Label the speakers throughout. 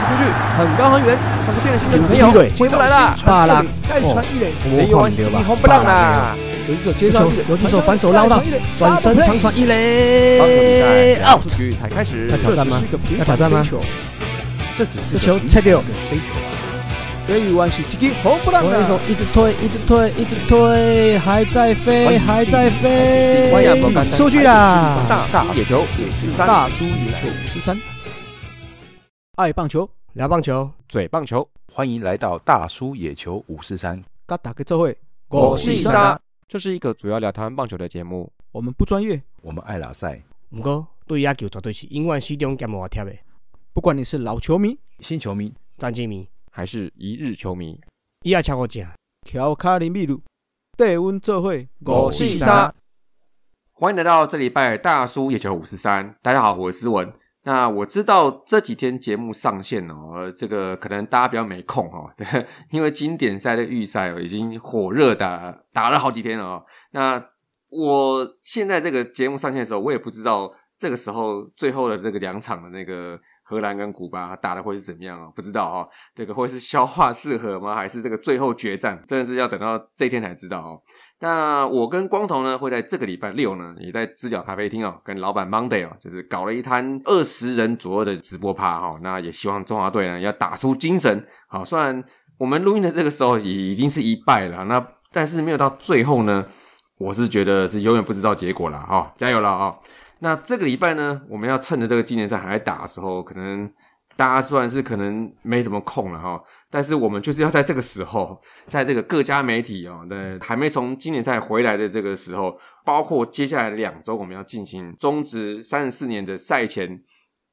Speaker 1: 很高很远，像是变了心的女朋
Speaker 2: 踢
Speaker 1: 友
Speaker 2: 腿，
Speaker 1: 回不来了。
Speaker 3: 巴拉
Speaker 2: 再传一垒，
Speaker 1: 没
Speaker 3: 我
Speaker 1: 有
Speaker 3: 看
Speaker 1: 关系，
Speaker 3: 没有吧
Speaker 1: 一？红不让啦。
Speaker 3: 有一手接球，有一手反手捞到，转身长传一
Speaker 1: 棒球比
Speaker 3: 垒
Speaker 1: 赛
Speaker 3: ，out
Speaker 1: 出。局才开始
Speaker 3: 要。挑战吗
Speaker 2: 这只是一个平
Speaker 3: 要
Speaker 2: 凡
Speaker 3: 挑战吗
Speaker 2: 飞球？这只是
Speaker 3: 这球
Speaker 2: 切
Speaker 3: 切掉
Speaker 2: 飞球啊！这一弯是直接红不让
Speaker 3: 左
Speaker 2: 的
Speaker 3: 一手一直推，一直推，一直推，还在飞，还在飞
Speaker 1: 关亚博干，单
Speaker 3: 出去啦！
Speaker 1: 大叔野球五四三，
Speaker 2: 大叔野球五十三，爱棒球，
Speaker 3: 聊棒球，
Speaker 1: 嘴棒球，
Speaker 4: 欢迎来到大叔野球五四三，
Speaker 2: 嘎打个这会，
Speaker 1: 我
Speaker 3: 我
Speaker 1: 是
Speaker 3: 是
Speaker 1: 伊
Speaker 3: 伊
Speaker 1: 莎
Speaker 3: 莎，
Speaker 1: 这是一个主要聊台湾棒球的节目。
Speaker 2: 我们不专业，
Speaker 4: 我们爱拉赛
Speaker 3: 不过对野球绝对是永远始终兼无贴的，
Speaker 2: 不管你是老球迷、
Speaker 4: 新球迷，
Speaker 3: 詹金迷，
Speaker 1: 还是一日球迷，
Speaker 3: 伊也超过正。
Speaker 2: 乔卡林秘鲁，对温这会，
Speaker 1: 我是伊莎。欢迎来到这礼拜大叔野球五四三，大家好，我是思文。那我知道这几天节目上线哦，呃这个可能大家比较没空哦， 这个因为经典赛的预赛哦已经火热打打了好几天了哦。那我现在这个节目上线的时候，我也不知道这个时候最后的这个两场的那个荷兰跟古巴打的会是怎么样哦，不知道哦，这个会是消化适合吗？还是这个最后决战？真的是要等到这一天才知道哦。那我跟光头呢，会在这个礼拜六呢，也在知了咖啡厅哦，跟老板 Monday 哦，就是搞了一摊二十人左右的直播趴哈、哦。那也希望中华队呢要打出精神，好、虽然我们录音的这个时候也已经是一败了，那但是没有到最后呢，我是觉得是永远不知道结果了哈、哦，加油了哦！那这个礼拜呢，我们要趁着这个今年赛还在打的时候，可能大家虽然是可能没怎么空了哈、哦，但是我们就是要在这个时候在这个各家媒体哦，那还没从经典赛回来的这个时候，包括接下来的两周，我们要进行中职三十四年的赛前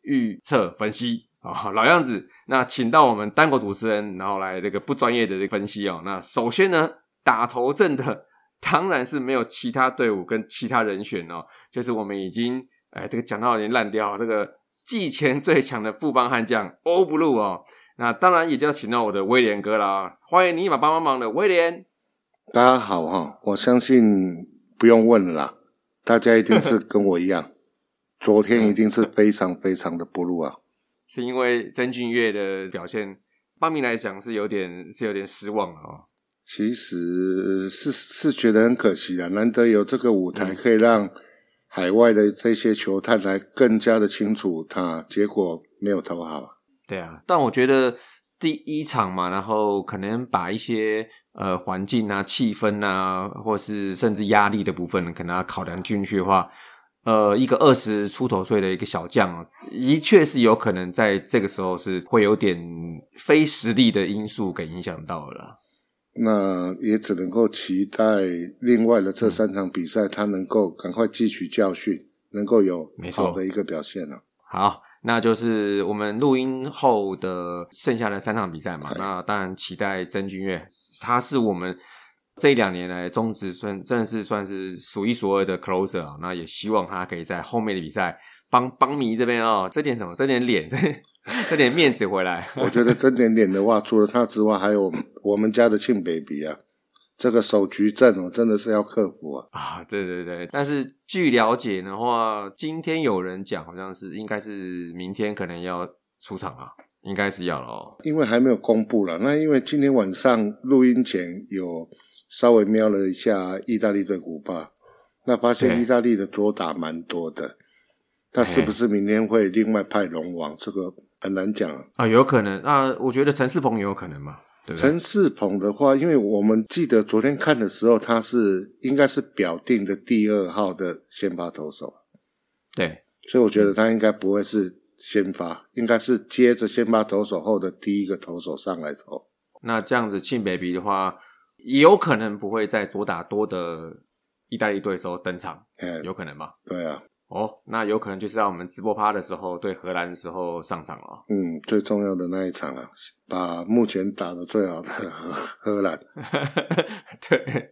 Speaker 1: 预测分析啊、老样子，那请到我们单口主持人，然后来这个不专业的这个分析哦。那首先呢，打头阵的当然是没有其他队伍跟其他人选哦，就是我们已经哎这个讲到有点烂掉，这个季前最强的富邦悍将欧布鲁哦。那当然也就要请到我的威廉哥啦，欢迎你把帮帮忙的威廉。
Speaker 5: 大家好哈，我相信不用问了啦，大家一定是跟我一样， 昨天一定是非常非常的不入啊。
Speaker 1: 是因为曾俊乐的表现，帮明来讲是有点是有点失望了哦。
Speaker 5: 其实是是觉得很可惜啊，难得有这个舞台可以让海外的这些球探来更加的清楚他，结果没有投好啊。
Speaker 1: 对啊，但我觉得第一场嘛，然后可能把一些呃环境啊、气氛啊，或是甚至压力的部分，可能要考量进去的话，呃，一个二十出头岁的一个小将哦，的确是有可能在这个时候是会有点非实力的因素给影响到了啦。
Speaker 5: 那也只能够期待另外的这三场比赛，他能够赶快汲取教训，能够有
Speaker 1: 没错
Speaker 5: 好的一个表现啊。
Speaker 1: 好，那就是我们录音后的剩下的三场比赛嘛。那当然期待曾俊乐，他是我们这两年来中职算真的是算是数一数二的 closer 啊。那也希望他可以在后面的比赛帮帮迷这边哦，这点什么，这点脸， 这这点面子回来。
Speaker 5: 我觉得真点点的话，除了他之外，还有我们家的庆 baby 啊，这个手局阵哦，真的是要克服啊。
Speaker 1: 啊，对对对，但是据了解的话，今天有人讲好像是应该是明天可能要出场了，应该是要了哦。
Speaker 5: 因为还没有公布了，那因为今天晚上录音前有稍微瞄了一下意大利对古巴，那发现
Speaker 1: 对
Speaker 5: 意大利的左打蛮多的，那是不是明天会另外派龙王？这个很难讲、啊。
Speaker 1: 啊，有可能。那我觉得陈世鹏也有可能嘛，对不对？
Speaker 5: 陈世鹏的话，因为我们记得昨天看的时候，他是应该是表定的第二号的先发投手。
Speaker 1: 对，
Speaker 5: 所以我觉得他应该不会是先发，应该是接着先发投手后的第一个投手上来投。
Speaker 1: 那这样子庆 baby 的话，也有可能不会在左打多的意大利队的时候登场，
Speaker 5: 哎，
Speaker 1: 有可能吧？
Speaker 5: 对啊，
Speaker 1: 哦，那有可能就是在我们直播趴的时候对荷兰的时候上场了哦。
Speaker 5: 嗯，最重要的那一场啊，把目前打的最好的 荷荷兰，
Speaker 1: 对，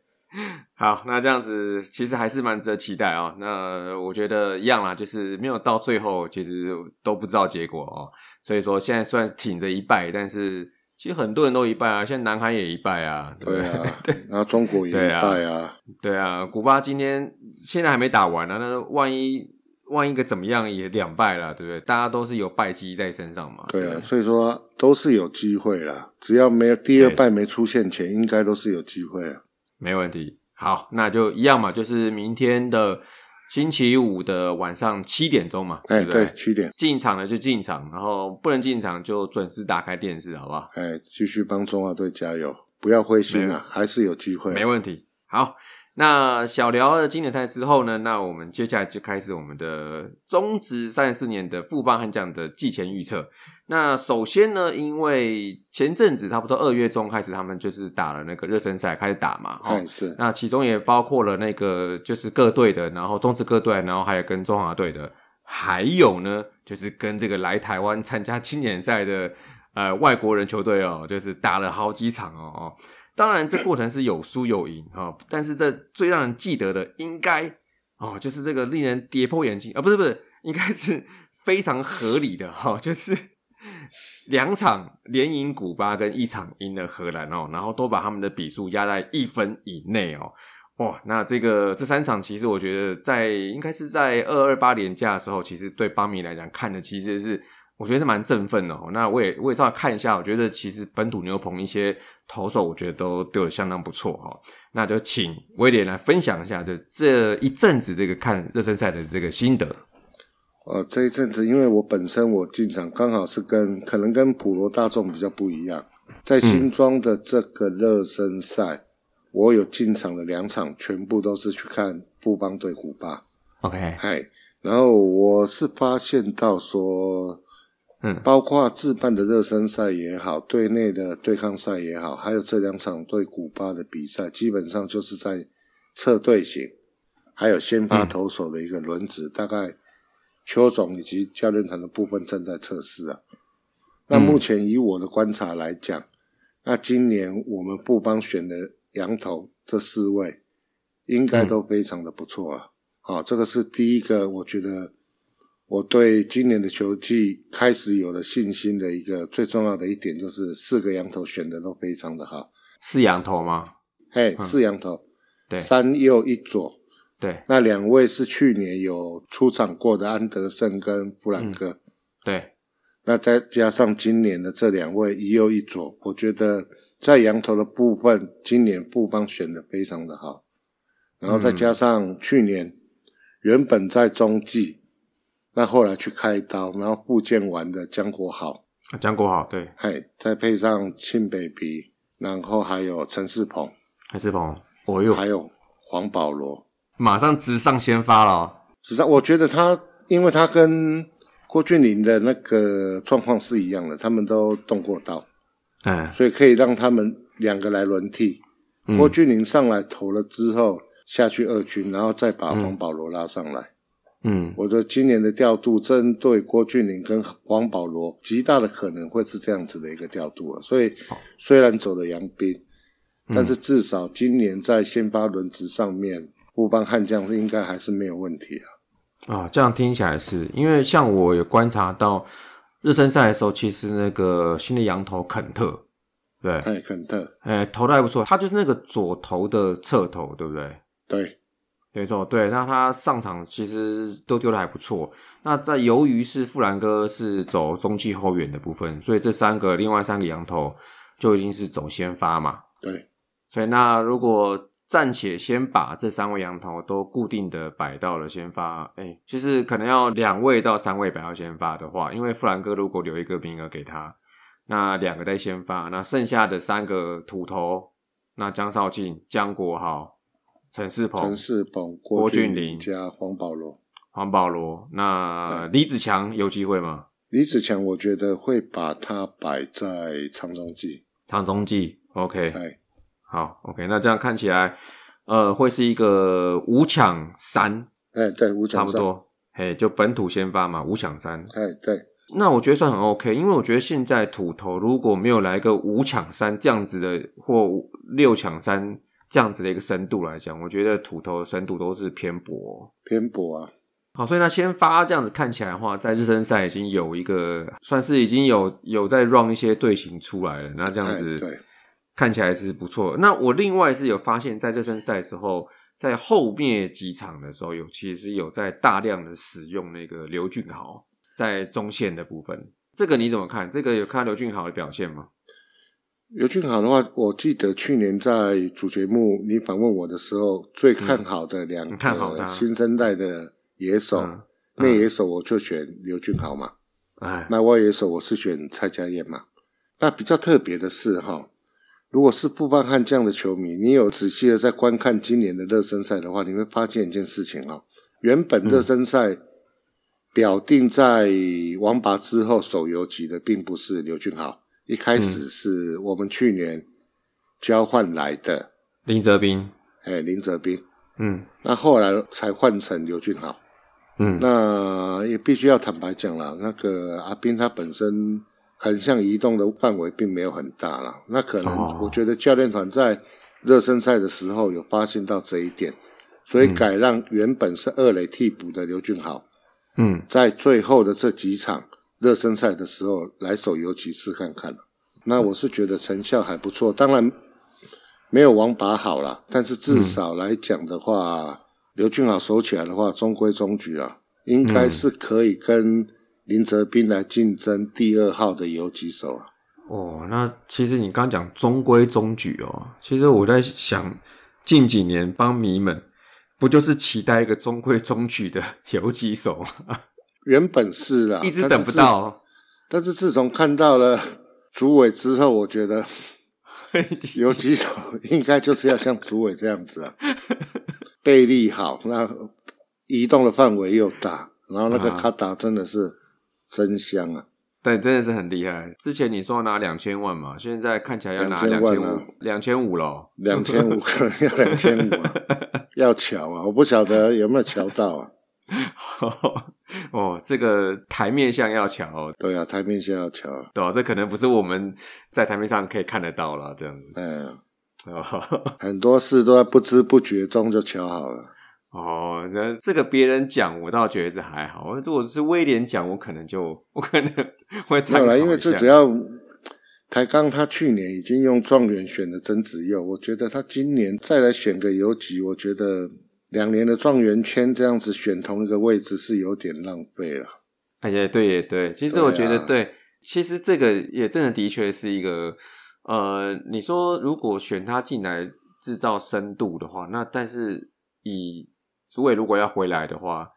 Speaker 1: 好，那这样子其实还是蛮值得期待啊、那我觉得一样啦，就是没有到最后，其实都不知道结果哦。所以说现在虽然挺着一败，但是其实很多人都一败啊，现在南韩也一败啊， 对不
Speaker 5: 对啊，然后中国也一败啊，
Speaker 1: 对啊，古巴今天现在还没打完呢、啊，那万一万一个怎么样也两败了，对不对？大家都是有败绩在身上嘛。
Speaker 5: 对啊，所以说都是有机会啦，只要
Speaker 1: 哎
Speaker 5: 没有第二败没出现前，应该都是有机会啊。
Speaker 1: 没问题。好，那就一样嘛，就是明天的星期五的晚上七点钟嘛，
Speaker 5: 哎，
Speaker 1: 对不对？
Speaker 5: 对，七点，
Speaker 1: 进场的就进场，然后不能进场就准时打开电视，好不好？
Speaker 5: 哎，继续帮中华队加油，不要灰心啊，还是有机会啊。
Speaker 1: 没问题。好，那小聊了经典赛之后呢，那我们接下来就开始我们的中职三十四年的富邦悍将的季前预测。那首先呢，因为前阵子差不多二月中开始，他们就是打了那个热身赛开始打嘛，哦
Speaker 5: 哎，是，
Speaker 1: 那其中也包括了那个就是各队的，然后中职各队，然后还有跟中华队的，还有呢就是跟这个来台湾参加青年赛的呃外国人球队哦，就是打了好几场哦哦。当然这过程是有输有赢哦，但是这最让人记得的应该哦就是这个令人跌破眼镜啊，不是不是，应该是非常合理的哈、哦，就是。两场连赢古巴跟一场赢了荷兰哦，然后都把他们的比数压在一分以内哦。哇，那这个这三场其实我觉得在应该是在二二八连假的时候，其实对邦迷来讲看的其实是我觉得是蛮振奋的哦。那我也我也稍微看一下，我觉得其实本土牛棚一些投手，我觉得都丢的相当不错哦。那就请威廉来分享一下这这一阵子这个看热身赛的这个心得。
Speaker 5: 呃，这一阵子因为我本身我进场刚好是跟可能跟普罗大众比较不一样，在新庄的这个热身赛，我有进场的两场，全部都是去看布邦对古巴，
Speaker 1: OK，
Speaker 5: 嗨，哎然后我是发现到说，
Speaker 1: 嗯
Speaker 5: 包括自办的热身赛也好，队内的对抗赛也好，还有这两场对古巴的比赛，基本上就是在测队形，还有先发投手的一个轮值，大概邱总以及教练团的部分正在测试啊。那目前以我的观察来讲，那今年我们布邦选的羊头这四位，应该都非常的不错啊。好、这个是第一个，我觉得我对今年的球季开始有了信心的一个最重要的一点，就是四个羊头选的都非常的好。
Speaker 1: 是羊头吗？
Speaker 5: 嘿，四羊头，
Speaker 1: 对
Speaker 5: 三右一左，
Speaker 1: 对
Speaker 5: 那两位是去年有出场过的安德森跟布兰克。
Speaker 1: 对，
Speaker 5: 那再加上今年的这两位一右一左，我觉得在羊头的部分，今年布邦选的非常的好，然后再加上去年原本在中继，那后来去开刀，然后复健完的江国豪，
Speaker 1: 江国豪对，
Speaker 5: 嘿，再配上庆北鼻，然后还有陈世鹏，
Speaker 1: 还是鹏，哦哟，
Speaker 5: 还有黄保罗，
Speaker 1: 马上直上先发了、哦。
Speaker 5: 实际上，我觉得他，因为他跟郭俊霖的那个状况是一样的，他们都动过刀。
Speaker 1: 嗯
Speaker 5: 所以可以让他们两个来轮替。郭俊霖上来投了之后，下去二军，然后再把黄保罗拉上来。
Speaker 1: 嗯，
Speaker 5: 我觉得今年的调度针对郭俊霖跟黄保罗，极大的可能会是这样子的一个调度了。所以虽然走了杨斌，但是至少今年在先发轮值上面，布邦悍将是应该还是没有问题啊。
Speaker 1: 啊，这样听起来是因为像我有观察到热身赛的时候，其实那个新的羊头肯特，对，
Speaker 5: 哎，肯特，
Speaker 1: 呃，投的还不错，他就是那个左投的侧投，对不对？
Speaker 5: 对，
Speaker 1: 没错，对，那他上场其实都丢的还不错。那在由于是富兰哥是走中继后援的部分，所以这三个另外三个羊头就已经是走先发嘛，
Speaker 5: 对，
Speaker 1: 所以那如果暂且先把这三位羊头都固定的摆到了先发，哎、就是可能要两位到三位摆到先发的话，因为富兰哥如果留一个名额给他，那两个在先发，那剩下的三个土头，那江少庆、江国豪、陈世鹏
Speaker 5: 陈、世鹏、
Speaker 1: 郭
Speaker 5: 郭
Speaker 1: 俊
Speaker 5: 俊
Speaker 1: 霖
Speaker 5: 霖加黄保罗。
Speaker 1: 黄保罗，那李子强有机会吗？
Speaker 5: 李子强，我觉得会把它摆在长中记。
Speaker 1: 唐宗济，OK，
Speaker 5: 哎，
Speaker 1: 好，OK，那这样看起来，呃，会是一个五抢三
Speaker 5: 哎，对，五
Speaker 1: 差
Speaker 5: 强
Speaker 1: 不
Speaker 5: 上，
Speaker 1: 多，嘿，就本土先发嘛，五抢三。
Speaker 5: 哎，对，
Speaker 1: 那我觉得算很 OK，因为我觉得现在土头如果没有来个五抢三这样子的，或五六抢三这样子的一个深度来讲，我觉得土头的深度都是偏薄。
Speaker 5: 偏薄啊，
Speaker 1: 好，所以那先发这样子看起来的话，在日身赛已经有一个算是已经有有在 run 一些队形出来了，那这样
Speaker 5: 哎，
Speaker 1: 子
Speaker 5: 对，
Speaker 1: 看起来是不错。那我另外是有发现，在热身赛的时候，在后面几场的时候有其实有在大量的使用那个刘俊豪在中线的部分，这个你怎么看？这个有看刘俊豪的表现吗？
Speaker 5: 尤俊豪的话，我记得去年在主节目你访问我的时候，最看好的两
Speaker 1: 嗯看好他
Speaker 5: 个新生代的野手，
Speaker 1: 嗯
Speaker 5: 内野手我就选刘俊豪嘛，
Speaker 1: 哎，
Speaker 5: 那外野手我是选蔡家燕嘛。那比较特别的是哈，如果是布班汉这样的球迷，你有仔细的在观看今年的热身赛的话，你会发现一件事情哦，原本热身赛表定在王拔之后手游级的并不是刘俊豪，一开始是我们去年交换来的，
Speaker 1: 林哲斌，
Speaker 5: 哎、林哲斌，
Speaker 1: 嗯
Speaker 5: 那后来才换成刘俊豪。
Speaker 1: 嗯
Speaker 5: 那也必须要坦白讲了，那个阿斌他本身横向移动的范围并没有很大啦，那可
Speaker 1: 哦
Speaker 5: 能我觉得教练团在热身赛的时候有发现到这一点，所以改让原本是二垒替补的刘俊豪，
Speaker 1: 嗯，
Speaker 5: 在最后的这几场热身赛的时候来手游骑士看看了。那我是觉得成效还不错，当然没有王拔好啦，但是至少来讲的话，刘俊豪守起来的话，中规中矩啊，应该是可以跟林哲斌来竞争第二号的游击手啊。
Speaker 1: 哦，那其实你刚讲中规中矩哦，其实我在想，近几年帮迷们不就是期待一个中规中矩的 游击手吗，
Speaker 5: 原本是啦，
Speaker 1: 一直
Speaker 5: 啊但是
Speaker 1: 等不
Speaker 5: 自
Speaker 1: 到哦。
Speaker 5: 但是自从看到了主委之后，我觉得游击手应该就是要像主委这样子啊， 背力好，那移动的范围又大，然后那个
Speaker 1: 啊
Speaker 5: 卡达真的是真香啊！
Speaker 1: 对，真的是很厉害。之前你说要拿两千万嘛，现在看起来要拿两
Speaker 5: 2000
Speaker 1: 千
Speaker 5: 万
Speaker 1: 五
Speaker 5: 啊，
Speaker 1: 两千五了。
Speaker 5: 两千五可能要两千五啊， 要巧啊！我不晓得有没有瞧到啊？
Speaker 1: 哦，这个台面上要巧哦，
Speaker 5: 对啊，台面下要瞧啊，
Speaker 1: 对吧、这可能不是我们在台面上可以看得到啦，这样子。
Speaker 5: 嗯，
Speaker 1: 哦，
Speaker 5: 很多事都在不知不觉中就瞧好了。
Speaker 1: 哦，那这个别人讲我倒觉得这还好，如果是威廉讲，我可能就我可 能会
Speaker 5: 没
Speaker 1: 参考
Speaker 5: 有啦，
Speaker 1: 一
Speaker 5: 因为最
Speaker 1: 下
Speaker 5: 主要台钢他去年已经用状元选了曾子佑，我觉得他今年再来选个游击，我觉得两年的状元签这样子选同一个位置是有点浪费了。
Speaker 1: 哎，也对，也对。其实我觉得
Speaker 5: 对啊
Speaker 1: 对，其实这个也真的的确是一个，呃，你说如果选他进来制造深度的话，那但是以主委如果要回来的话，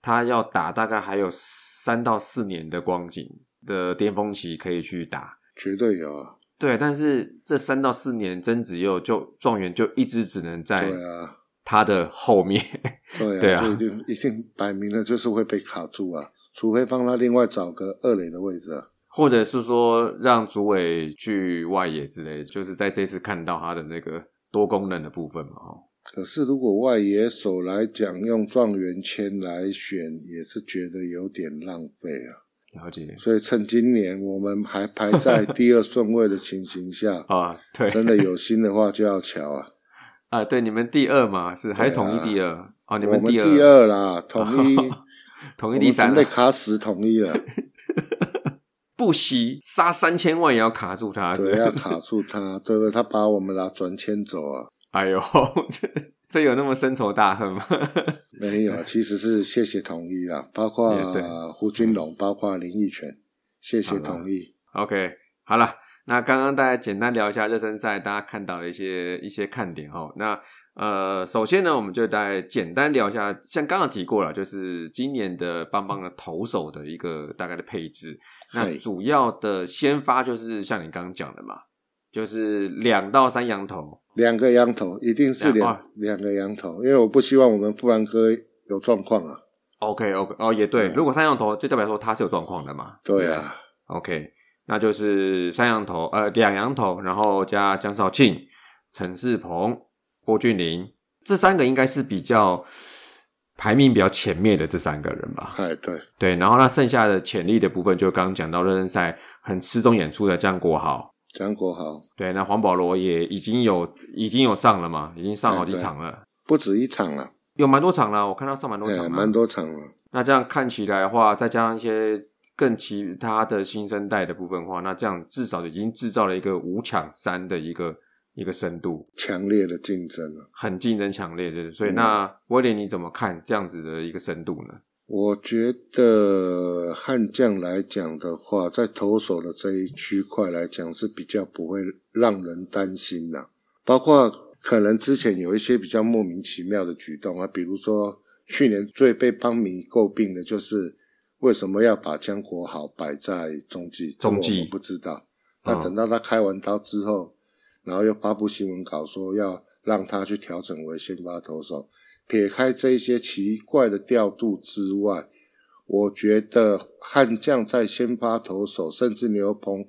Speaker 1: 他要打大概还有三到四年的光景的巅峰期可以去打。
Speaker 5: 绝对有啊，
Speaker 1: 对，但是这三到四年，曾子佑就状元就一直只能在
Speaker 5: 对啊，
Speaker 1: 他的后面。
Speaker 5: 对啊，
Speaker 1: 哎对啊
Speaker 5: 就一定一定摆明了就是会被卡住啊，除非帮他另外找个二垒的位置啊。
Speaker 1: 或者是说让主委去外野之类，就是在这次看到他的那个多功能的部分嘛。哦，
Speaker 5: 可是如果外野手来讲，用状元签来选，也是觉得有点浪费啊。
Speaker 1: 了解，
Speaker 5: 所以趁今年我们还排在第二顺位的情形下
Speaker 1: 啊，对
Speaker 5: 真的有心的话就要瞧啊。
Speaker 1: 啊，对，你们第二嘛，是还是统一第二啊 你
Speaker 5: 我
Speaker 1: 们
Speaker 5: 们
Speaker 1: 第
Speaker 5: 第二啦，统 一，
Speaker 1: 统
Speaker 5: 我
Speaker 1: 一
Speaker 5: 们
Speaker 1: 第三
Speaker 5: 准
Speaker 1: 啊
Speaker 5: 备，卡死统 一了，
Speaker 1: 不惜杀三千万也要卡住他。是不
Speaker 5: 对，
Speaker 1: 是
Speaker 5: 要卡住他，对不对？他把我们啦转签走啊，
Speaker 1: 哎呦， 这这有那么深仇大恨吗？
Speaker 5: 没有，啊其实是谢谢统一啊，包括
Speaker 1: 也对
Speaker 5: 胡金龙，包括林奕泉，谢谢统一。
Speaker 1: OK，好了，那刚刚大家简单聊一下热身赛，大家看到的一些一些看点哈。那呃，首先呢，我们就来简单聊一下，像刚刚提过了，就是今年的邦邦的投手的一个大概的配置。那
Speaker 5: 嗨
Speaker 1: 主要的先发就是像你刚刚讲的嘛，就是两到三羊头。
Speaker 5: 两个羊头一定是
Speaker 1: 两
Speaker 5: 两两个羊头，因为我不希望我们富兰哥有状况啊。
Speaker 1: OK OK，哦也对，
Speaker 5: 嗯
Speaker 1: 如果三羊头，就代表说他是有状况的嘛。
Speaker 5: 对啊，
Speaker 1: OK，那就是三羊头，呃，两羊头，然后加江少庆、陈世鹏、郭俊霖，这三个应该是比较排名比较前面的这三个人吧。
Speaker 5: 哎，对，
Speaker 1: 对，然后那剩下的潜力的部分，就刚刚讲到热身赛很吃重演出的江国豪，
Speaker 5: 蒋国豪
Speaker 1: 对，那黄保罗也已经有已经有上了嘛，已经上好几
Speaker 5: 哎对
Speaker 1: 场了，
Speaker 5: 不止一场啊了，
Speaker 1: 有蛮多场了，我看他上蛮多场
Speaker 5: 哎，
Speaker 1: 了，
Speaker 5: 蛮多场了。
Speaker 1: 那这样看起来的话，再加上一些更其他的新生代的部分的话，那这样至少已经制造了一个五抢三的一个一个深度，
Speaker 5: 强烈的竞争啊。
Speaker 1: 很竞争强烈，对不对？所以
Speaker 5: 嗯
Speaker 1: 那威廉你怎么看这样子的一个深度呢？
Speaker 5: 我觉得悍将来讲的话，在投手的这一区块来讲是比较不会让人担心的、包括可能之前有一些比较莫名其妙的举动啊，比如说去年最被邦迷诟病的就是为什么要把江国豪摆在中继，
Speaker 1: 中继
Speaker 5: 这个我们不知道。
Speaker 1: 嗯
Speaker 5: 那等到他开完刀之后，然后又发布新闻稿说要让他去调整为先发投手。撇开这一些奇怪的调度之外，我觉得悍将在先发投手，甚至牛棚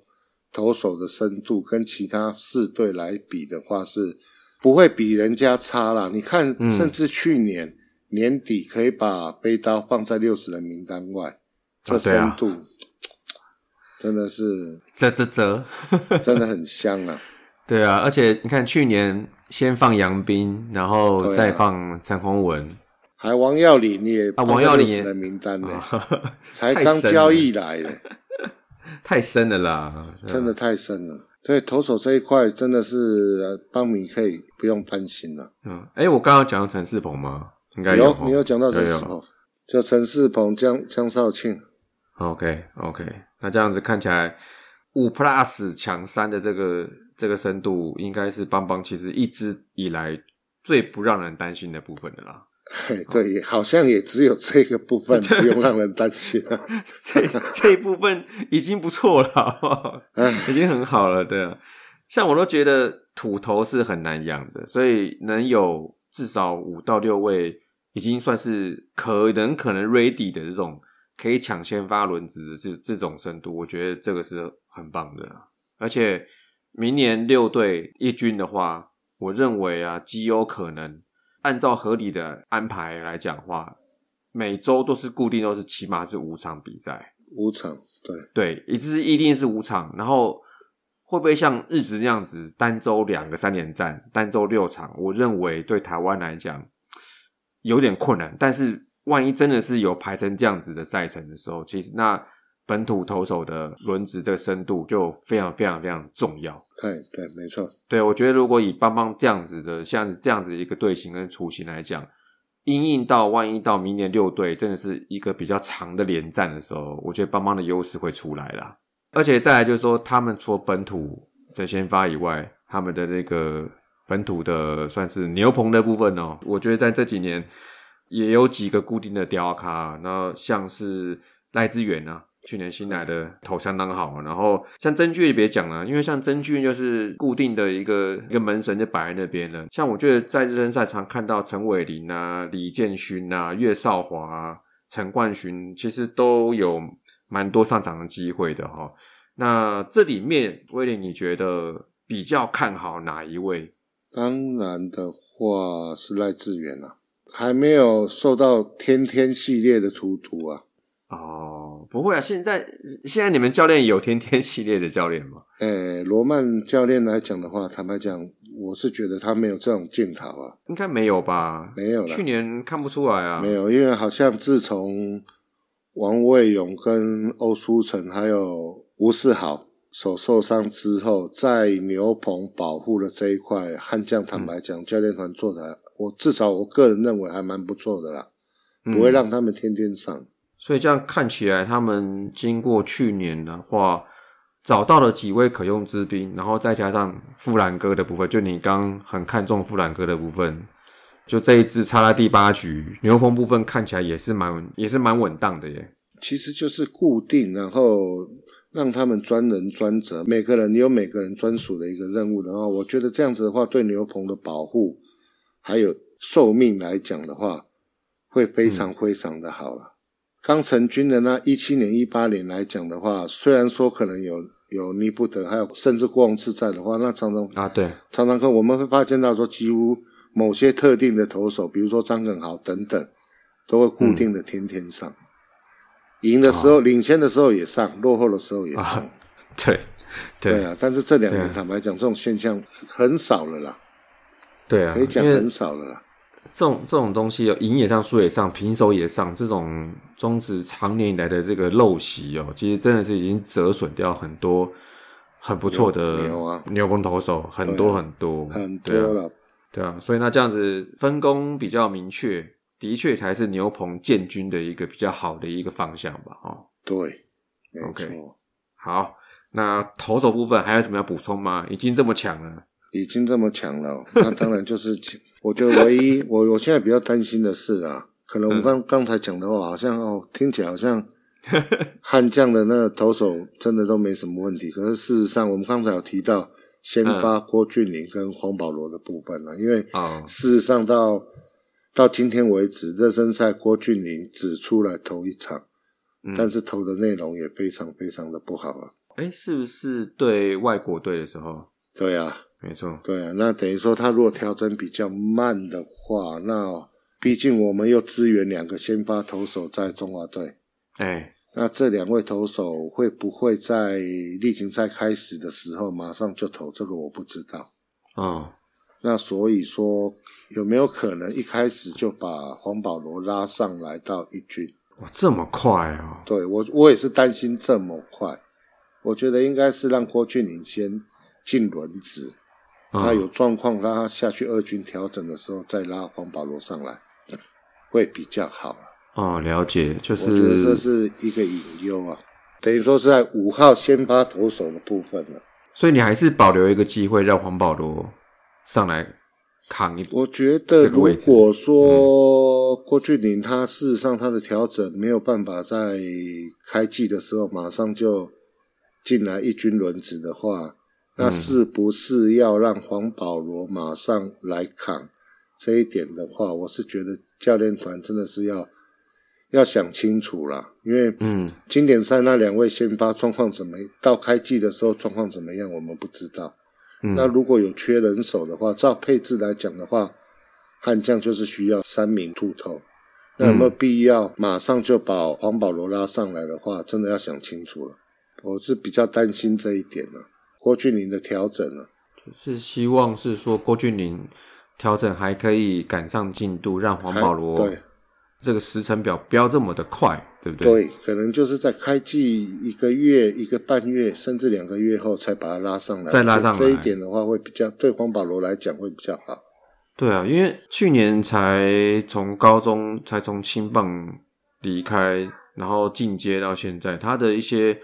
Speaker 5: 投手的深度跟其他四队来比的话，是不会比人家差啦。你看，
Speaker 1: 嗯
Speaker 5: 甚至去年年底可以把背刀放在六十人名单外，这
Speaker 1: 对啊
Speaker 5: 深度、真的是
Speaker 1: 啧啧啧，
Speaker 5: 真的很香啊！
Speaker 1: 对啊，而且你看去年先放杨斌，然后
Speaker 5: 对啊
Speaker 1: 再放陈宏文，
Speaker 5: 还王耀林也
Speaker 1: 啊
Speaker 5: 放在
Speaker 1: 王耀林也
Speaker 5: 60人名单呢、
Speaker 1: 啊
Speaker 5: 才
Speaker 1: 太
Speaker 5: 刚
Speaker 1: 深
Speaker 5: 交
Speaker 1: 了
Speaker 5: 易来的。
Speaker 1: 太深了啦，对啊
Speaker 5: 真的太深了。对投手这一块，真的是呃邦米可以不用担心了。
Speaker 1: 嗯，哎，我刚刚讲到陈世鹏吗？应该
Speaker 5: 有
Speaker 1: 哦
Speaker 5: 你有讲到陈
Speaker 1: 有
Speaker 5: 世
Speaker 1: 有
Speaker 5: 鹏，就陈世鹏、江江少庆，
Speaker 1: OK OK，那这样子看起来五 Plus 强三的这个这个深度，应该是邦邦其实一直以来最不让人担心的部分的啦。
Speaker 5: 嘿，对，也好像也只有这个 部分不用让人担心啊了。
Speaker 1: 这 这一部分已经不错了好不好， 已经很好了，对啊。像我都觉得土头是很难养的，所以能有至少五到六位，已经算是可能可能 ready 的这种可以抢先发轮值的这这种深度，我觉得这个是很棒的啦。而且明年六队一军的话，我认为啊，极有可能按照合理的安排来讲的话，每周都是固定都是起码是五场比赛，
Speaker 5: 五场，对，
Speaker 1: 对，也就是一定是五场，然后会不会像日职那样子单周两个三连战，单周六场？我认为对台湾来讲有点困难，但是万一真的是有排成这样子的赛程的时候，其实那本土投手的轮值的深度就非常非常非常重要。
Speaker 5: 对对，没错，
Speaker 1: 对，我觉得如果以邦邦这样子的，像这样子一个队形跟雏形来讲，因应到万一到明年六队真的是一个比较长的连战的时候，我觉得邦邦的优势会出来啦。而且再来就是说，他们除了本土的先发以外，他们的那个本土的算是牛棚的部分哦，我觉得在这几年也有几个固定的雕咖，那像是赖志远啊，去年新来的投相当好，然后像曾俊也别讲了，因为像曾俊就是固定的一个一个门神就摆在那边了。像我觉得在热身赛常看到陈伟林啊、李建勋啊、岳少华啊、陈冠勋，其实都有蛮多上场的机会的哈、那这里面威廉，你觉得比较看好哪一位？
Speaker 5: 当然的话是赖志远啊，还没有受到天天系列的荼毒啊。
Speaker 1: 哦，不会啊，现在现在你们教练有天天系列的教练吗？
Speaker 5: 诶，罗曼教练来讲的话，坦白讲，我是觉得他没有这种镜头啊，
Speaker 1: 应该没有吧？
Speaker 5: 没有啦
Speaker 1: 去年看不出来啊。
Speaker 5: 没有，因为好像自从王卫勇、跟欧舒成还有吴世豪手受伤之后，在牛棚保护的这一块，悍将坦白讲，教练团做的，我至少我个人认为还蛮不错的啦，
Speaker 1: 嗯
Speaker 5: 不会让他们天天上。
Speaker 1: 所以这样看起来，他们经过去年的话，找到了几位可用之兵，然后再加上富兰哥的部分，就你刚很看重富兰哥的部分，就这一支插在第八局，牛棚部分看起来也是蛮也是蛮稳当的耶。
Speaker 5: 其实就是固定，然后让他们专人专责，每个人有每个人专属的一个任务的话，我觉得这样子的话，对牛棚的保护还有寿命来讲的话，会非常非常的好了。刚成军的那一七年、一八年来讲的话，虽然说可能有有尼布德，还有甚至郭宏志在的话，那常常
Speaker 1: 啊，对，
Speaker 5: 常常看我们会发现到说，几乎某些特定的投手，比如说张耿豪等等，都会固定的天天上。赢的时候、领先的时候也上，落后的时候也上。
Speaker 1: 啊对，对，
Speaker 5: 对啊，但是这两年
Speaker 1: 对啊
Speaker 5: 坦白讲，这种现象很少了啦，
Speaker 1: 对啊，
Speaker 5: 可以讲
Speaker 1: 因为
Speaker 5: 很少了啦。
Speaker 1: 这种这种东西哦，赢也上，输也上，平手也上，这种中职常年以来的这个陋习哦，其实真的是已经折损掉很多很不错的
Speaker 5: 牛牛啊
Speaker 1: 牛棚投手，很多很多
Speaker 5: 很多
Speaker 1: 对啊
Speaker 5: 了，
Speaker 1: 对啊，所以那这样子分工比较明确，的确才是牛棚建军的一个比较好的一个方向吧。哦，
Speaker 5: 对，没
Speaker 1: OK
Speaker 5: 错，
Speaker 1: 好，那投手部分还有什么要补充吗？已经这么强了，
Speaker 5: 已经这么强了， 那当然就是，我觉得唯一我我现在比较担心的是啊，可能我们刚刚才讲的话，好像哦，听起来好像悍将的那个投手真的都没什么问题，可是事实上，我们刚才有提到先发郭俊麟跟黄保罗的部分啊了、因为
Speaker 1: 哦
Speaker 5: 事实上到到今天为止，热身赛郭俊麟只出来投一场，但是投的内容也非常非常的不好啊，
Speaker 1: 哎，是不是对外国队的时候？
Speaker 5: 对啊，
Speaker 1: 没错，
Speaker 5: 对啊，那等于说他如果调整比较慢的话，那毕竟我们又支援两个先发投手在中华队，
Speaker 1: 哎，
Speaker 5: 那这两位投手会不会在例行赛开始的时候马上就投？这个我不知道。
Speaker 1: 哦，
Speaker 5: 那所以说，有没有可能一开始就把黄保罗拉上来到一军？
Speaker 1: 哇，这么快哦，
Speaker 5: 对我，我也是担心这么快。我觉得应该是让郭俊麟先进轮子，
Speaker 1: 嗯
Speaker 5: 他有状况，让他下去二军调整的时候再拉黄保罗上来，会比较好、啊。
Speaker 1: 哦，了解，就
Speaker 5: 我觉得这
Speaker 1: 是，
Speaker 5: 是一个隐忧啊，等于说是在五号先发投手的部分了、
Speaker 1: 所以你还是保留一个机会让黄保罗上来扛一波。
Speaker 5: 我觉得
Speaker 1: 这个
Speaker 5: 如
Speaker 1: 位置
Speaker 5: 果说郭俊麟他事实上他的调整没有办法在开季的时候马上就进来一军轮值的话，
Speaker 1: 嗯
Speaker 5: 那是不是要让黄保罗马上来扛？这一点的话，我是觉得教练团真的是要要想清楚啦，因为
Speaker 1: 嗯，
Speaker 5: 经典赛那两位先发状况怎么，到开季的时候状况怎么样，我们不知道。
Speaker 1: 嗯
Speaker 5: 那如果有缺人手的话，照配置来讲的话，悍将就是需要三名秃头。那有没有必要马上就把黄保罗拉上来的话，真的要想清楚了。我是比较担心这一点呢、郭俊麟的调整呢、
Speaker 1: 是希望是说郭俊麟调整还可以赶上进度，让黄保罗
Speaker 5: 对
Speaker 1: 这个时程表不要这么的快，对不对？
Speaker 5: 对，可能就是在开季一个月、一个半月，甚至两个月后才把他拉上来。
Speaker 1: 再拉上来
Speaker 5: 这一点的话会比较对黄保罗来讲会比较好。
Speaker 1: 对啊，因为去年才从高中才从青棒离开，然后进阶到现在，他的一些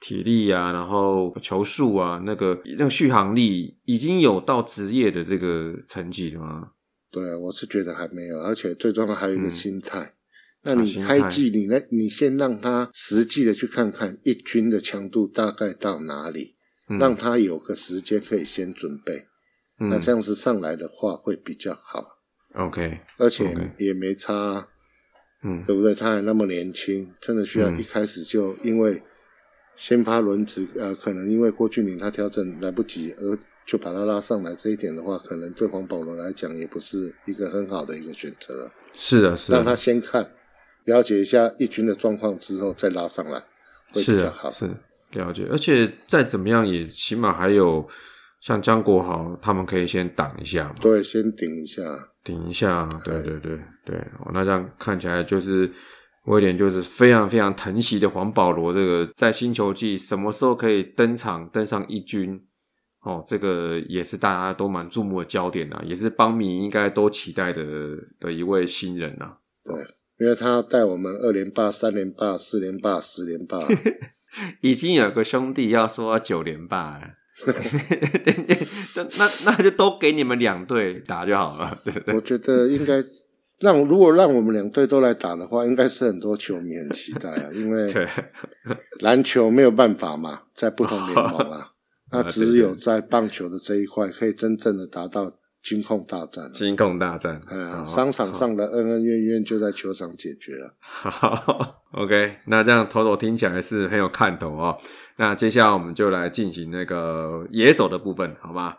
Speaker 1: 体力啊，然后球速啊，那个那个续航力已经有到职业的这个层级了吗？
Speaker 5: 对啊，我是觉得还没有，而且最重要还有一个心态。那
Speaker 1: 嗯啊
Speaker 5: 你
Speaker 1: 心态
Speaker 5: 开季，你那你先让他实际的去看看一军的强度大概到哪里，
Speaker 1: 嗯
Speaker 5: 让他有个时间可以先准备。
Speaker 1: 嗯
Speaker 5: 那这样子上来的话会比较好，
Speaker 1: ，OK，
Speaker 5: 而
Speaker 1: OK
Speaker 5: 且也没差啊，
Speaker 1: 嗯，
Speaker 5: 对不对？他还那么年轻，真的需要
Speaker 1: 嗯
Speaker 5: 一开始就因为先发轮值，呃，可能因为郭俊麟他调整来不及，而就把他拉上来，这一点的话，可能对黄保罗来讲也不是一个很好的一个选择啊、
Speaker 1: 是的，是的，
Speaker 5: 让他先看，了解一下一群的状况之后再拉上来，会比
Speaker 1: 是
Speaker 5: 较
Speaker 1: 啊
Speaker 5: 好。
Speaker 1: 是了解，而且再怎么样也起码还有像江国豪他们可以先挡一下嘛，
Speaker 5: 对，先顶一下。
Speaker 1: 顶一下，对对对对，哦，那这样看起来就是威廉就是非常非常疼惜的黄保罗，这个在新球季什么时候可以登场登上一军？哦，这个也是大家都蛮注目的焦点啊，也是邦迷应该都期待的的一位新人啊。
Speaker 5: 对，因为他要带我们二连霸、三连霸、四连霸、十连 霸，
Speaker 1: 已经有个兄弟要说要九连霸了， 那那那就都给你们两队打就好了，对不对？
Speaker 5: 我觉得应该让如果让我们两队都来打的话，应该是很多球迷很期待啊，因 为
Speaker 1: 对，
Speaker 5: 篮球没有办法嘛，在不同联盟 啊，那只有在棒球的这一块可以真正的达到金控大战、啊。
Speaker 1: 金控大战，哦
Speaker 5: 哎
Speaker 1: 好
Speaker 5: 呀，商场上的恩恩怨怨就在球场解决啊。
Speaker 1: 好，OK，那这样头头听起来是很有看头哦。那接下来我们就来进行那个野手的部分，好嗯吗？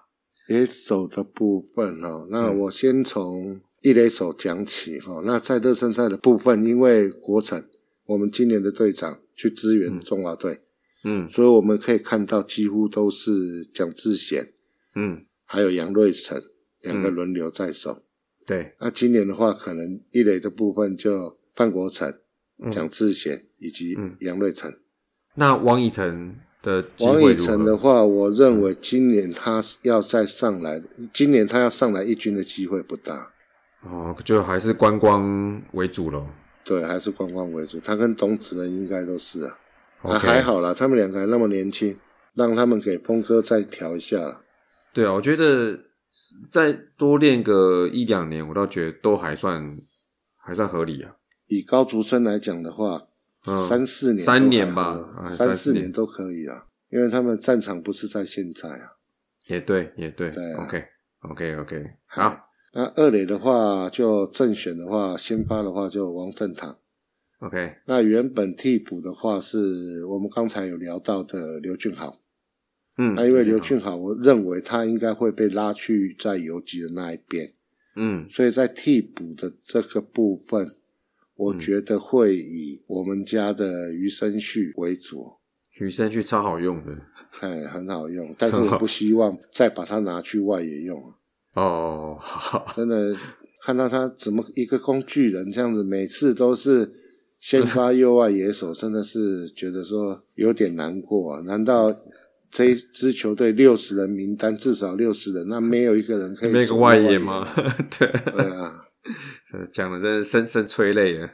Speaker 5: 野手的部分哦，那我先从一垒手讲起哦。那在热身赛的部分，因为国产我们今年的队长去支援中华队，
Speaker 1: 嗯
Speaker 5: 所以我们可以看到几乎都是蒋志贤
Speaker 1: 嗯，
Speaker 5: 还有杨瑞成两个轮流在手。
Speaker 1: 对，
Speaker 5: 那今年的话，可能一垒的部分就
Speaker 1: 嗯
Speaker 5: 范国成、蒋志贤以及杨瑞成。
Speaker 1: 那汪逸晨的嗯机
Speaker 5: 王
Speaker 1: 会
Speaker 5: 以
Speaker 1: 如
Speaker 5: 诚的
Speaker 1: 何？
Speaker 5: 话，我认为今年他要再上来，今年他要上来一军的机会不大。
Speaker 1: 哦，就还是观光为主了。
Speaker 5: 对，还是观光为主。他跟董子仁应该都是啊，
Speaker 1: OK
Speaker 5: 啊还好啦，他们两个还那么年轻，让他们给峰哥再调一下啦。
Speaker 1: 对啊，我觉得再多练个一两年，我倒觉得都还算还算合理啊。
Speaker 5: 以高竹生来讲的话，
Speaker 1: 嗯
Speaker 5: 三四年都
Speaker 1: 三年
Speaker 5: 还
Speaker 1: 吧
Speaker 5: 好
Speaker 1: 哎
Speaker 5: 三
Speaker 1: 三四
Speaker 5: 四
Speaker 1: 年
Speaker 5: 年都可以啊，因为他们战场不是在现在啊。
Speaker 1: 也对，也对。
Speaker 5: 对啊
Speaker 1: OK OK OK，好
Speaker 5: 哎那二垒的话，就正选的话，先发的话就王正堂。
Speaker 1: OK，
Speaker 5: 那原本替补的话是我们刚才有聊到的刘俊豪，
Speaker 1: 嗯，
Speaker 5: 那因为刘
Speaker 1: 好，
Speaker 5: 俊豪，我认为他应该会被拉去在游击的那一边，
Speaker 1: 嗯
Speaker 5: 所以在替补的这个部分，我
Speaker 1: 嗯
Speaker 5: 觉得会以我们家的余生旭为主，
Speaker 1: 女生去超好用的
Speaker 5: 哎，很好用，但是 我不希望再把它拿去外野用，啊
Speaker 1: 哦，好好
Speaker 5: 真的看到他怎么一个工具人这样子，每次都是先发右外野手，真的是觉得说有点难过啊。难道这一支球队六十人名单至少六十人，那没有一个人可以
Speaker 1: 那
Speaker 5: 守
Speaker 1: 个
Speaker 5: 护
Speaker 1: 外
Speaker 5: 外
Speaker 1: 野吗？ 对，呃
Speaker 5: 对啊，
Speaker 1: 讲的真是深深催泪啊。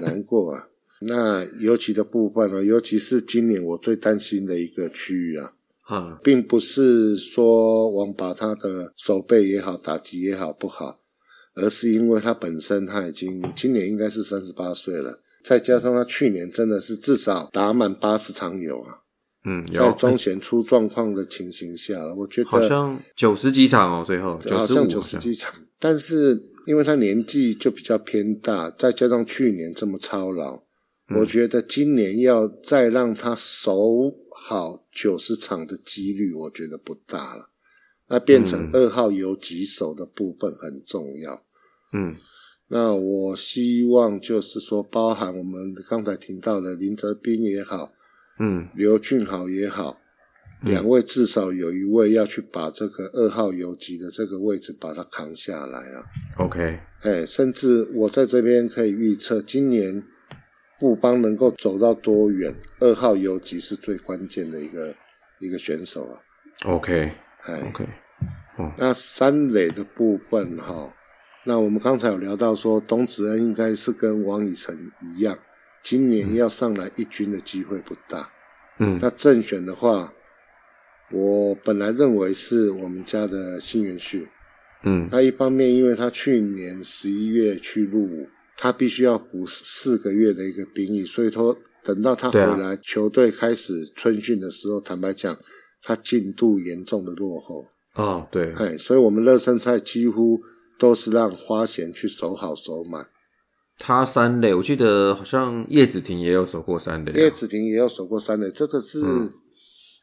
Speaker 5: 难过啊。 那尤其的部分啊呢，尤其是今年我最担心的一个区域啊，
Speaker 1: 哈，
Speaker 5: 并不是说王把他的手背也好、打击也好不好，而是因为他本身他已经今年应该是三十八岁了，再加上他去年真的是至少打满八十场有啊，
Speaker 1: 嗯，有
Speaker 5: 在中贤出状况的情形下，我觉
Speaker 1: 好
Speaker 5: 得
Speaker 1: 像九十几场哦，最后
Speaker 5: 对好像
Speaker 1: 九
Speaker 5: 九
Speaker 1: 十
Speaker 5: 十
Speaker 1: 五，
Speaker 5: 几场，但是因为他年纪就比较偏大，再加上去年这么操劳。
Speaker 1: 嗯
Speaker 5: 我觉得今年要再让他守好九十场的几率，我觉得不大了。那变成二号游击手的部分很重要。
Speaker 1: 嗯
Speaker 5: 那我希望就是说，包含我们刚才听到的林哲斌也好，
Speaker 1: 嗯
Speaker 5: 刘俊豪也好，两位至少有一位要去把这个二号游击的这个位置把它扛下来啊。
Speaker 1: ，OK，
Speaker 5: 哎，甚至我在这边可以预测，今年布邦能够走到多远，二号游击是最关键的一个一个选手啊。
Speaker 1: OK
Speaker 5: 哎，
Speaker 1: OK，
Speaker 5: 那三垒的部分哈、那我们刚才有聊到说，董子恩应该是跟王以诚一样，今年要上来一军的机会不大。
Speaker 1: 嗯
Speaker 5: 那正选的话，我本来认为是我们家的新元旭，
Speaker 1: 嗯
Speaker 5: 那一方面，因为他去年十一月去入伍，他必须要服四个月的一个兵役，所以说等到他回
Speaker 1: 对啊
Speaker 5: 来，球队开始春训的时候，坦白讲，他进度严重的落后。
Speaker 1: 哦，对，
Speaker 5: 哎，所以我们热身赛几乎都是让花贤去守好守满，
Speaker 1: 他三垒，我记得好像叶子婷也有守过三垒啊，嗯
Speaker 5: 叶子婷也有守过三垒，这个是、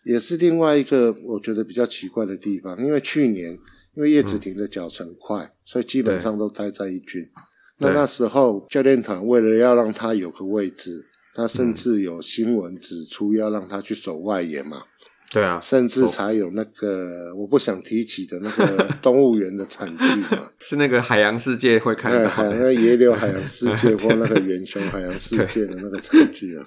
Speaker 5: 也是另外一个我觉得比较奇怪的地方，因为去年因为叶子婷的脚程快，所以基本上都待在一军。那
Speaker 1: 对
Speaker 5: 那时候教练团为了要让他有个位置，
Speaker 1: 嗯
Speaker 5: 那甚至有新闻指出要让他去守外野嘛，
Speaker 1: 对啊，
Speaker 5: 甚至
Speaker 1: 哦
Speaker 5: 才有那个我不想提起的那个动物园的惨剧嘛。
Speaker 1: 是那个海洋世界会看
Speaker 5: 哎，
Speaker 1: 到
Speaker 5: 海
Speaker 1: 的，
Speaker 5: 那野柳海洋世界或那个远雄海洋世界的那个惨剧啊。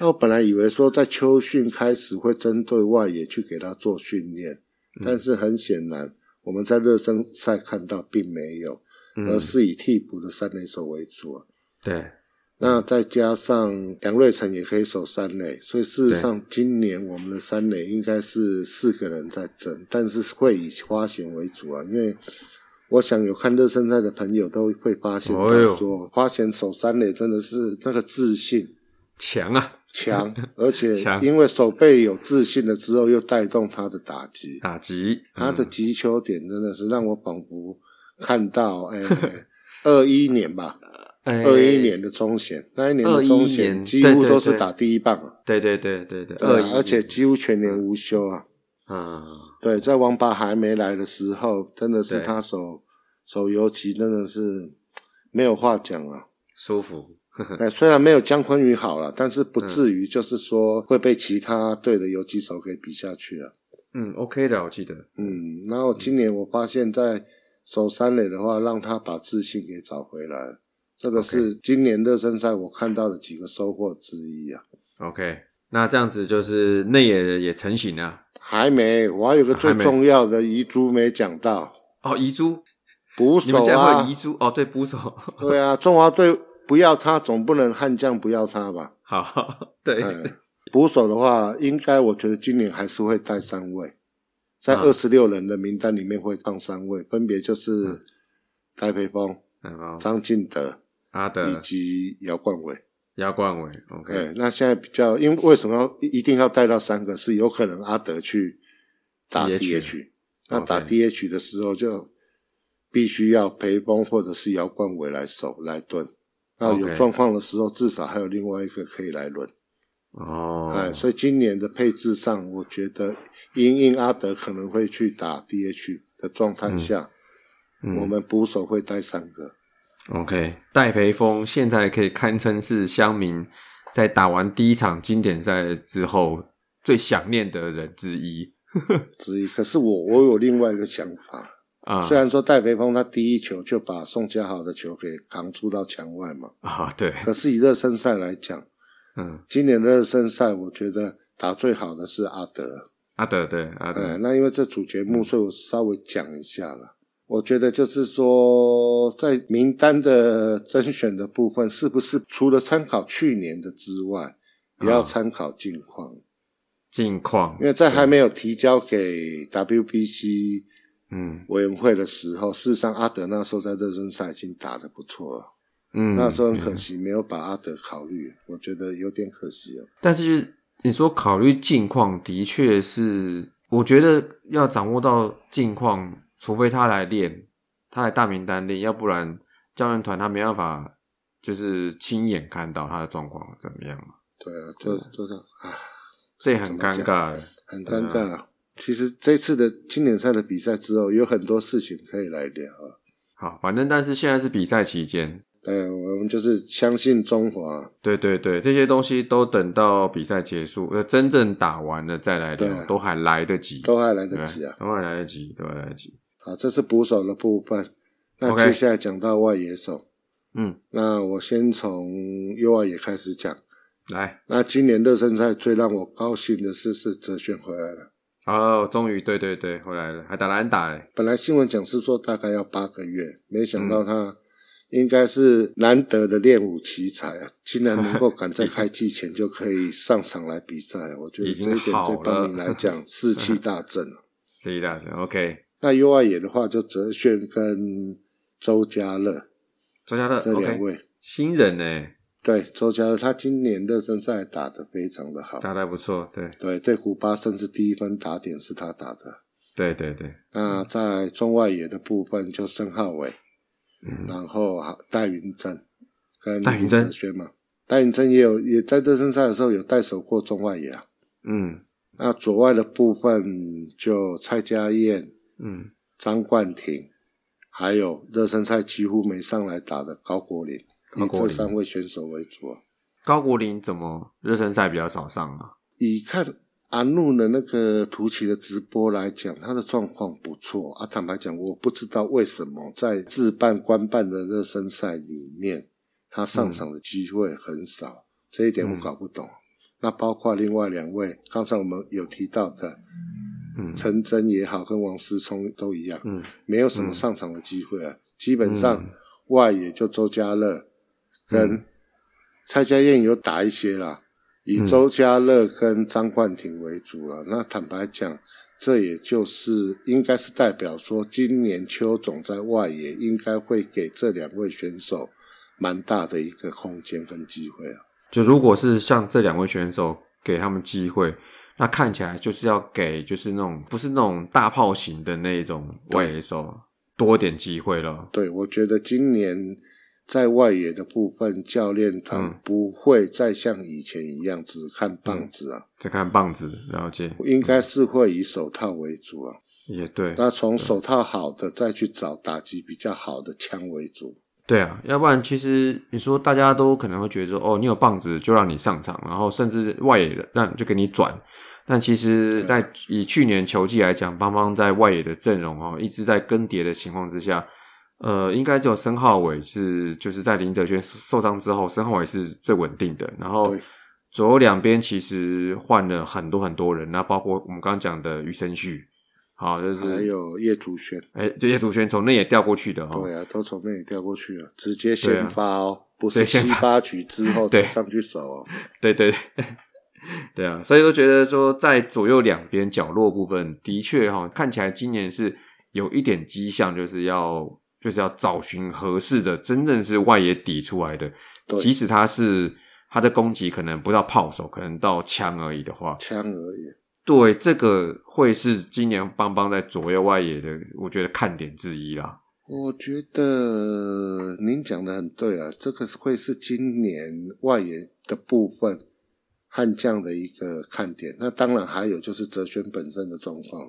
Speaker 5: 那我本来以为说在秋训开始会针对外野去给他做训练，
Speaker 1: 嗯
Speaker 5: 但是很显然我们在热身赛看到并没有，
Speaker 1: 嗯
Speaker 5: 而是以替补的三垒手为主啊。
Speaker 1: 对，
Speaker 5: 那再加上梁瑞成也可以守三垒，所以事实上今年我们的三垒应该是四个人在争，但是会以花贤为主啊，因为我想有看热身赛的朋友都会发现
Speaker 1: 哎
Speaker 5: 到
Speaker 1: 呦
Speaker 5: 说，花贤守三垒真的是那个自信
Speaker 1: 强啊，
Speaker 5: 强，而且
Speaker 1: 强
Speaker 5: 因为手背有自信了之后，又带动他的打击，
Speaker 1: 打击，
Speaker 5: 他的击球点真的是让我仿佛看到哎。 二一年吧，
Speaker 1: 哎
Speaker 5: 二一，年的中选，那一年的中
Speaker 1: 21
Speaker 5: 选
Speaker 1: 年
Speaker 5: 几乎都是
Speaker 1: 对对对
Speaker 5: 打第一棒啊，
Speaker 1: 对对对对对，
Speaker 5: 对
Speaker 1: 二
Speaker 5: 啊
Speaker 1: 一，
Speaker 5: 而且几乎全年无休啊。
Speaker 1: 嗯，
Speaker 5: 对，在王八还没来的时候，真的是
Speaker 1: 对
Speaker 5: 他手手游棋真的是没有话讲啊。
Speaker 1: 舒服，
Speaker 5: 对，虽然没有姜昆宇好了，但是不至于就是说会被其他队的游击手给比下去了。
Speaker 1: 嗯，OK 的，我记得，
Speaker 5: 嗯，然后今年我发现，在守三垒的话，让他把自信给找回来了，这个是今年热身赛我看到的几个收获之一啊。
Speaker 1: OK，那这样子就是内野也成型啊了。
Speaker 5: 还没，我还有个最
Speaker 1: 还没
Speaker 5: 重要的遗珠没讲到，
Speaker 1: 哦，遗珠，
Speaker 5: 捕
Speaker 1: 你们
Speaker 5: 手
Speaker 1: 家会有
Speaker 5: 啊
Speaker 1: 遗，珠哦，对，捕手，
Speaker 5: 对啊，中华队不要他，总不能悍将不要他吧？
Speaker 1: 好，对，
Speaker 5: 嗯，捕手的话，应该我觉得今年还是会带三位，在
Speaker 1: 啊
Speaker 5: 二十六人的名单里面会放三位，分别
Speaker 1: 嗯
Speaker 5: 就是戴培峰、
Speaker 1: 然后
Speaker 5: 张进德
Speaker 1: 哎阿德、
Speaker 5: 以及姚冠伟。
Speaker 1: 姚冠伟，OK，
Speaker 5: 哎，那现在比较，因为为什么要一定要带到三个？是有可能阿德去打
Speaker 1: DH
Speaker 5: DH，那
Speaker 1: OK
Speaker 5: 打 DH 的时候就必须要裴峰或者是姚冠伟来守来蹲。那
Speaker 1: OK
Speaker 5: 有状况的时候，至少还有另外一个可以来轮。
Speaker 1: 哦，
Speaker 5: 哎，所以今年的配置上，我觉得因应阿德可能会去打 DH 的状态下，
Speaker 1: 嗯
Speaker 5: 我们捕手会带三个。
Speaker 1: OK，戴培峰现在可以堪称是乡民在打完第一场经典赛之后最想念的人之一
Speaker 5: 之一，可是我我有另外一个想法，
Speaker 1: 啊
Speaker 5: 虽然说戴培峰他第一球就把宋佳豪的球给扛出到墙外嘛，
Speaker 1: 啊，对，
Speaker 5: 可是以热身赛来讲，
Speaker 1: 嗯，
Speaker 5: 今年的热身赛我觉得打最好的是阿德，
Speaker 1: 阿德对阿
Speaker 5: 呃，
Speaker 1: 德，
Speaker 5: 那因为这主节目，所以我稍微讲一下了。我觉得就是说，在名单的甄选的部分，是不是除了参考去年的之外，也要参考近况？
Speaker 1: 近况
Speaker 5: 因，为在还没有提交给 WBC
Speaker 1: 嗯
Speaker 5: 委员会的时候，事实上阿德那时候在热身赛已经打得不错了。
Speaker 1: 嗯，
Speaker 5: 那时候很可惜没有把阿德考虑，我觉得有点可惜了。
Speaker 1: 但是就是你说考虑近况，的确是，我觉得要掌握到近况，除非他来练，他来大名单练，要不然教练团他没办法，就是亲眼看到他的状况怎么样嘛，
Speaker 5: 对啊，就就是啊，
Speaker 1: 这也很
Speaker 5: 怎么
Speaker 1: 尴
Speaker 5: 讲
Speaker 1: 尬。
Speaker 5: 很尴尬。啊其实这次的经典赛的比赛之后，有很多事情可以来聊啊。
Speaker 1: 好，反正但是现在是比赛期间，
Speaker 5: 呃，我们就是相信中华，
Speaker 1: 对对对，这些东西都等到比赛结束，呃，真正打完了再来聊，
Speaker 5: 对啊
Speaker 1: 都还来得及，
Speaker 5: 都还来
Speaker 1: 对
Speaker 5: 得及啊。
Speaker 1: 都还来得及，都还来得及。
Speaker 5: 好，这是捕手的部分。那
Speaker 1: OK
Speaker 5: 接下来讲到外野手，
Speaker 1: 嗯，
Speaker 5: 那我先从右外野开始讲。
Speaker 1: 来，
Speaker 5: 那今年热身赛最让我高兴的事是哲轩回来了。
Speaker 1: 哦，终于，对对对，回来了，还打篮打欸嘞，
Speaker 5: 本来新闻讲是说大概要八个月，没想
Speaker 1: 嗯
Speaker 5: 到他应该是难得的练武奇才 啊，竟然能够赶在开季前就可以上场来比赛，我觉得
Speaker 1: 已经
Speaker 5: 这一点
Speaker 1: 好
Speaker 5: 对
Speaker 1: 了
Speaker 5: 邦尼 来讲士气大振啊。
Speaker 1: 这一大的 OK，
Speaker 5: 那 U 外野的话，就哲炫跟周家乐
Speaker 1: 周家乐
Speaker 5: 这两
Speaker 1: 呃 OK，
Speaker 5: 位。
Speaker 1: 新人呢，
Speaker 5: 对周家乐，他今年热身赛打得非常的好，
Speaker 1: 打得不错，对
Speaker 5: 对对古巴甚至第一分打点是他打的。
Speaker 1: 对对对，
Speaker 5: 那在中外野的部分就申浩伟，然后啊戴云珍跟
Speaker 1: 嗯戴云
Speaker 5: 林
Speaker 1: 珍
Speaker 5: 哲轩嘛，戴云珍也有也在热身赛的时候有带手过中外野啊。
Speaker 1: 嗯
Speaker 5: 那左外的部分就蔡家燕、
Speaker 1: 嗯，
Speaker 5: 张冠廷，还有热身赛几乎没上来打的高国林，
Speaker 1: 高
Speaker 5: 以
Speaker 1: 国
Speaker 5: 这
Speaker 1: 林
Speaker 5: 三位选手为主啊。
Speaker 1: 高国林怎么热身赛比较少上啊？
Speaker 5: 以看阿怒的那个图奇的直播来讲，他的状况不错啊。坦白讲，我不知道为什么在自办官办的热身赛里面，他上场的机会很少，这一点
Speaker 1: 嗯
Speaker 5: 我搞不懂。那包括另外两位，刚才我们有提到的
Speaker 1: 嗯
Speaker 5: 陈真也好，跟王思聪都一样，
Speaker 1: 嗯，
Speaker 5: 没有什么上场的机会啊。基本上外野就周家乐
Speaker 1: 嗯
Speaker 5: 跟蔡家燕有打一些啦，以
Speaker 1: 嗯
Speaker 5: 周家乐跟张冠廷为主了。那坦白讲，这也就是应该是代表说，今年邱总在外野应该会给这两位选手蛮大的一个空间跟机会啊。
Speaker 1: 就如果是像这两位选手给他们机会，那看起来就是要给就是那种不是那种大炮型的那种外野手啊多点机会了。
Speaker 5: 对，我觉得今年在外野的部分，教练
Speaker 1: 嗯
Speaker 5: 团不会再像以前一样只看棒子啊，
Speaker 1: 再看棒子，了解
Speaker 5: 应该是会以手套为主啊。
Speaker 1: 也对，
Speaker 5: 那从手套好的再去找打击比较好的枪为主。
Speaker 1: 对啊，要不然其实你说大家都可能会觉得说，哦，你有棒子就让你上场，然后甚至外野让就给你转。但其实，在以去年球季来讲，邦邦在外野的阵容哦一直在更迭的情况之下，呃，应该只有申浩伟是就是在林哲轩受伤之后，申浩伟是最稳定的。然后
Speaker 5: 对
Speaker 1: 左右两边其实换了很多很多人，那包括我们刚刚讲的余生旭，好，就
Speaker 5: 还
Speaker 1: 是
Speaker 5: 有叶竹轩，
Speaker 1: 哎，对叶祖轩从那也调过去的哈、
Speaker 5: 对啊，都从那里调过去了，直接
Speaker 1: 哦对
Speaker 5: 先
Speaker 1: 啊
Speaker 5: 发哦，不
Speaker 1: 对
Speaker 5: 是
Speaker 1: 先
Speaker 5: 七
Speaker 1: 发
Speaker 5: 八局之 后
Speaker 1: 对
Speaker 5: 才上去守哦。
Speaker 1: 对对对 对啊，所以说觉得说在左右两边角落部分，的确哈、看起来今年是有一点迹象，就是要就是要找寻合适的，真正是外野底出来的，
Speaker 5: 对
Speaker 1: 即使他是他的攻击可能不到炮手，可能到枪而已的话，
Speaker 5: 枪而已。啊
Speaker 1: 对这个会是今年邦邦在左右外野的，我觉得看点之一啦。
Speaker 5: 我觉得您讲的很对啊，这个会是今年外野的部分悍将的一个看点。那当然还有就是哲轩本身的状况，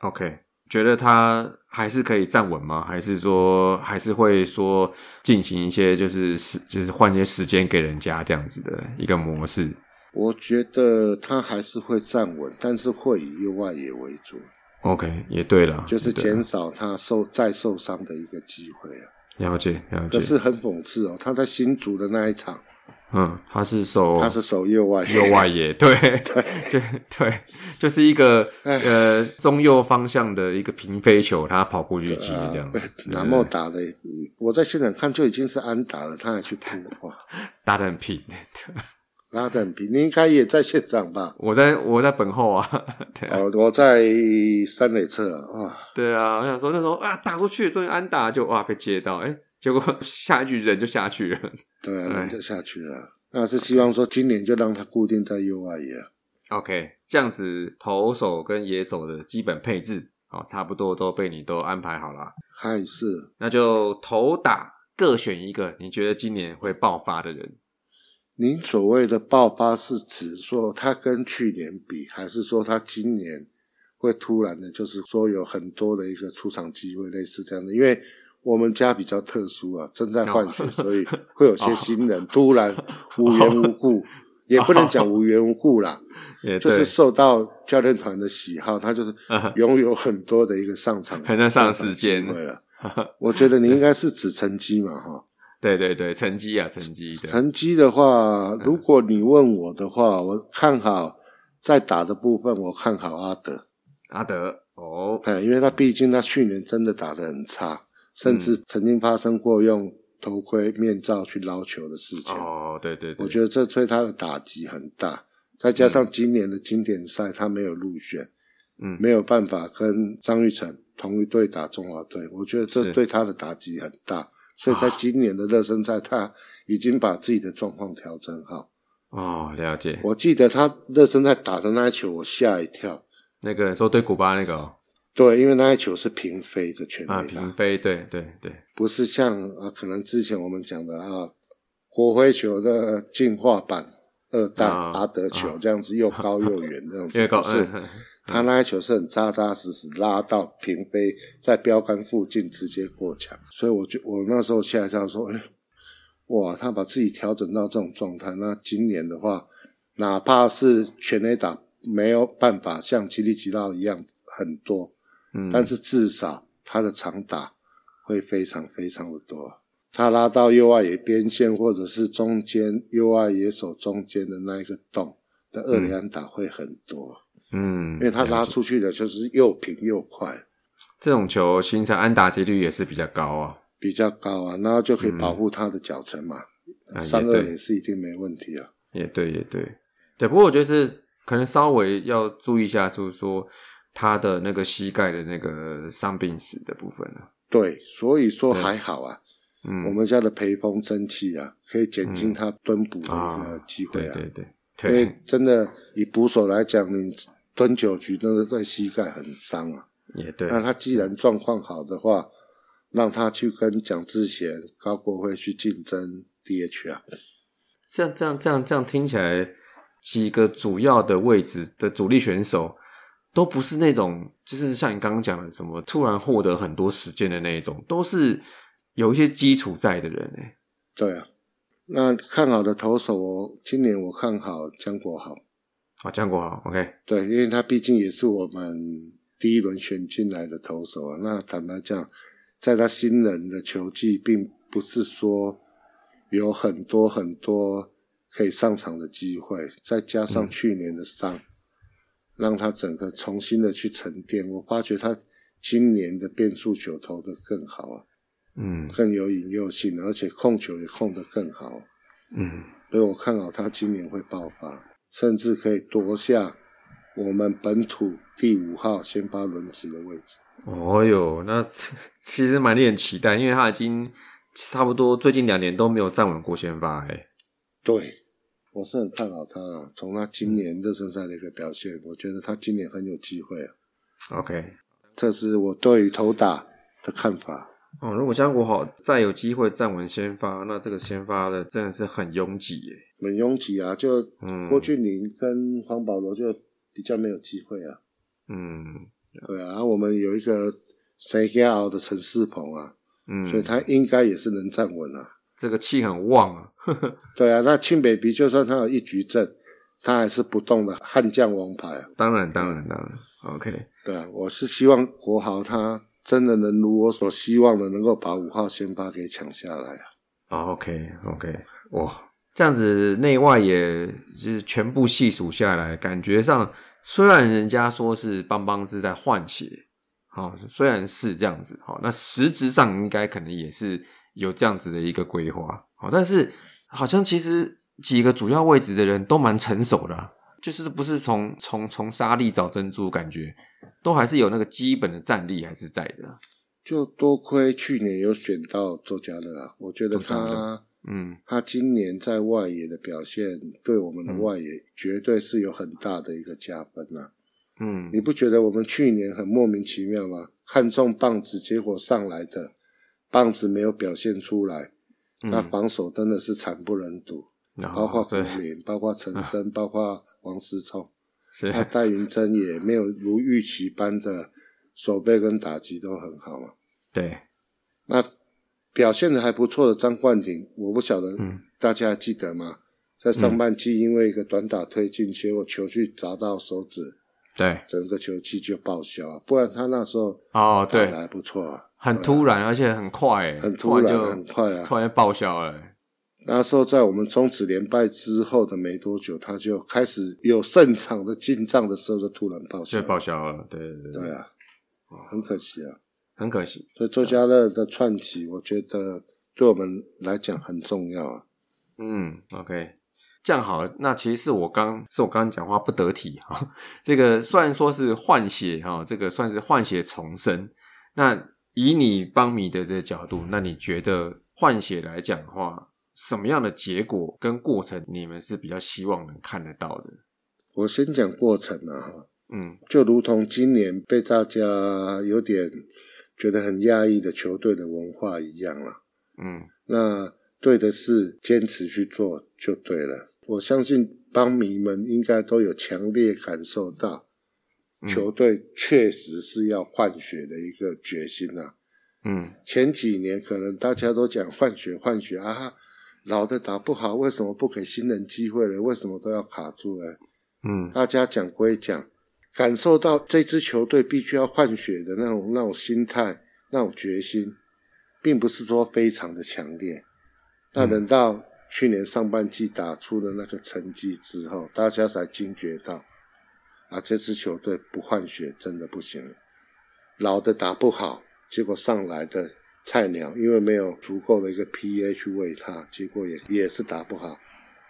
Speaker 1: OK，觉得他还是可以站稳吗？还是说还是会说进行一些就是时就是换一些时间给人家这样子的一个模式？
Speaker 5: 我觉得他还是会站稳，但是会以右外野为主，
Speaker 1: OK，也对了，
Speaker 5: 就是
Speaker 1: 也对
Speaker 5: 减少他受再受伤的一个机会啊。
Speaker 1: 了解了
Speaker 5: 可
Speaker 1: 解，
Speaker 5: 是很讽刺哦，他在新竹的那一场，
Speaker 1: 嗯，他是守
Speaker 5: 他是守右外
Speaker 1: 右外 野，对对对，就是一个
Speaker 5: 哎
Speaker 1: 呃中右方向的一个平飞球，他跑过去击这样，
Speaker 5: 呃然后打的，我在现场看就已经是安打了，他还去扑哇。
Speaker 1: 打得很平。
Speaker 5: 拉等比，你应该也在现场吧？
Speaker 1: 我在我在本后啊，对啊
Speaker 5: 哦，我在三垒侧啊，哇
Speaker 1: 对啊，我想说那时候啊打出去，终于安打就哇被接到，哎，结果 下一局人就下去了。
Speaker 5: 对啊，
Speaker 1: 哎
Speaker 5: 人就下去了。那是希望说今年就让他固定在 U 啊外野。
Speaker 1: OK，这样子投手跟野手的基本配置，好、差不多都被你都安排好了，
Speaker 5: 还是
Speaker 1: 那就投打各选一个，你觉得今年会爆发的人？
Speaker 5: 您所谓的爆发是指说他跟去年比，还是说他今年会突然的，就是说有很多的一个出场机会，类似这样的？因为我们家比较特殊啊，正在换
Speaker 1: 哦
Speaker 5: 血，所以会有些 新人突然无缘无
Speaker 1: 哦
Speaker 5: 故，也不能讲无缘无故啦。
Speaker 1: 也
Speaker 5: 就
Speaker 1: 对
Speaker 5: 是，受到教练团的喜好，他就是
Speaker 1: 嗯哼
Speaker 5: 拥有很多的一个上场
Speaker 1: 很多上时间
Speaker 5: 机 会了。我觉得你应该是指成绩嘛，哈。
Speaker 1: 对对对，成绩啊，成绩对，
Speaker 5: 成绩的话，如果你问我的话，我看好在打的部分，我看好阿德，
Speaker 1: 阿德哦，
Speaker 5: 哎，因为他毕竟他去年真的打得很差，甚
Speaker 1: 嗯
Speaker 5: 至曾经发生过用头盔、面罩去捞球的事情。
Speaker 1: 哦，对对对，
Speaker 5: 我觉得这对他的打击很大，再加上今年的经典赛他没有入选，
Speaker 1: 嗯
Speaker 5: 没有办法跟张玉成同一队打中华队，我觉得这
Speaker 1: 是
Speaker 5: 对他的打击很大。所以在今年的热身赛，他已经把自己的状况调整好。
Speaker 1: 哦，了解，
Speaker 5: 我记得他热身赛打的那一球，我吓一跳。
Speaker 1: 那个说对古巴那个、哦、
Speaker 5: 对，因为那一球是平飞的全
Speaker 1: 啊，
Speaker 5: 垒打，
Speaker 1: 平飞，对对对，
Speaker 5: 不是像啊，可能之前我们讲的啊，国徽球的进化版二代
Speaker 1: 啊
Speaker 5: 阿德球这样子，又高又远这样子，
Speaker 1: 越高
Speaker 5: 不是
Speaker 1: 嗯嗯
Speaker 5: 他那一球是很扎扎实实拉到平飞，在标杆附近直接过墙，所以我就我那时候吓一跳说，哎、哇，他把自己调整到这种状态，那今年的话，哪怕是全垒打没有办法像吉利吉拉一样很多，
Speaker 1: 嗯，
Speaker 5: 但是至少他的长打会非常非常的多。他拉到右外野边线或者是中间右外野手中间的那一个洞的二连打会很多，
Speaker 1: 嗯，
Speaker 5: 因为他
Speaker 1: 了
Speaker 5: 拉
Speaker 1: 解
Speaker 5: 出去的就是又平又快，
Speaker 1: 这种球形成安打几率也是比较高啊。
Speaker 5: 比较高啊，然后就可以保护他的脚程嘛。
Speaker 1: 嗯啊
Speaker 5: 上
Speaker 1: 也
Speaker 5: 嗯二
Speaker 1: 对
Speaker 5: 垒是一定没问题啊。
Speaker 1: 也对，也对，对。不过我觉得是可能稍微要注意一下，就是说他的那个膝盖的那个伤病史的部分了。
Speaker 5: 对，所以说还好啊，
Speaker 1: 嗯，
Speaker 5: 我们家的培风蒸汽啊，可以减轻他蹲捕的一个机会
Speaker 1: 对
Speaker 5: 啊。
Speaker 1: 对对
Speaker 5: 因
Speaker 1: 对
Speaker 5: 为，真的以捕手来讲，你蹲九局真的对膝盖很伤啊。
Speaker 1: 也对，
Speaker 5: 那他既然状况好的话，让他去跟蒋志贤、高国辉去竞争 DH 啊。
Speaker 1: 这样这样这样这样听起来，几个主要的位置的主力选手都不是那种，就是像你刚刚讲的什么突然获得很多时间的那一种，都是有一些基础在的人哎、
Speaker 5: 对啊，那看好的投手，我今年我看好江国豪，
Speaker 1: 好，江国豪，OK，
Speaker 5: 对，因为他毕竟也是我们第一轮选进来的投手啊。那坦白讲，在他新人的球技，并不是说有很多很多可以上场的机会，再加上去年的伤，让他整个重新的去沉淀。我发觉他今年的变速球投得更好啊，
Speaker 1: 嗯
Speaker 5: 更有引诱性，而且控球也控得更好，啊
Speaker 1: 嗯
Speaker 5: 所以我看好他今年会爆发，甚至可以夺下我们本土第五号先发轮值的位置。
Speaker 1: 哦哟，那 其实蛮令人期待，因为他已经差不多最近两年都没有站稳过先发、欸，
Speaker 5: 对，我是很看好他啊。从他今年热身赛的一个表现，我觉得他今年很有机会啊。
Speaker 1: OK，
Speaker 5: 这是我对于投打的看法。
Speaker 1: 哦，如果江国豪再有机会站稳先发，那这个先发的真的是很拥挤哎耶。
Speaker 5: 很拥挤啊，就
Speaker 1: 嗯
Speaker 5: 郭俊霖跟黄保罗就比较没有机会啊。
Speaker 1: 嗯
Speaker 5: 对啊，啊我们有一个谁加熬的陈世鹏啊，
Speaker 1: 嗯，
Speaker 5: 所以他应该也是能站稳啊。
Speaker 1: 这个气很旺啊。
Speaker 5: 对啊，那庆北鼻就算他有一局阵，他还是不动的悍将王牌啊。
Speaker 1: 当然，当然，当然。OK，
Speaker 5: 对啊，我是希望国豪他真的能如我所希望的，能够把五号先发给抢下来啊。
Speaker 1: 哦，OK，OK，、哇，这样子内外也就是全部细数下来，感觉上虽然人家说是邦邦是在换血，好、虽然是这样子，好、哦那实质上应该可能也是有这样子的一个规划，好、但是好像其实几个主要位置的人都蛮成熟的啊、就是不是从从从沙粒找珍珠，感觉都还是有那个基本的战力还是在的，
Speaker 5: 就多亏去年有选到周家乐啊，我觉得
Speaker 1: 周家
Speaker 5: 他
Speaker 1: 嗯
Speaker 5: 他今年在外野的表现，对我们的外野绝对是有很大的一个加分啊！
Speaker 1: 嗯
Speaker 5: 你不觉得我们去年很莫名其妙吗？看中棒子，结果上来的棒子没有表现出来，那
Speaker 1: 嗯，
Speaker 5: 防守真的是惨不忍睹，
Speaker 1: 然
Speaker 5: 包括
Speaker 1: 后
Speaker 5: 胡
Speaker 1: 对
Speaker 5: 林，包括陈 真，包括王思聪，
Speaker 1: 是
Speaker 5: 那戴云珍也没有如预期般的守备跟打击都很好嘛。
Speaker 1: 对。
Speaker 5: 那表现的还不错的张冠廷，我不晓得
Speaker 1: 嗯
Speaker 5: 大家还记得吗？在上半季因为一个短打推进，结果球去砸到手指，
Speaker 1: 对，
Speaker 5: 整个球季就报销啊。不然他那时候
Speaker 1: 哦，
Speaker 5: 打
Speaker 1: 对
Speaker 5: 的，还不错啊，
Speaker 1: 很突然，而且很快欸，
Speaker 5: 很突然，
Speaker 1: 就
Speaker 5: 很快啊
Speaker 1: 突。然就报销了欸。
Speaker 5: 那时候在我们终止连败之后的没多久，他就开始有胜场的进账的时候，就突然报销
Speaker 1: 就
Speaker 5: 了。
Speaker 1: 报销了，对对
Speaker 5: 对，啊，很可惜啊。
Speaker 1: 很可惜。
Speaker 5: 所以周家乐的串起，我觉得对我们来讲很重要啊。
Speaker 1: 嗯，OK，这样好了。那其实是我刚是我刚刚讲话不得体 哈、这个虽然说是换血哈、这个算是换血重生。那以你帮米的这个角度，那你觉得换血来讲的话，什么样的结果跟过程，你们是比较希望能看得到的？
Speaker 5: 我先讲过程啊，哈
Speaker 1: 嗯
Speaker 5: 就如同今年被大家有点觉得很讶异的球队的文化一样啊了、
Speaker 1: 嗯
Speaker 5: 那对的事坚持去做就对了。我相信邦迷们应该都有强烈感受到，
Speaker 1: 嗯
Speaker 5: 球队确实是要换血的一个决心啊。
Speaker 1: 嗯
Speaker 5: 前几年可能大家都讲换血换血啊，老的打不好，为什么不给新人机会了？为什么都要卡住了？
Speaker 1: 嗯
Speaker 5: 大家讲归讲，感受到这支球队必须要换血的那种那种心态、那种决心，并不是说非常的强烈。那等到去年上半季打出的那个成绩之后，大家才惊觉到，啊，这支球队不换血真的不行，老的打不好，结果上来的菜鸟因为没有足够的一个 PH 喂它，结果也也是打不好。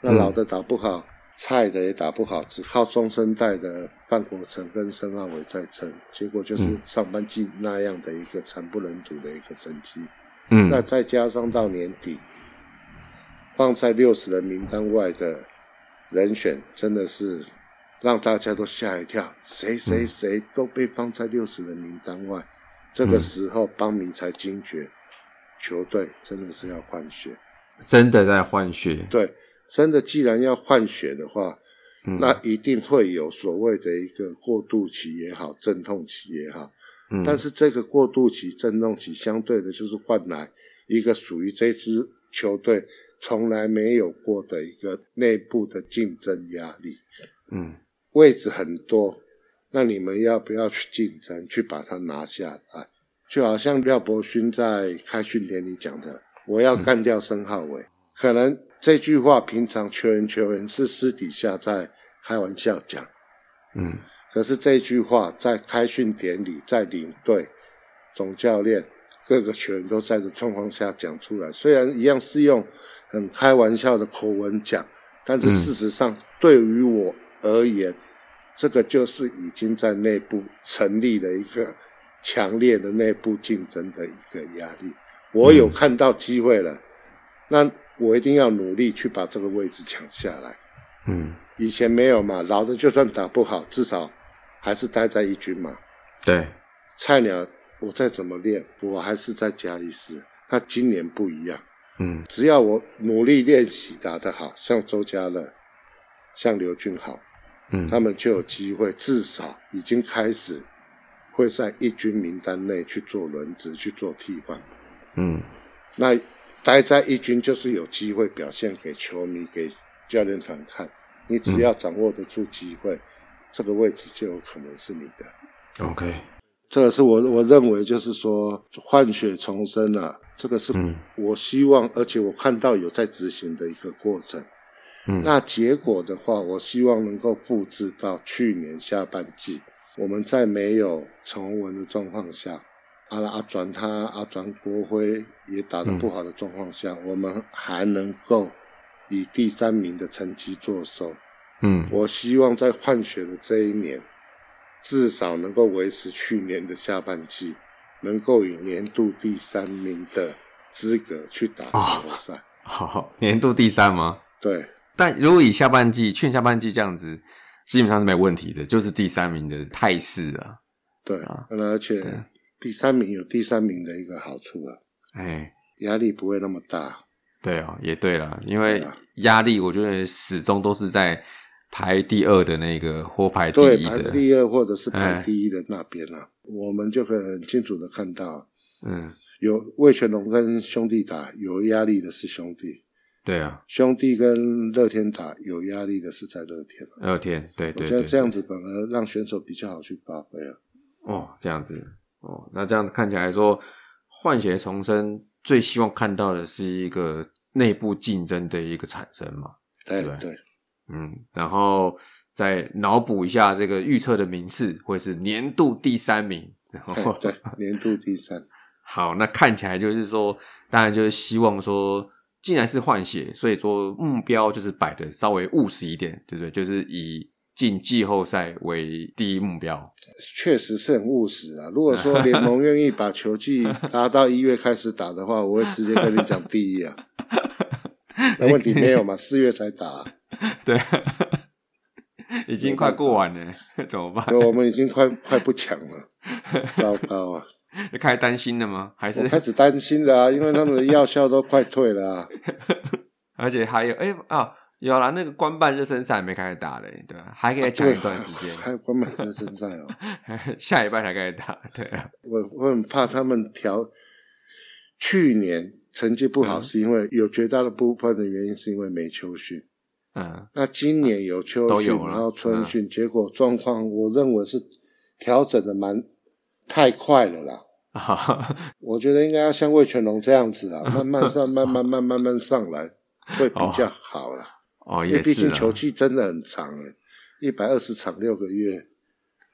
Speaker 5: 那老的打不好，菜的也打不好，只靠中生代的范国成跟申汉伟在撑，结果就是上半季那样的一个惨不忍睹的一个成绩。
Speaker 1: 嗯
Speaker 5: 那再加上到年底，放在六十人名单外的人选，真的是让大家都吓一跳，谁谁谁都被放在六十人名单外。这个时候，邦迷才惊觉，球队真的是要换血。
Speaker 1: 真的在换血。
Speaker 5: 对，真的既然要换血的话，
Speaker 1: 嗯
Speaker 5: 那一定会有所谓的一个过渡期也好，阵痛期也好。
Speaker 1: 嗯
Speaker 5: 但是这个过渡期、阵痛期，相对的就是换来一个属于这支球队从来没有过的一个内部的竞争压力。
Speaker 1: 嗯，
Speaker 5: 位置很多，那你们要不要去竞争，去把它拿下来？就好像廖伯勋在开训典礼讲的，我要干掉申浩伟，可能这句话平常球员球员是私底下在开玩笑讲，
Speaker 1: 嗯，
Speaker 5: 可是这句话在开训典礼、在领队、总教练各个球员都在的状况下讲出来，虽然一样是用很开玩笑的口吻讲，但是事实上对于我而言，这个就是已经在内部成立了一个强烈的内部竞争的一个压力。我有看到机会了，那我一定要努力去把这个位置抢下来。
Speaker 1: 嗯，
Speaker 5: 以前没有嘛，老的就算打不好，至少还是待在一军嘛。
Speaker 1: 对，
Speaker 5: 菜鸟我再怎么练，我还是在加一师。那今年不一样，
Speaker 1: 嗯
Speaker 5: 只要我努力练习打得好，像周家乐，像刘俊豪，
Speaker 1: 嗯
Speaker 5: 他们就有机会，至少已经开始会在一军名单内去做轮值、去做替换。
Speaker 1: 嗯
Speaker 5: 那待在一军就是有机会表现给球迷、给教练团看。你只要掌握得住机会，这个位置就有可能是你的。
Speaker 1: ，OK，
Speaker 5: 这个是我我认为就是说换血重生啊，这个是
Speaker 1: 嗯
Speaker 5: 我希望，而且我看到有在执行的一个过程。
Speaker 1: 嗯
Speaker 5: 那结果的话，我希望能够复制到去年下半季，我们在没有陈宏文的状况下，阿拉阿转他阿转国辉也打得不好的状况下，
Speaker 1: 嗯
Speaker 5: 我们还能够以第三名的成绩做收。
Speaker 1: 嗯
Speaker 5: 我希望在换血的这一年，至少能够维持去年的下半季，能够以年度第三名的资格去打
Speaker 1: 啊
Speaker 5: 季后赛。
Speaker 1: 好，年度第三吗？
Speaker 5: 对，
Speaker 1: 但如果以下半季，去年下半季这样子，基本上是没问题的，就是第三名的态势啊。
Speaker 5: 对，那而且第三名有第三名的一个好处啊，
Speaker 1: 哎、
Speaker 5: 压力不会那么大。
Speaker 1: 对啊，也对啦，因为
Speaker 5: 对啊
Speaker 1: 压力我觉得始终都是在排第二的那个或排第
Speaker 5: 对，
Speaker 1: 一
Speaker 5: 排
Speaker 1: 的，
Speaker 5: 第二或者是排
Speaker 1: 哎
Speaker 5: 第一的那边啊，我们就可以很清楚的看到，
Speaker 1: 嗯，
Speaker 5: 有魏全龙跟兄弟打，有压力的是兄弟；
Speaker 1: 对啊，
Speaker 5: 兄弟跟乐天打，有压力的是在乐天。
Speaker 1: 二天，对对
Speaker 5: 我觉得
Speaker 1: 对，
Speaker 5: 这样子反而让选手比较好去发挥啊。
Speaker 1: 哦，这样子哦，那这样子看起来说，换血重生最希望看到的是一个内部竞争的一个产生嘛，
Speaker 5: 对
Speaker 1: 对
Speaker 5: 哎对，
Speaker 1: 嗯，然后再脑补一下这个预测的名次会是年度第三名，然后
Speaker 5: 哎对，年度第三，
Speaker 1: 好，那看起来就是说，当然就是希望说，既然是换血，所以说目标就是摆的稍微务实一点，对不对？就是以进季后赛为第一目标。
Speaker 5: 确实是很务实啊。如果说联盟愿意把球季拉到一月开始打的话，我会直接跟你讲第 一啊。那问题没有嘛，四月才打啊、
Speaker 1: 对，已经快过完了， 怎么办？
Speaker 5: 对，我们已经快 快不抢了，糟糕啊！
Speaker 1: 开始担心了吗？还 是
Speaker 5: 我开始担心了啊，因为他们的药效都快退了啊。
Speaker 1: 而且还有哎、啊，有啦，那个官办热身赛还没开始打嘞，对吧？还可以抢一段时
Speaker 5: 啊 对还
Speaker 1: 间，
Speaker 5: 有关门的身上哦。
Speaker 1: 下一半才开始打，对啊，
Speaker 5: 我我很怕他们调。去年成绩不
Speaker 1: 嗯
Speaker 5: 好，是因为有绝大部分的原因是因为没秋训。
Speaker 1: 嗯
Speaker 5: 那今年有秋
Speaker 1: 都
Speaker 5: 训，
Speaker 1: 有啊嗯了
Speaker 5: 然后春训，结果状况我认为是调整的蛮太快了啦。
Speaker 1: 啊，
Speaker 5: 我觉得应该要像魏全龙这 样子啊，慢慢上，慢慢慢慢慢上来，会比较好啦。
Speaker 1: 哦，
Speaker 5: 因为
Speaker 1: 也
Speaker 5: 毕
Speaker 1: 是
Speaker 5: 竟
Speaker 1: 啦
Speaker 5: 球季真的很长诶、一百二十场六个月，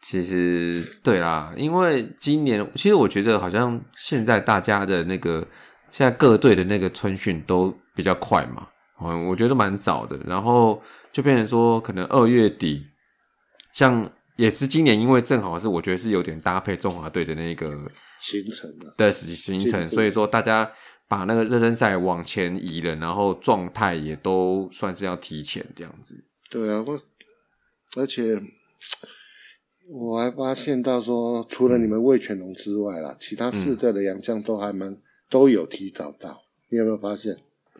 Speaker 1: 其实对啦，因为今年其实我觉得好像现在大家的那个现在各队的那个春训都比较快嘛，嗯，我觉得蛮早的，然后就变成说可能二月底，像也是今年因为正好是我觉得是有点搭配中华队的那个
Speaker 5: 行程啊，
Speaker 1: 的行
Speaker 5: 是
Speaker 1: 程，
Speaker 5: 是
Speaker 1: 所以说大家把那个热身赛往前移了，然后状态也都算是要提前这样子，
Speaker 5: 对啊，我而且我还发现到说，除了你们魏全龙之外啦，其他
Speaker 1: 嗯
Speaker 5: 四队的洋将都还蛮都有提早到，你有没有发现？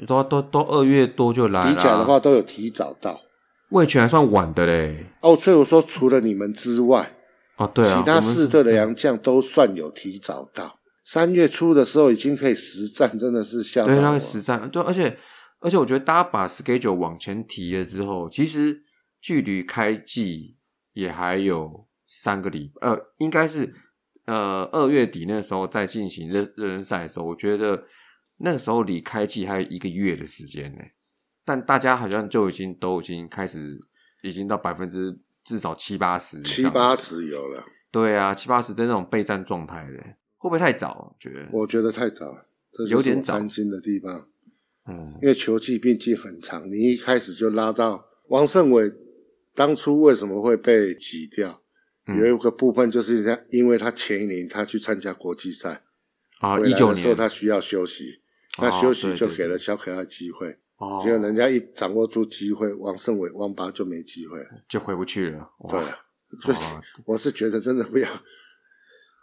Speaker 1: 都都都二月多就来
Speaker 5: 比
Speaker 1: 了，
Speaker 5: 甲的话都有提早到。
Speaker 1: 魏权还算晚的嘞。
Speaker 5: 哦，所以我说除了你们之外，
Speaker 1: 哦，对啊，
Speaker 5: 其他
Speaker 1: 我们
Speaker 5: 四队的洋将都算有提早到。三月初的时候已经可以实战，真的是吓
Speaker 1: 对
Speaker 5: 到
Speaker 1: 他
Speaker 5: 我
Speaker 1: 会。实战，对，而且而且我觉得大家把 schedule 往前提了之后，其实距离开季也还有三个礼拜，呃，应该是呃二月底那时候在进行热热身赛的时候，我觉得那个时候离开季还有一个月的时间呢、但大家好像就已经都已经开始，已经到百分之至少七八十以
Speaker 5: 七
Speaker 1: 上，
Speaker 5: 八十有了，
Speaker 1: 对啊，七八十的那种备战状态的，会不会太早？啊觉得，
Speaker 5: 我觉得太早了，这
Speaker 1: 有
Speaker 5: 就是
Speaker 1: 点
Speaker 5: 我
Speaker 1: 早
Speaker 5: 担心的地方。
Speaker 1: 嗯，
Speaker 5: 因为球季毕竟很长，你一开始就拉到王胜伟，当初为什么会被挤掉？
Speaker 1: 嗯
Speaker 5: 有一个部分就是他，因为他前一年他去参加国际赛，
Speaker 1: 啊，
Speaker 5: 回
Speaker 1: 一
Speaker 5: 来
Speaker 1: 九
Speaker 5: 的时候
Speaker 1: 年，
Speaker 5: 他需要休息，
Speaker 1: 哦
Speaker 5: 那休息
Speaker 1: 对
Speaker 5: 就
Speaker 1: 对
Speaker 5: 给
Speaker 1: 对
Speaker 5: 了小可爱机会，
Speaker 1: 哦，
Speaker 5: 结果人家一掌握住机会，王胜伟、王八就没机会了。
Speaker 1: 就回不去了，哇哦
Speaker 5: 对，啊所以
Speaker 1: 哇
Speaker 5: 哦 我是觉得真的不要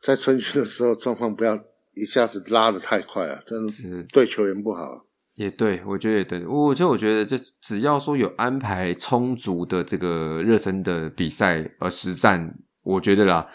Speaker 5: 在春训的时候状况不要一下子拉的太快啊，真的
Speaker 1: 是
Speaker 5: 对球员不好。
Speaker 1: 也对，我觉得也对。我就我觉得，这只要说有安排充足的这个热身的比赛呃实战，我觉得啦，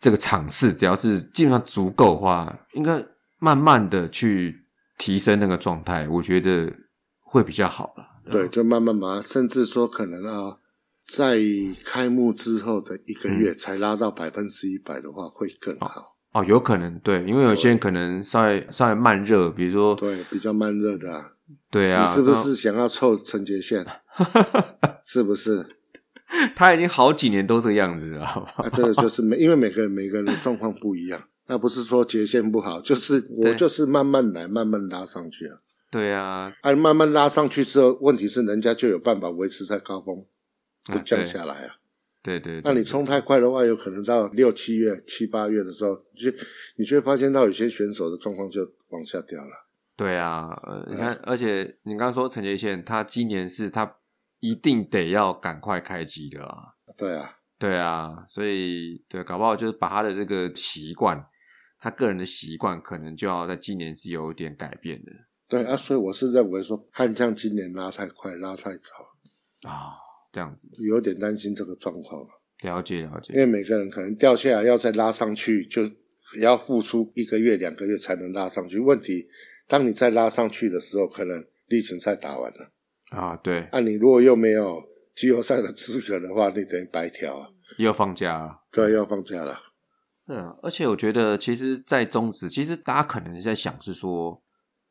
Speaker 1: 这个场次只要是基本上足够的话，应该慢慢的去提升那个状态，我觉得会比较好了。
Speaker 5: 对，就慢慢把它，甚至说可能啊，在开幕之后的一个月才拉到百分之一百的话，会更好。
Speaker 1: 哦，有可能对，因为有些人可能稍微稍微慢热，比如说
Speaker 5: 对，比较慢热的、啊，
Speaker 1: 对啊，
Speaker 5: 你是不是想要凑陈杰 宪？是不是？
Speaker 1: 那他已经好几年都这个样子了，好不好
Speaker 5: 啊，这个就是每，因 为每个人每个人的状况不一样，那不是说杰宪不好，就是我
Speaker 1: 对
Speaker 5: 就是慢慢来，慢慢拉上去啊。
Speaker 1: 对啊，
Speaker 5: 啊，慢慢拉上去之后，问题是人家就有办法维持在高峰，不
Speaker 1: 啊
Speaker 5: 降
Speaker 1: 对
Speaker 5: 下来啊。
Speaker 1: 对对
Speaker 5: 那
Speaker 1: 对
Speaker 5: 你冲太快的话，有可能到六七月、七八月的时候，你就你就会发现到有些选手的状况就往下掉了。
Speaker 1: 对啊，呃，你
Speaker 5: 嗯
Speaker 1: 看，而且你刚刚说陈杰宪，他今年是他一定得要赶快开机的啊，
Speaker 5: 对啊，
Speaker 1: 对啊，所以对，搞不好就是把他的这个习惯，他个人的习惯，可能就要在今年是有一点改变的
Speaker 5: 对啊，所以我是认为说悍将今年拉太快、拉太早，
Speaker 1: 啊，这样子，
Speaker 5: 有点担心这个状况，啊
Speaker 1: 了解了
Speaker 5: 因
Speaker 1: 解，
Speaker 5: 为每个人可能掉下来要再拉上去，就也要付出一个月、两个月才能拉上去。问题，当你再拉上去的时候，可能例行赛打完了，
Speaker 1: 啊，对，
Speaker 5: 啊，你如果又没有季后赛的资格的话，你等于白条啊，
Speaker 1: 又放假了。
Speaker 5: 对，啊要放假了。
Speaker 1: 嗯，而且我觉得，其实，在中职，其实大家可能是在想是说，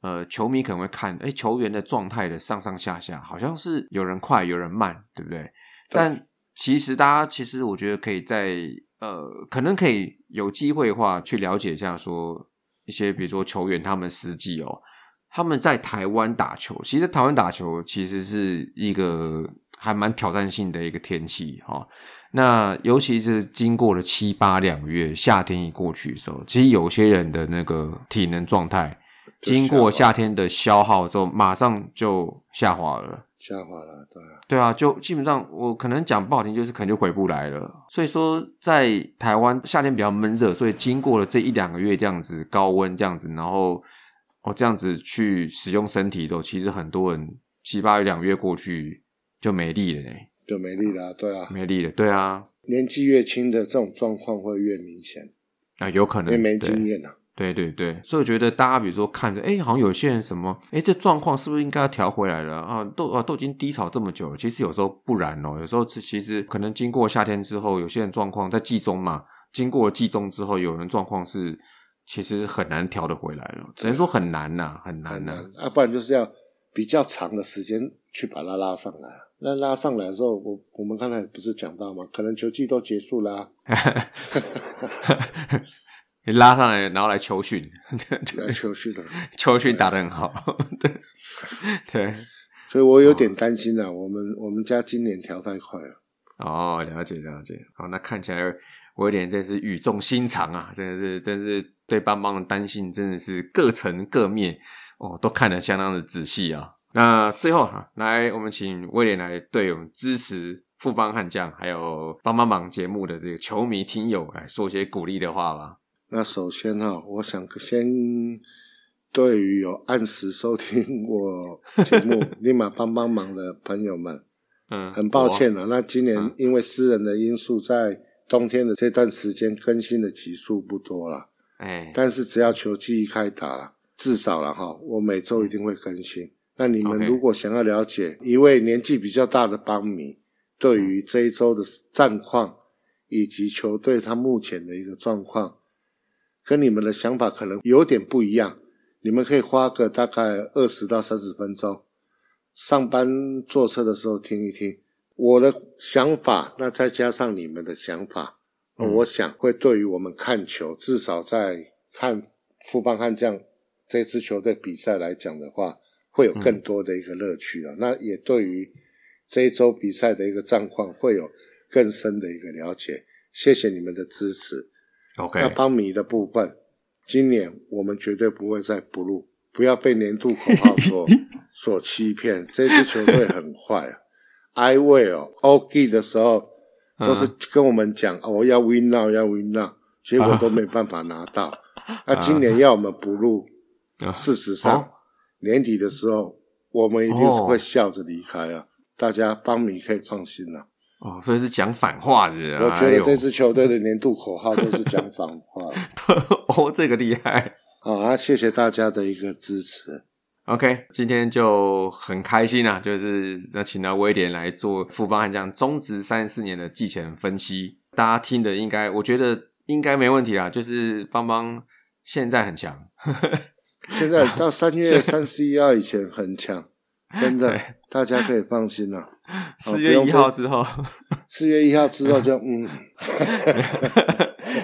Speaker 1: 呃，球迷可能会看，哎，球员的状态的上上下下，好像是有人快，有人慢，对不对？但其实大家其实我觉得可以在呃，可能可以有机会的话去了解一下说，一些比如说球员他们实际哦，他们在台湾打球，其实台湾打球其实是一个还蛮挑战性的一个天气哈、哦。那尤其是经过了七八两个月，夏天一过去的时候，其实有些人的那个体能状态，
Speaker 5: 就
Speaker 1: 经过
Speaker 5: 下滑
Speaker 1: 夏天的消耗之后，马上就下滑了。
Speaker 5: 下滑了，对啊，
Speaker 1: 对啊，就基本上我可能讲不好听，就是可能就回不来了。所以说，在台湾夏天比较闷热，所以经过了这一两个月这样子高温这样子，然后哦这样子去使用身体之后，其实很多人七八月两个月过去就没力了呢，
Speaker 5: 就没力了，对啊，
Speaker 1: 没力了。对啊，
Speaker 5: 年纪越轻的这种状况会越明显，
Speaker 1: 啊、有可
Speaker 5: 因
Speaker 1: 能
Speaker 5: 为没
Speaker 1: 对
Speaker 5: 经验啊。
Speaker 1: 对对对，所以我觉得大家比如说看着，哎，好像有些人什么，哎，这状况是不是应该要调回来了啊？都啊都已经低潮这么久了，其实有时候不然哦，有时候是其实可能经过夏天之后，有些人状况在季中嘛，经过了季中之后，有人状况是其实很难调得回来了，只能说很难呐、很难
Speaker 5: 很
Speaker 1: 呐、
Speaker 5: 难啊，不然就是要比较长的时间去把它拉上来。啊那拉上来的时候，我我们刚才不是讲到吗？可能球季都结束啊啦、
Speaker 1: 你拉上来，然后来求训，
Speaker 5: 来球训了，
Speaker 1: 求训打得很好， 对对，
Speaker 5: 所以我有点担心啊。我们我们家今年调太快了，
Speaker 1: 哦，了解了解。好，那看起来我有点真是语重心长啊，真的是真是对邦邦的担心真的是各层各面哦，都看得相当的仔细啊。那最后哈、来我们请威廉来对我们支持富邦悍将还有帮帮忙节目的这个球迷听友来说些鼓励的话吧。
Speaker 5: 那首先哈、我想先对于有按时收听我节目立马帮帮忙的朋友们，
Speaker 1: 嗯，
Speaker 5: 很抱歉
Speaker 1: 我
Speaker 5: 啊，那今年
Speaker 1: 嗯
Speaker 5: 因为私人的因素，在冬天的这段时间更新的集数不多了，
Speaker 1: 哎，
Speaker 5: 但是只要球季一开打了，至少了哈，我每周一定会更新。那你们
Speaker 1: OK
Speaker 5: 如果想要了解一位年纪比较大的邦迷对于
Speaker 1: 嗯
Speaker 5: 这一周的战况以及球队他目前的一个状况，跟你们的想法可能有点不一样，你们可以花个大概二十到三十分钟，上班坐车的时候听一听我的想法，那再加上你们的想法，
Speaker 1: 嗯
Speaker 5: 我想会对于我们看球，至少在看富邦悍将这支球队比赛来讲的话，会有更多的一个乐趣啊。那也对于这一周比赛的一个战况会有更深的一个了解。谢谢你们的支持。
Speaker 1: OK，
Speaker 5: 那邦米的部分，今年我们绝对不会再不录，不要被年度口号 所所欺骗。这支球队很坏、啊、，I will OG 的时候都是跟我们
Speaker 1: 嗯
Speaker 5: 讲、哦要 win now 要 win now，结果都没办法拿到。那今年要我们不录，
Speaker 1: 啊
Speaker 5: 事实上、
Speaker 1: 哦
Speaker 5: 年底的时候我们一定是会笑着离开啊。大家邦米可以放心了、
Speaker 1: 哦，所以是讲反话的人、啊。
Speaker 5: 我觉
Speaker 1: 哎
Speaker 5: 得
Speaker 1: 呦
Speaker 5: 这支球队的年度口号都是讲反话。
Speaker 1: 哦，这个厉害。
Speaker 5: 好啊，谢谢大家的一个支持。
Speaker 1: OK，今天就很开心啊，就是那请到威廉来做富邦悍将中职三四年的季前分析，大家听的应该，我觉得应该没问题啦。就是邦邦现在很强，
Speaker 5: 现在到三 月三十一号以前很强，真的，大家可以放心了、
Speaker 1: 四
Speaker 5: 哦不
Speaker 1: 月
Speaker 5: 用
Speaker 1: 一号
Speaker 5: 多
Speaker 1: 之 后，
Speaker 5: 四月一号之后就嗯，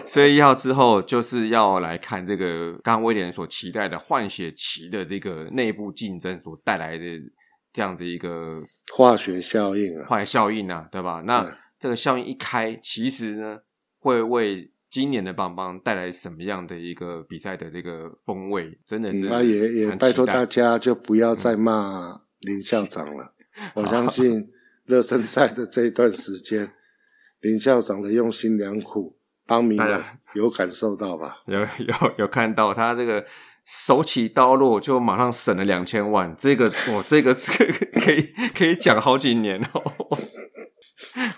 Speaker 1: 四月一号之后就是要来看这个刚刚威廉所期待的换血期的这个内部竞争所带来的这样子一个
Speaker 5: 化学效应啊，
Speaker 1: 化学效应啊，对吧？那
Speaker 5: 对
Speaker 1: 这个效应一开，其实呢，会为今年的棒棒带来什么样的一个比赛的这个风味？真的
Speaker 5: 嗯
Speaker 1: 是，
Speaker 5: 那也也
Speaker 1: 很
Speaker 5: 拜
Speaker 1: 期
Speaker 5: 托
Speaker 1: 待嗯
Speaker 5: 大家就不要再骂林校长 了。我相信热身赛的这一段时间，林校长的用心良苦，帮民
Speaker 1: 大
Speaker 5: 们
Speaker 1: 家
Speaker 5: 有感受到 吧？
Speaker 1: 有有有看到他这个手起刀落，就马上省了两千万。这个我、这个 这个可以可以讲好几年哦。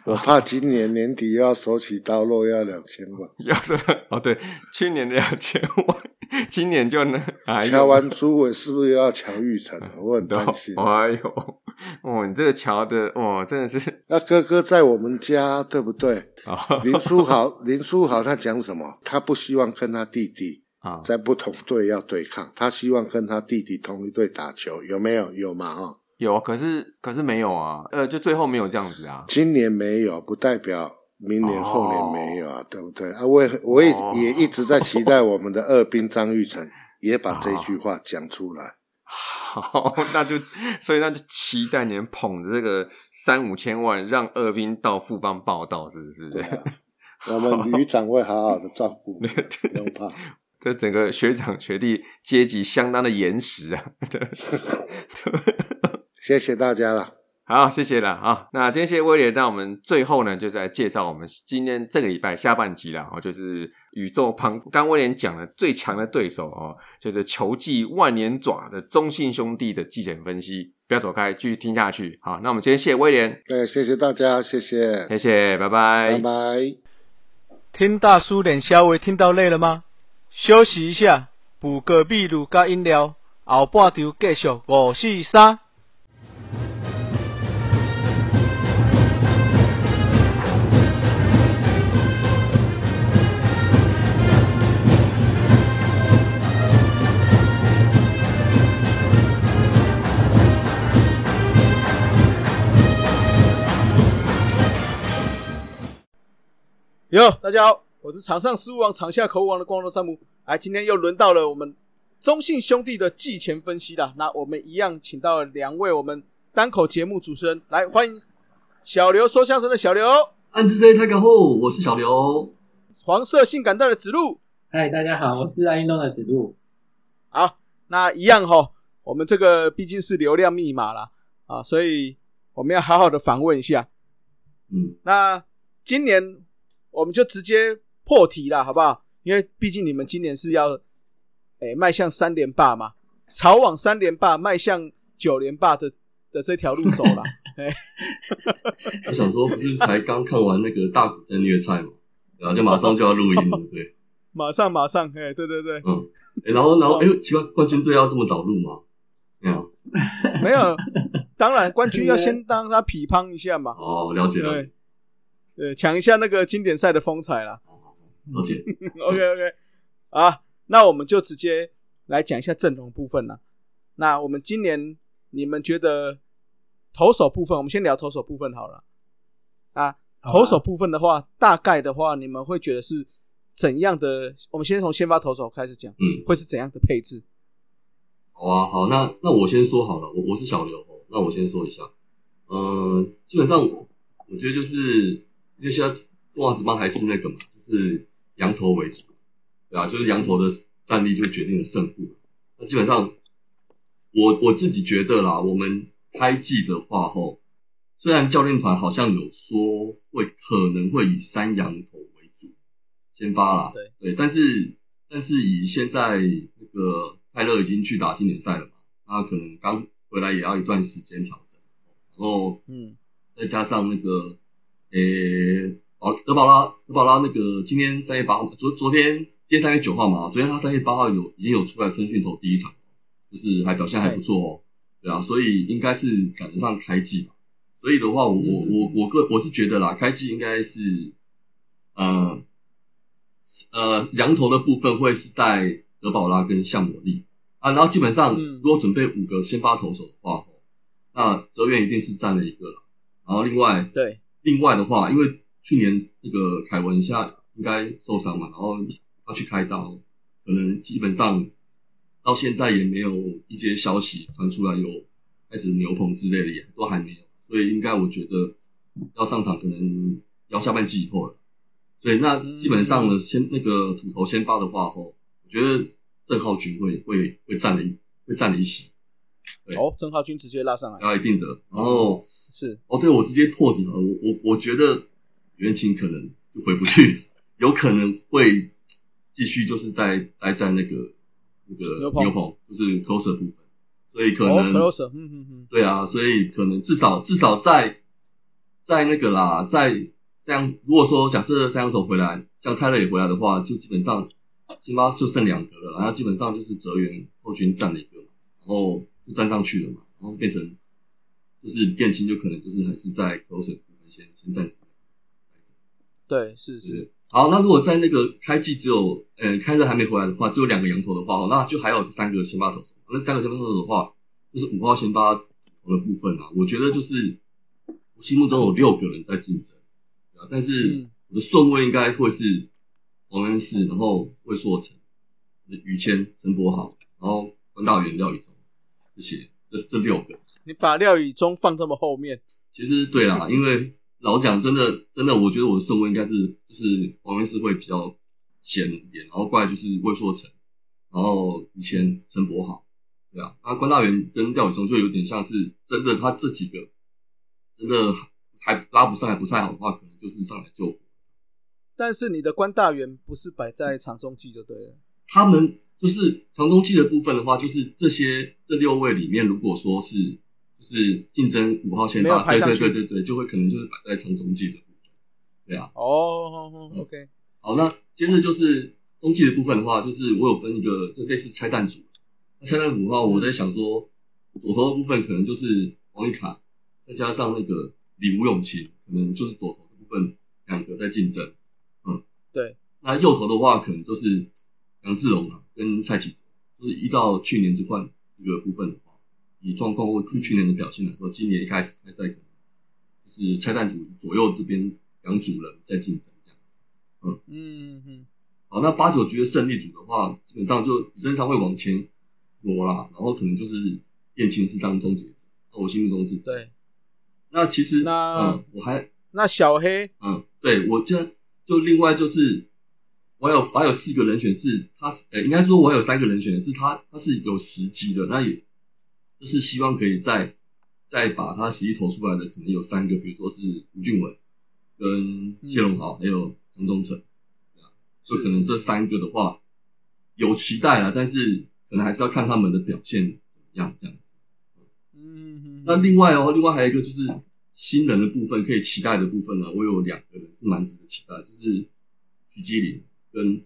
Speaker 5: 我怕今年年底又要手起刀落，又要两千万。
Speaker 1: 要是哦，对，去年的两千万， 今年就能哎呦嗯
Speaker 5: 乔完朱伟是不是又要乔玉成了？我很担心。啊
Speaker 1: 哎呦，哦，你这个桥的，哦，真的是
Speaker 5: 那哥哥在我们家，对 不对？
Speaker 1: 啊
Speaker 5: 林书豪，林书豪他讲什么？他不希望跟他弟弟
Speaker 1: 啊，
Speaker 5: 在不同队要对抗，他希望跟他弟弟同一队打球，有没有？有嘛？哦，
Speaker 1: 有，啊可是可是没有啊，呃，就最后没有这样子啊，
Speaker 5: 今年没有，不代表明年
Speaker 1: 哦
Speaker 5: 后年没有啊，对不对？啊，我也我也、
Speaker 1: 哦
Speaker 5: 也一直在期待我们的二兵张玉成也把这句话讲出 来。
Speaker 1: 好，那就所以那就期待你们捧着这个三五千万，让二兵到富邦报道，是不是？
Speaker 5: 对啊，我们旅长会好好的照顾你，不用怕。
Speaker 1: 这整个学长学弟阶级相当的严实啊， 对。
Speaker 5: 谢谢大家了。
Speaker 1: 好，谢谢了啊。那今天谢谢威廉，那我们最后呢，就是来介绍我们今天这个礼拜下半集了哦，就是宇宙旁刚威廉讲的最强的对手哦，就是球技万年爪的中信兄弟的季前分析。不要走开，继续听下去。好，那我们今天谢谢威廉，
Speaker 5: 对，谢谢大家，谢谢，
Speaker 1: 谢谢，拜拜
Speaker 5: 拜拜。
Speaker 6: 听大叔脸稍微听到累了吗？休息一下，补个秘鲁加饮料，后半场继续五四三。
Speaker 2: 哟，大家好，我是场上失误王、场下口误王的光头山姆。哎，今天又轮到了我们中信兄弟的季前分析啦。那我们一样请到了两位我们单口节目主持人来欢迎小刘说相声的小刘，
Speaker 7: 暗之 C 太搞后，我是小刘。
Speaker 2: 黄色性感带的子路。
Speaker 8: 嗨，大家好，我是爱运动的子路。
Speaker 2: 好，那一样哈，我们这个毕竟是流量密码啦，啊，所以我们要好好的访问一下。
Speaker 7: 嗯，
Speaker 2: 那今年我们就直接破题啦，好不好？因为毕竟你们今年是要诶迈、向三连霸嘛，朝往三连霸、迈向九连霸的的这条路走啦。
Speaker 7: 我想说，不是才刚看完那个大古镇虐菜嘛，然后就马上就要录音了，对。
Speaker 2: 马上马上，哎、对对对，
Speaker 7: 诶然后，然后，哎呦，奇怪，冠军队要这么早录吗？没有。
Speaker 2: 没有，当然冠军要先当他匹乓一下嘛，
Speaker 7: 哦，了解，了解，
Speaker 2: 对，抢一下那个经典赛的风采啦。
Speaker 7: 了解。
Speaker 2: OK OK，啊，那我们就直接来讲一下阵容部分了。那我们今年你们觉得投手部分，我们先聊投手部分好了。啊，
Speaker 8: 好啊
Speaker 2: 投手部分的话，大概的话，你们会觉得是怎样的？我们先从先发投手开始讲，
Speaker 7: 嗯，
Speaker 2: 会是怎样的配置？
Speaker 7: 好啊，好，那那我先说好了，我我是小刘，哦那我先说一下，呃，基本上我我觉得就是因为现在中华职棒还是那个嘛，就是羊头为主，对啊，就是羊头的战力就决定了胜负。那基本上我我自己觉得啦，我们开季的话吼，虽然教练团好像有说会可能会以三羊头为主先发啦，
Speaker 2: 对
Speaker 7: 对，但是但是以现在那个泰勒已经去打经典赛了嘛，那可能刚回来也要一段时间调整，然后
Speaker 2: 嗯，
Speaker 7: 再加上那个，诶、保德保拉德保拉那个今天三月八号，昨昨天今天三月九号嘛，昨天他三月八号有已经有出来春训投第一场，就是还表现还不错哦，对啊，所以应该是赶得上开季吧。所以的话，我我我我个我是觉得啦，开季应该是，呃呃，羊头的部分会是带德保拉跟向魔力啊，然后基本上
Speaker 2: 嗯
Speaker 7: 如果准备五个先发投手的话，哦那泽源一定是占了一个啦。然后另外
Speaker 2: 对，
Speaker 7: 另外的话，因为去年那个凯文现在应该受伤嘛，然后要去开刀，可能基本上到现在也没有一些消息传出来有开始牛棚之类的也都还没有，所以应该我觉得要上场可能要下半季以后了。所以那基本上呢，先那个土头先发的话吼，我觉得郑浩君会会会占了一会占了一席，对
Speaker 2: 哦，郑浩君直接拉上来，
Speaker 7: 要一定的。然后
Speaker 2: 是
Speaker 7: 哦，对，我直接破底了。我我我觉得袁琴可能就回不去，有可能会继续就是待待在那个那个
Speaker 2: 牛棚
Speaker 7: 牛棚，就是 closer 部分，所以可
Speaker 2: 哦
Speaker 7: 能、
Speaker 2: ，closer，嗯嗯嗯，
Speaker 7: 对啊，所以可能至少至少在在那个啦，在这样如果说假设三羊头回来，像泰勒也回来的话，就基本上辛巴就剩两格了，然后基本上就是泽源后军占了一个嘛，然后就站上去了嘛，然后变成就是电青就可能就是还是在 closer 部分先先暂时
Speaker 2: 对，是是，
Speaker 7: 是。好，那如果在那个开季只有呃开热还没回来的话，只有两个羊头的话，哦，那就还有三个先发投手。那三个先发投手的话，就是五号先发投的部分啊，我觉得就是我心目中有六个人在竞争，对啊，但是
Speaker 2: 嗯
Speaker 7: 我的顺位应该会是王恩士，然后魏硕成、于谦、陈柏豪，然后关大元、廖宇中这些，这这六个。
Speaker 2: 你把廖宇中放这么后面，
Speaker 7: 其实对啦，因为老实讲真的真的，我觉得我的顺位应该是就是王源是会比较显一点，然后过来就是魏硕成，然后以前陈柏豪，对啊，那关大元跟廖宇中就有点像是真的，他这几个真的还拉不上来不太好的话，可能就是上来救火。
Speaker 2: 但是你的关大元不是摆在场中计就对了，
Speaker 7: 他们就是长中计的部分的话，就是这些这六位里面，如果说是就是竞争五号先
Speaker 2: 没有
Speaker 7: 发，
Speaker 2: 排
Speaker 7: 对
Speaker 2: 上
Speaker 7: 对
Speaker 2: 去
Speaker 7: 对对对，就会可能就是摆在长中计这部分，对啊。
Speaker 2: 哦
Speaker 7: 嗯
Speaker 2: ，OK，
Speaker 7: 好，那接着就是中继的部分的话，就是我有分一个就类似拆弹组。那拆弹组的话，我在想说，左投的部分可能就是王一凯，再加上那个李吴永琴，可能就是左投的部分两个在竞争。嗯，
Speaker 2: 对。
Speaker 7: 那右投的话，可能就是杨志龙啊跟蔡启哲，就是依照去年这块这个部分的话，以状况或去去年的表现来说，今年一开始开赛可能就是拆弹组左右这边两组人在竞争这样。
Speaker 2: 嗯嗯嗯，
Speaker 7: 好，那八九局的胜利组的话，基本上就比正常会往前挪啦，然后可能就是燕青是当终结者，那我心目中是这样。
Speaker 2: 对，
Speaker 7: 那其实
Speaker 2: 那
Speaker 7: 嗯，我还
Speaker 2: 那小黑，
Speaker 7: 嗯，对我这就另外就是我有我还有四个人选是他是，呃、应该说我还有三个人选是他他是有时机的，那也就是希望可以再再把他实际投出来的可能有三个，比如说是吴俊文、跟谢龙豪、还有张忠诚。啊就可能这三个的话有期待啦，但是可能还是要看他们的表现怎么样这样子。
Speaker 2: 嗯嗯
Speaker 7: 那
Speaker 2: 嗯，
Speaker 7: 另外哦，另外还有一个就是新人的部分，可以期待的部分呢，啊我有两个人是蛮值得期待的，就是徐基林跟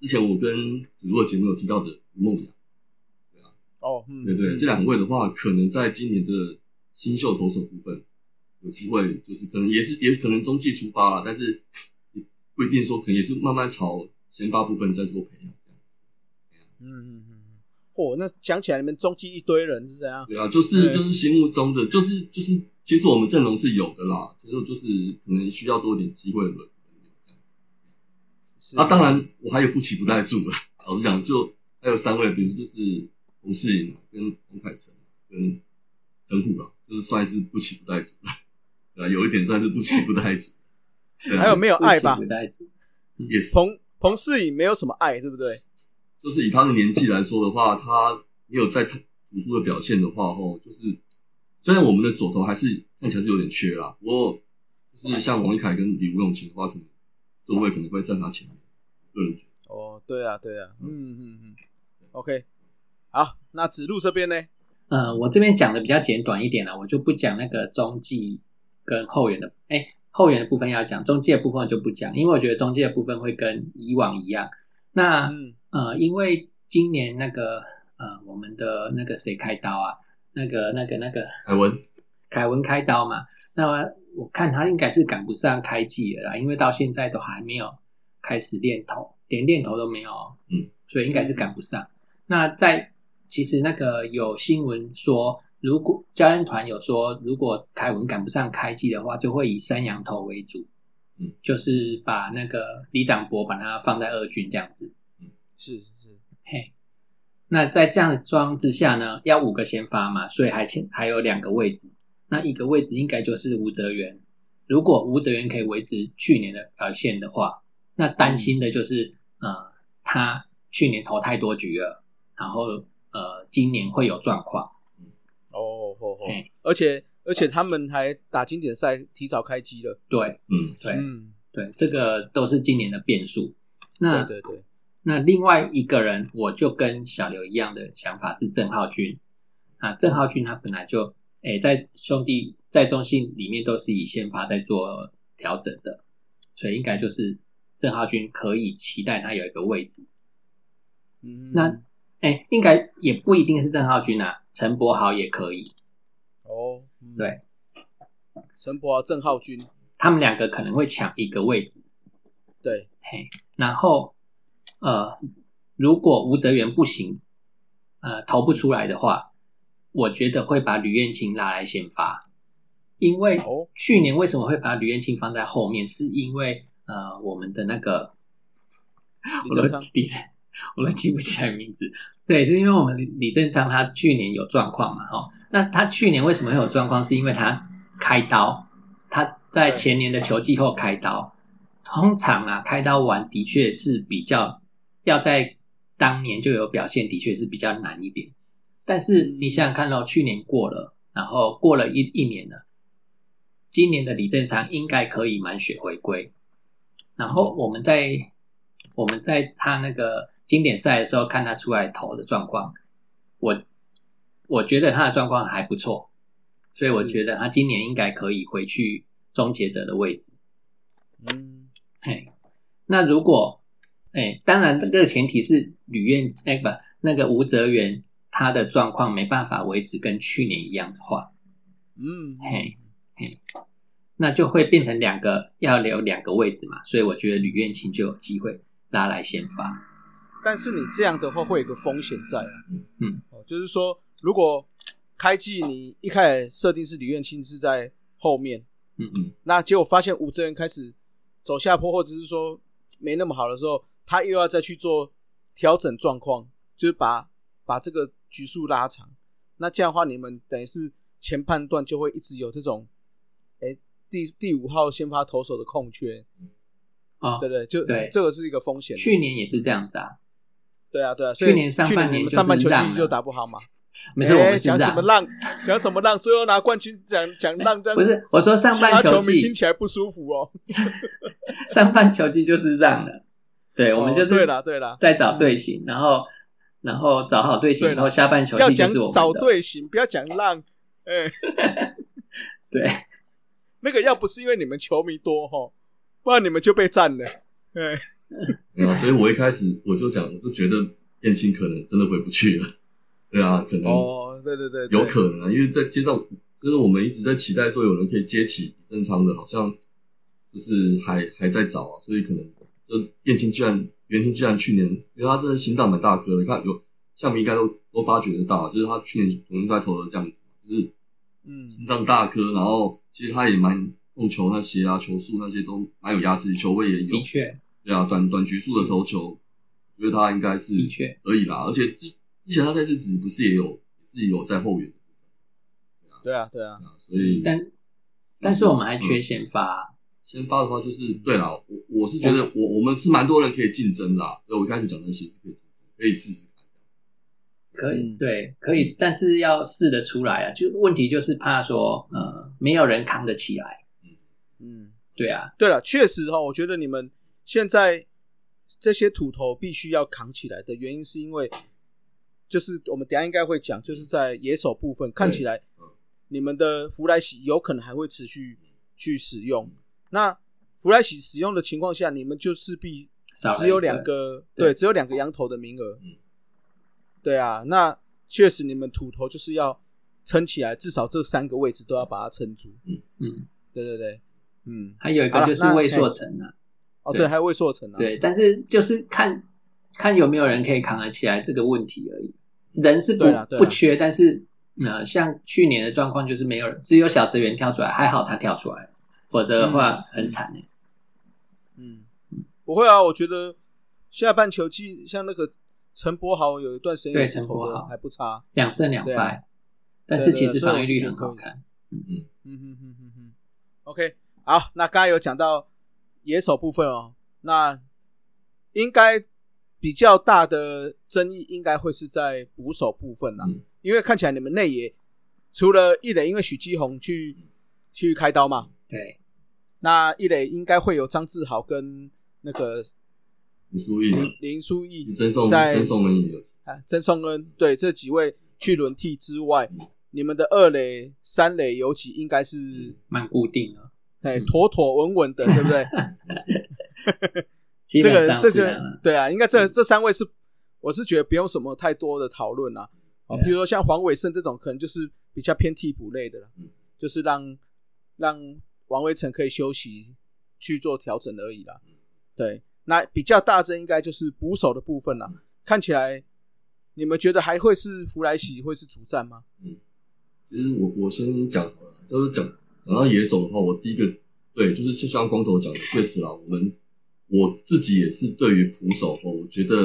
Speaker 7: 之前我跟子若节目有提到的吴梦雅，
Speaker 2: 哦，嗯，
Speaker 7: 对对，
Speaker 2: 嗯
Speaker 7: 这两位的话，可能在今年的新秀投手部分有机会，就是可能也是也可能中继出发了，但是也不一定说，可能也是慢慢朝先发部分在做培养这样。
Speaker 2: 嗯嗯嗯嗯，嚯、那讲起来你们中继一堆人是怎样？
Speaker 7: 对啊，就是
Speaker 2: 对
Speaker 7: 就是心目中的，就是就是，其实我们阵容是有的啦，其实就是可能需要多一点机会轮流这样。
Speaker 2: 是
Speaker 7: 那、当然，我还有不起不带住了。老实讲，就还有三位，比如就是洪世颖啊、跟洪凯成、跟陈虎啊，就是算是不起不带住了。 对啊，有一点算是不起不带组。对啊
Speaker 2: 还有没有爱吧
Speaker 8: 不？起不带组
Speaker 7: 也是，
Speaker 2: 彭彭世颖没有什么爱，对不对？
Speaker 7: 就是以他的年纪来说的话，他没有在突出的表现的话，吼，就是虽然我们的左投还是看起来是有点缺啦，不过就是像王一凯跟李吴永晴的话，可能座位可能会在他前面。个人觉得，
Speaker 2: 哦，对啊，对啊，嗯嗯嗯，OK，好，那子路这边呢？
Speaker 8: 呃，我这边讲的比较简短一点啦，我就不讲那个中继跟后援的，哎、后援的部分要讲，中继的部分我就不讲，因为我觉得中继的部分会跟以往一样。那
Speaker 2: 嗯，
Speaker 8: 呃，因为今年那个呃，我们的那个谁开刀啊，那个那个那个
Speaker 7: 凯文，
Speaker 8: 凯文开刀嘛，那我看他应该是赶不上开季了啦，因为到现在都还没有开始练头，连练头都没有，哦
Speaker 7: 嗯，
Speaker 8: 所以应该是赶不上。那在其实那个有新闻说，如果教练团有说，如果凯文赶不上开季的话，就会以三羊头为主，
Speaker 7: 嗯，
Speaker 8: 就是把那个李长博把他放在二军这样子，
Speaker 2: 是是是，
Speaker 8: 嘿，那在这样的状况之下呢，要五个先发嘛，所以还欠还有两个位置，那一个位置应该就是吴哲源。如果吴哲源可以维持去年的表现的话，那担心的就是、呃，他去年投太多局了，然后呃，今年会有状况。
Speaker 2: 哦吼吼
Speaker 8: 嘿，
Speaker 2: 而且而且他们还打经典赛，提早开机了，
Speaker 8: 对
Speaker 7: 嗯，
Speaker 8: 对、
Speaker 2: 嗯，
Speaker 8: 对，这个都是今年的变数。那
Speaker 2: 对对对，
Speaker 8: 那另外一个人，我就跟小刘一样的想法是郑浩君啊，郑浩君他本来就诶、在兄弟在中信里面都是以先发在做调整的，所以应该就是郑浩君可以期待他有一个位置。
Speaker 2: 嗯，
Speaker 8: 那诶、应该也不一定是郑浩君啊，陈柏豪也可以，
Speaker 2: 哦，嗯
Speaker 8: 对，
Speaker 2: 陈柏豪、郑浩君，
Speaker 8: 他们两个可能会抢一个位置。
Speaker 2: 对，
Speaker 8: 嘿，然后呃，如果吴哲源不行，呃，投不出来的话，我觉得会把吕彦青拉来先发，因为
Speaker 2: 哦
Speaker 8: 去年为什么会把吕彦青放在后面，是因为呃，我们的那个
Speaker 2: 李
Speaker 8: 我
Speaker 2: 正
Speaker 8: 都
Speaker 2: 昌，
Speaker 8: 记，我都记不起来名字。对，是因为我们李李正昌他去年有状况嘛，哈、那他去年为什么会有状况？是因为他开刀，他在
Speaker 2: 对
Speaker 8: 前年的球季后开刀。通常啊，开刀完的确是比较要在当年就有表现，的确是比较难一点。但是你想想看哦，去年过了，然后过了一一年了，今年的李正昌应该可以满血回归。然后我们在我们在他那个经典赛的时候看他出来投的状况，我我觉得他的状况还不错，所以我
Speaker 2: 是
Speaker 8: 觉得他今年应该可以回去终结者的位置。
Speaker 2: 嗯，
Speaker 8: 哎，那如果哎，当然这个前提是吕燕那个那个吴哲源他的状况没办法维持跟去年一样的话，
Speaker 2: 嗯，
Speaker 8: 嘿，嘿，那就会变成两个要留两个位置嘛，所以我觉得吕燕青就有机会拉来先发。
Speaker 2: 但是你这样的话会有一个风险在啊，
Speaker 8: 嗯，
Speaker 2: 哦，就是说如果开季你一开始设定是李彦青是在后面，
Speaker 8: 嗯
Speaker 7: 嗯，
Speaker 2: 那结果发现吴哲源开始走下坡，或者是说没那么好的时候，他又要再去做调整状况，就是把把这个局数拉长。那这样的话，你们等于是前半段就会一直有这种，哎、第第五号先发投手的空缺，
Speaker 8: 哦
Speaker 2: 对，不对？就
Speaker 8: 对
Speaker 2: 这个是一个风险。
Speaker 8: 去年也是这样子啊，
Speaker 2: 对啊，对啊，所以
Speaker 8: 去年上半
Speaker 2: 你
Speaker 8: 年
Speaker 2: 们
Speaker 8: 就是
Speaker 2: 上半球
Speaker 8: 让
Speaker 2: 季
Speaker 8: 了
Speaker 2: 就打不好嘛。
Speaker 8: 没事，我
Speaker 2: 哎
Speaker 8: 们是
Speaker 2: 讲什么
Speaker 8: 让，
Speaker 2: 浪，讲什么浪，最后拿冠军讲讲浪，这样
Speaker 8: 不是我说上
Speaker 2: 其他
Speaker 8: 半
Speaker 2: 球
Speaker 8: 球
Speaker 2: 迷
Speaker 8: 季
Speaker 2: 听起来不舒服哦。
Speaker 8: 上半球季就是让了，对，我们就是、
Speaker 2: 哦对啦对啦
Speaker 8: 在找队形，然后然后找好队
Speaker 2: 嗯
Speaker 8: 形
Speaker 2: 对
Speaker 8: 以
Speaker 2: 啦
Speaker 8: 后，下半球
Speaker 2: 要
Speaker 8: 季就
Speaker 2: 讲
Speaker 8: 是我们的
Speaker 2: 找队形，不要讲浪。哎、
Speaker 8: 对，
Speaker 2: 那个要不是因为你们球迷多哈，不然你们就被占了。哎，
Speaker 7: 对啊，所以我一开始我就讲，我就觉得燕青可能真的回不去了。对啊，可
Speaker 8: 嗯
Speaker 7: 能
Speaker 2: 哦，对对对，对
Speaker 7: 有可能啊，因为在街上，就是我们一直在期待说有人可以接起正常的，好像就是还还在找啊，所以可能就燕青居然袁青居然去年，因为他真的心脏蛮大颗的，看有像你应该都都发觉得到，啊就是他去年总在投的这样子，就是
Speaker 2: 嗯
Speaker 7: 心脏大颗，然后其实他也蛮控球那些啊，球速那些都蛮有压制，球位也有
Speaker 8: 的，确，
Speaker 7: 对啊，短短局数的投球，我觉得他应该是
Speaker 8: 的确
Speaker 7: 可以啦。而且之之前他在日职不是也有是有在后援的部
Speaker 2: 对啊，对啊，
Speaker 7: 分啊，所以
Speaker 8: 但但是我们还缺先发啊、
Speaker 7: 先发的话就是对啦，我我是觉
Speaker 2: 哦
Speaker 7: 得我我们是蛮多人可以竞争啦。对，我一开始讲那些是可以竞争，可以试试看。
Speaker 8: 可以，
Speaker 2: 嗯
Speaker 8: 对，可以，但是要试得出来啊。就问题就是怕说，呃，没有人扛得起来。
Speaker 2: 嗯，
Speaker 8: 对啊，
Speaker 2: 对了，确实哈、我觉得你们现在这些土头必须要扛起来的原因，是因为就是我们等一下应该会讲，就是在野手部分看起来
Speaker 7: 嗯，
Speaker 2: 你们的弗莱喜有可能还会持续去使用。那弗莱喜使用的情况下，你们就势必
Speaker 8: 少了
Speaker 2: 只有
Speaker 8: 一个
Speaker 2: 两个，
Speaker 8: 对
Speaker 2: 对，只有两个羊头的名额
Speaker 7: 嗯。
Speaker 2: 对啊，那确实你们土头就是要撑起来，至少这三个位置都要把它撑住。
Speaker 8: 嗯，
Speaker 2: 对对对，嗯，
Speaker 8: 还有一
Speaker 2: 好
Speaker 8: 个
Speaker 2: 了
Speaker 8: 就是
Speaker 2: 那哎
Speaker 8: 魏硕成啊，
Speaker 2: 哦
Speaker 8: 对
Speaker 2: 对，还有魏硕成啊，
Speaker 8: 对，但是就是看看有没有人可以扛得起来这个问题而已。人是不
Speaker 2: 对啦对啦
Speaker 8: 不缺，但是呃，像去年的状况就是没有人，只有小职员跳出来，还好他跳出来了，否则的话很惨哎、
Speaker 2: 嗯，不会啊，我觉得下半球季像那个陈柏豪有一段时间
Speaker 8: 对
Speaker 2: 也是
Speaker 8: 陈柏
Speaker 2: 投的
Speaker 8: 豪
Speaker 2: 还不差，
Speaker 8: 两胜两
Speaker 2: 对
Speaker 8: 败，
Speaker 2: 啊
Speaker 8: 但是
Speaker 2: 对对
Speaker 8: 其实
Speaker 2: 所以
Speaker 8: 防
Speaker 2: 我
Speaker 8: 御
Speaker 2: 是
Speaker 8: 率
Speaker 2: 觉得
Speaker 8: 很
Speaker 2: 可
Speaker 8: 好
Speaker 2: 以
Speaker 8: 看。
Speaker 2: 嗯哼哼哼哼，OK，好，那刚才有讲到野手部分哦，那应该比较大的争议应该会是在捕手部分啦，啊
Speaker 7: 嗯
Speaker 2: 因为看起来你们内野除了一垒，因为许基宏去去开刀嘛，
Speaker 8: 对，
Speaker 2: 那一垒应该会有张志豪跟那个
Speaker 7: 你输赢，
Speaker 2: 林林书义
Speaker 7: 你真送
Speaker 2: 嗯在
Speaker 7: 真送人也有，
Speaker 2: 啊，曾颂恩对这几位去轮替之外
Speaker 7: 嗯，
Speaker 2: 你们的二垒、三垒尤其应该是
Speaker 8: 蛮固定的，
Speaker 2: 哎
Speaker 7: 嗯
Speaker 2: 妥妥稳稳的，对不对？
Speaker 8: 基
Speaker 2: 这
Speaker 8: 本
Speaker 2: 个
Speaker 8: 上
Speaker 2: 这
Speaker 8: 是这样
Speaker 2: 个
Speaker 8: 啊
Speaker 2: 对啊，应该这这三位是，我是觉得不用什么太多的讨论啊。啊，
Speaker 8: 对啊
Speaker 2: 比如说像黄伟胜这种，可能就是比较偏替补类的了
Speaker 7: 嗯，
Speaker 2: 就是让让王威成可以休息去做调整而已啦。对，那比较大争应该就是捕手的部分啦。看起来你们觉得还会是弗莱喜会是主战吗？
Speaker 7: 其实我我先讲好了，就是讲讲到野手的话，我第一个对，就是就像光头讲的，确实啦，我们我自己也是对于捕手哦，我觉得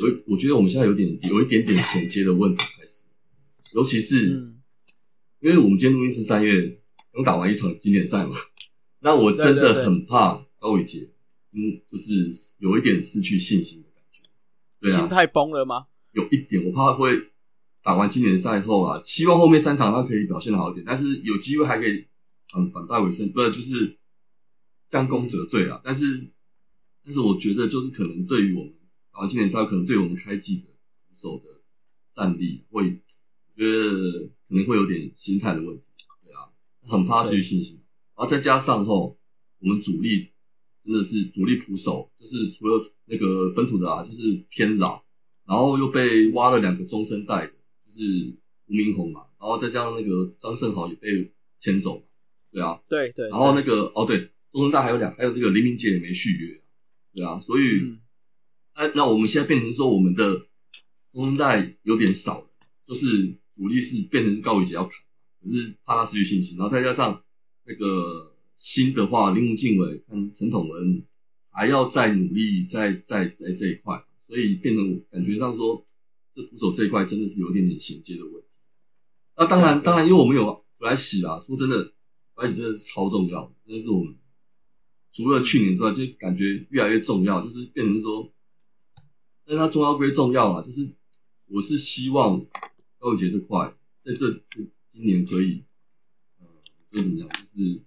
Speaker 7: 我我觉得我们现在有点有一点点衔接的问题开始，尤其是、
Speaker 2: 嗯，
Speaker 7: 因为我们今天录音是三月刚打完一场经典赛嘛，那我真
Speaker 2: 对对对
Speaker 7: 的很怕高宇杰，嗯，就是有一点失去信心的感觉，对啊，
Speaker 2: 心态崩了吗？
Speaker 7: 有一点，我怕会打完今年赛后啊，希望后面三场他可以嗯表现的好一点，但是有机会还可以反反败为胜，不是就是将功折罪啊。但是，但是我觉得就是可能对于我们打完今年赛，可能对我们开季的捕手的战力会，我觉得可能会有点心态的问题，对啊，很怕失去信心，然后再加上后我们主力。真的是主力捕手，就是除了那个本土的啊，就是偏老，然后又被挖了两个中生代的，就是吴明宏嘛，然后再加上那个张胜豪也被牵走嘛，对啊，
Speaker 2: 对对，
Speaker 7: 然后
Speaker 2: 对
Speaker 7: 那个哦对，中生代还有两，还有那个林明杰也没续约啊，对啊，所以、
Speaker 2: 嗯
Speaker 7: 那那我们现在变成说我们的中生代有点少了，就是主力是变成是高宇杰要砍，可是怕他失去信心，然后再加上那个新的话，林武敬伟跟陈统文还要再努力在在在这一块，所以变成感觉上说这捕手这一块真的是有一点点衔接的问题。那当然，当然，因为我们有弗莱喜啦，说真的，弗莱喜真的是超重要，真的是我们除了去年之外，就感觉越来越重要，就是变成说，但是它重要归重要啦，就是我是希望高宇杰这块在这今年可以，呃，就是怎么讲，就是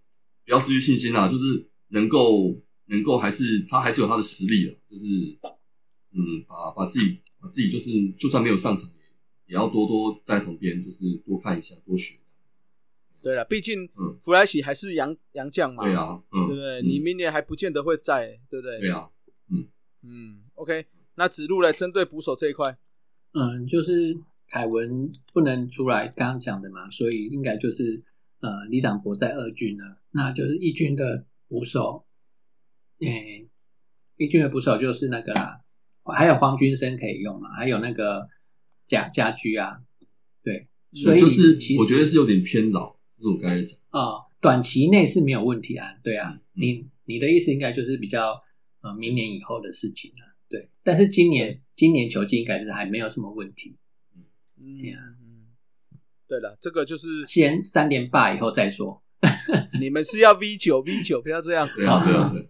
Speaker 7: 不要失去信心啦，就是能够能够还是他还是有他的实力的，就是嗯，把把自己把自己就是就算没有上场也也要多多在旁边就是多看一下多学，
Speaker 2: 对了，毕竟
Speaker 7: 嗯
Speaker 2: 弗莱喜还是洋洋将嘛，
Speaker 7: 对啊，嗯，
Speaker 2: 对不对？
Speaker 7: 嗯
Speaker 2: 你明年还不见得会在，对不对？
Speaker 7: 对，啊，
Speaker 2: 嗯，OK，那指路来针对捕手这一块，
Speaker 8: 嗯，就是凯文不能出来，刚刚讲的嘛，所以应该就是呃，李长博在二军了，那就是一军的捕手，诶、一军的捕手就是那个啦，还有黄君生可以用嘛，还有那个家家居啊，对，
Speaker 7: 所
Speaker 8: 所
Speaker 7: 以
Speaker 8: 以
Speaker 7: 嗯就是
Speaker 8: 其实
Speaker 7: 我觉得是有点偏老，就是我刚才讲，
Speaker 8: 啊，短期内是没有问题啊，对
Speaker 7: 嗯
Speaker 8: 啊，你你的意思应该就是比较呃明年以后的事情啊，对，但是今年今年球季应该是还没有什么问题，
Speaker 2: 嗯
Speaker 8: 对啊
Speaker 2: 嗯，对了，这个就是
Speaker 8: 先三连霸以后再说，
Speaker 2: 你们是要 V 九 V 九，不要这样，
Speaker 7: 对啊对啊对啊，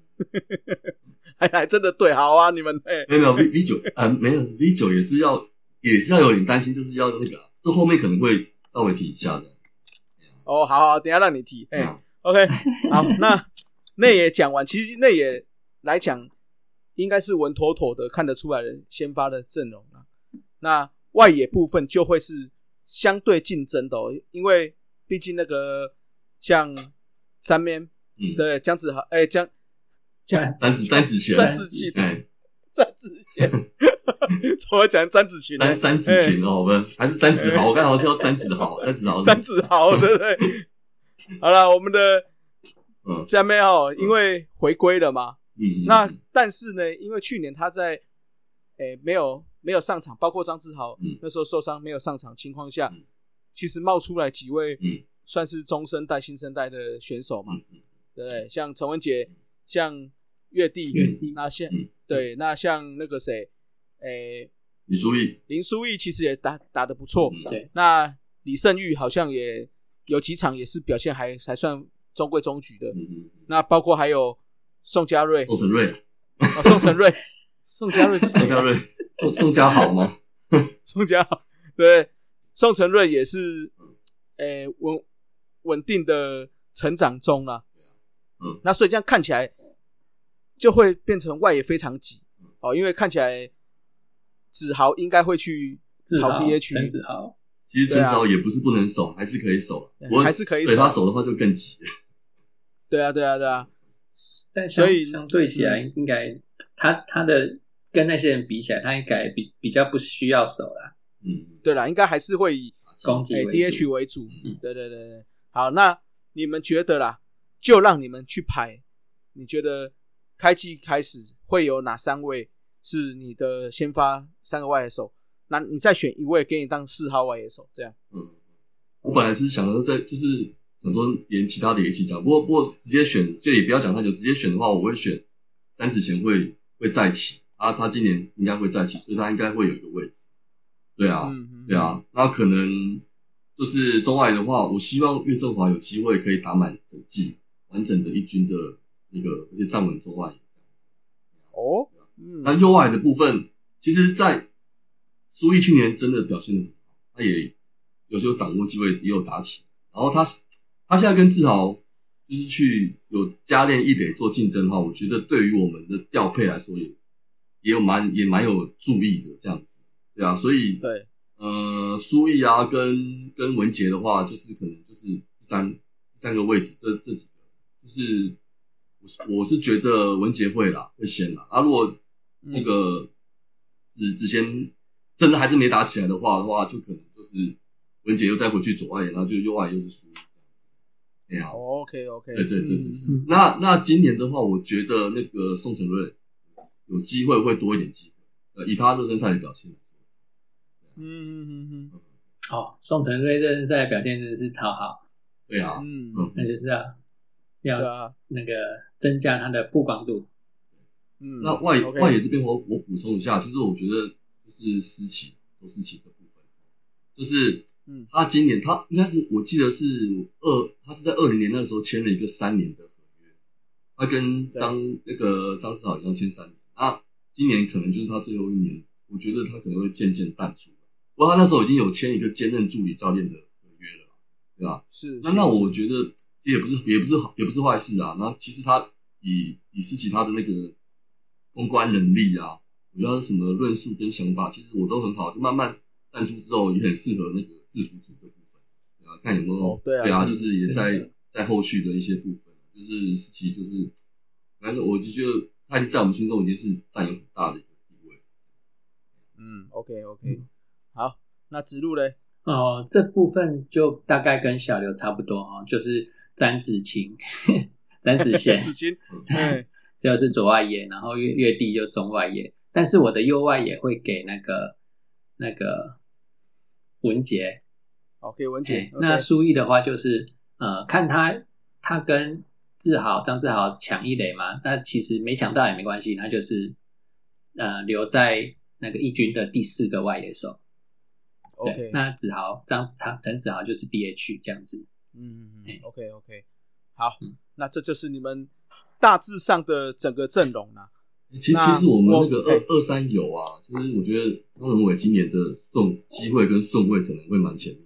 Speaker 2: 还还真的对，好啊，你们哎、
Speaker 7: 没有没有 V V 九啊没有 V 九也是要也是要有点担心，就是要那个啊这后面可能会稍微提一下的，
Speaker 2: 哦，好好，等一下让你提，哎、
Speaker 7: 嗯
Speaker 2: o k 好，那内野讲完，其实内野来讲，应该是稳妥妥的看得出来的先发的阵容啊。那外野部分就会是相对竞争的、哦，因为毕竟那个像三面
Speaker 7: 嗯，
Speaker 2: 的姜子豪，哎、姜 姜
Speaker 7: 詹子詹子贤，
Speaker 2: 詹子贤
Speaker 7: 哎
Speaker 2: 詹子 贤，怎么讲詹子贤呢？啊
Speaker 7: 詹詹子贤哦，我们还是詹子豪，我刚才好像听到詹子豪，詹子 豪
Speaker 2: 詹哎子豪，
Speaker 7: 是
Speaker 2: 对不 对？好了，我们的
Speaker 7: 嗯
Speaker 2: 加妹哦，因为回归了嘛，
Speaker 7: 嗯
Speaker 2: 那但是呢，因为去年他在诶、没有没有上场，包括张志豪、
Speaker 7: 嗯
Speaker 2: 那时候受伤没有上场情况下，
Speaker 7: 嗯
Speaker 2: 其实冒出来几位
Speaker 7: 嗯
Speaker 2: 算是中生代、新生代的选手嘛，
Speaker 7: 嗯嗯
Speaker 2: 对不对？像陈文杰，像岳帝，
Speaker 7: 岳帝
Speaker 2: 那像、
Speaker 7: 嗯
Speaker 2: 对，那像那个谁，诶、
Speaker 7: 李书义
Speaker 2: 林书义其实也打打得不错，
Speaker 7: 嗯
Speaker 8: 对，
Speaker 2: 那李胜玉好像也有几场也是表现还还算中规中矩的，
Speaker 7: 嗯嗯，
Speaker 2: 那包括还有宋佳瑞，
Speaker 7: 宋承瑞啊，
Speaker 2: 哦，宋承瑞，宋佳瑞是谁
Speaker 7: 宋？家瑞，啊宋宋家豪吗？
Speaker 2: 宋佳豪，对，宋承瑞也是，诶、稳稳定的成长中啦。
Speaker 7: 嗯
Speaker 2: 那所以这样看起来就会变成外野非常挤哦，因为看起来子豪应该会去
Speaker 8: 志
Speaker 2: 朝
Speaker 8: 豪
Speaker 2: DH，
Speaker 8: 陈子豪，
Speaker 7: 其实陈子豪也不是不能守，还是可以守，啊不过
Speaker 2: 啊哎还是可以
Speaker 7: 对
Speaker 2: 守
Speaker 7: 他守的话就更急。
Speaker 2: 对啊，对啊，对啊，
Speaker 8: 但相
Speaker 2: 所以嗯
Speaker 8: 相对起来应该他他的跟那些人比起来，他应该比比较不需要手啦，
Speaker 7: 嗯，
Speaker 2: 对啦，应该还是哎会以
Speaker 8: 攻击
Speaker 2: 诶、
Speaker 8: 为
Speaker 2: DH
Speaker 8: 主
Speaker 2: 为主。
Speaker 8: 嗯
Speaker 2: 对对对对，好，那你们觉得啦，就让你们去排，你觉得开季开始会有哪三位是你的先发三个外野手？那你再选一位给你当四号外野手，这样
Speaker 7: 嗯，我本来是想说在就是想说连其他的也一起讲，不过不过直接选就也不要讲太久，直接选的话，我会选詹子贤会会再起，啊，他今年应该会再起，所以他应该会有一个位置。对啊，
Speaker 2: 嗯，
Speaker 7: 对啊，那可能就是中外的话，我希望岳振华有机会可以打满整季完整的一军的那个，而且站稳中外。
Speaker 2: 哦，嗯，
Speaker 7: 那右外的部分，其实，在苏毅去年真的表现的很好，他也有时候掌握机会，也有打起。然后他他现在跟志豪就是去有加练一垒做竞争的话，我觉得对于我们的调配来说也也有蛮也蛮有注意的这样子，对啊，所以
Speaker 2: 对，
Speaker 7: 呃，苏毅啊，跟跟文杰的话，就是可能就是第三第三个位置，这这几个，就是我是我是觉得文杰会啦，会先啦。啊，如果那个子子贤真的还是没打起来的话的话，就可能就是文杰又再回去左外野，然后就右外野又是苏毅这样子。哎呀、
Speaker 2: OK OK，
Speaker 7: 对对对对
Speaker 2: 嗯
Speaker 8: 嗯
Speaker 7: 那那今年的话，我觉得那个宋承瑞有机会会多一点机会，呃，以他热身赛的表现来说，
Speaker 2: 嗯嗯嗯嗯
Speaker 8: 哦，宋承瑞这赛表现真的是超好，
Speaker 7: 对啊，
Speaker 2: 嗯嗯，
Speaker 7: 嗯，
Speaker 8: 那就是要要
Speaker 2: 对啊，
Speaker 8: 那个增加它的曝光度。
Speaker 2: 嗯，
Speaker 7: 那外
Speaker 2: OK
Speaker 7: 外野这边我我补充一下，就是我觉得就是思琪周思琪这部分，就是
Speaker 2: 嗯
Speaker 7: 他今年他应该是我记得是二，他是在二零年那时候签了一个三年的合约，他跟张那个张志豪一样签三年，啊，今年可能就是他最后一年，我觉得他可能会渐渐淡出，不过他那时候已经有签一个兼任助理教练的合约了，对吧？
Speaker 2: 是
Speaker 7: 那
Speaker 2: 是
Speaker 7: 那我觉得这也不是也不是好也不是坏事啊。那其实他以以思琪他的那个公关能力啊，我觉得他什么论述跟想法，其实我都很好，就慢慢淡出之后，也很适合那个制服组这部分，对啊，看有没有、
Speaker 2: 哦对啊嗯
Speaker 7: 就是也
Speaker 8: 对
Speaker 7: 在
Speaker 8: 对
Speaker 7: 在后续的一些部分，就是思琪就是，反正我就觉得他在我们心中已经是占有很大的一个地位。
Speaker 2: 嗯 OK OK，好，那植入嘞，
Speaker 8: 哦，这部分就大概跟小刘差不多哦，就是詹子晴、 詹 子贤
Speaker 2: 子晴，哎，
Speaker 8: 就是左外野，然后月月地就中外野，但是我的右外野会给那个那个文杰，
Speaker 2: 好，给文
Speaker 8: 哎
Speaker 2: 姐，
Speaker 8: 那
Speaker 2: OK
Speaker 8: 苏毅的话就是呃，看他他跟志豪张志豪抢一垒嘛，那其实没抢到也没关系，他就是呃留在那个一军的第四个外野手。对
Speaker 2: OK，，
Speaker 8: 那子豪张张陈子豪就是 DH 这样子。
Speaker 2: 嗯
Speaker 8: 哎
Speaker 2: ，OK OK，好
Speaker 8: 嗯，
Speaker 2: 那这就是你们大致上的整个阵容啦。
Speaker 7: 其
Speaker 2: 那
Speaker 7: 其实我们那个
Speaker 2: 我哎
Speaker 7: 二二三有啊，其实我觉得张仁伟今年的顺机会跟顺位可能会蛮前面，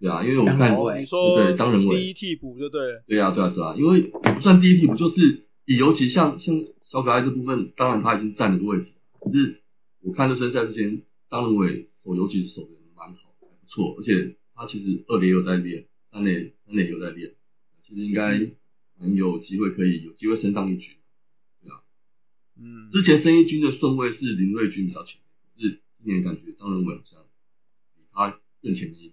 Speaker 7: 对啊，因为我
Speaker 8: 张
Speaker 7: 看
Speaker 8: 仁伟
Speaker 2: 你说
Speaker 7: 对张仁伟
Speaker 2: 第一替补就对了，
Speaker 7: 对啊，对啊，对啊，因为也不算第一替补，就是尤其像像小可爱这部分，当然他已经占了个位置，只是我看这生赛之前，张仁伟手尤其是手的蛮好，还不错，而且他其实二垒也有在练，三垒三垒也有在练，其实应该蛮有机会可以有机会升上一局。
Speaker 2: 嗯，
Speaker 7: 之前升一军的顺位是林瑞军比较前面，可是今年感觉张仁伟好像比他更前面一点。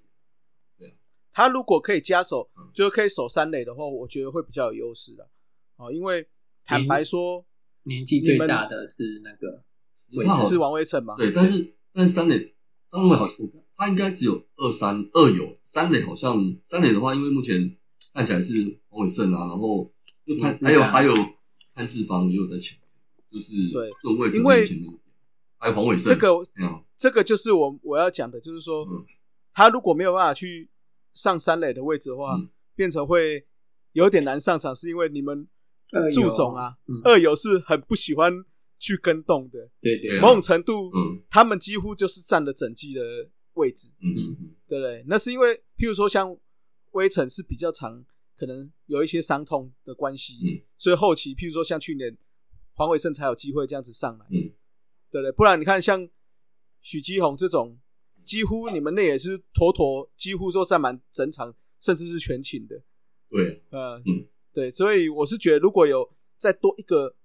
Speaker 2: 他如果可以加手
Speaker 7: 嗯，
Speaker 2: 就是可以守三垒的话，我觉得会比较有优势的。哦，因为坦白说，
Speaker 8: 年纪最大的是那个
Speaker 7: 其实他好
Speaker 2: 是王啊威成嘛，
Speaker 7: 嗯对，但是但是三垒张伟好像我看他应该只有二三二有，三垒好像三垒的话，因为目前看起来是黄伟胜啊，然后又潘
Speaker 8: 嗯
Speaker 7: 还有
Speaker 8: 对啊
Speaker 7: 还有潘志芳也有在前面，就是
Speaker 2: 对
Speaker 7: 顺位可
Speaker 2: 因为
Speaker 7: 能前面一点，还有黄伟胜
Speaker 2: 这个
Speaker 7: 嗯
Speaker 2: 这个就是我我要讲的，就是说
Speaker 7: 嗯，
Speaker 2: 他如果没有办法去上三垒的位置的话
Speaker 7: 嗯，
Speaker 2: 变成会有点难上场，是因为你们
Speaker 8: 二游
Speaker 2: 祝总啊，
Speaker 8: 嗯，
Speaker 2: 二游是很不喜欢去跟动的，
Speaker 8: 对对
Speaker 7: 对啊
Speaker 2: 某种程度，
Speaker 7: 嗯
Speaker 2: 他们几乎就是占了整季的位置，
Speaker 7: 嗯嗯嗯，
Speaker 2: 对不对？那是因为，譬如说像微尘是比较长，可能有一些伤痛的关系，
Speaker 7: 嗯
Speaker 2: 所以后期譬如说像去年黄伟胜才有机会这样子上来，
Speaker 7: 嗯
Speaker 2: 对不对？不然你看像许基宏这种，几乎你们那也是妥妥几乎都占满整场，甚至是全勤的，
Speaker 7: 对，
Speaker 2: 呃，
Speaker 7: 嗯
Speaker 2: 对，所以我是觉得如果有再多一个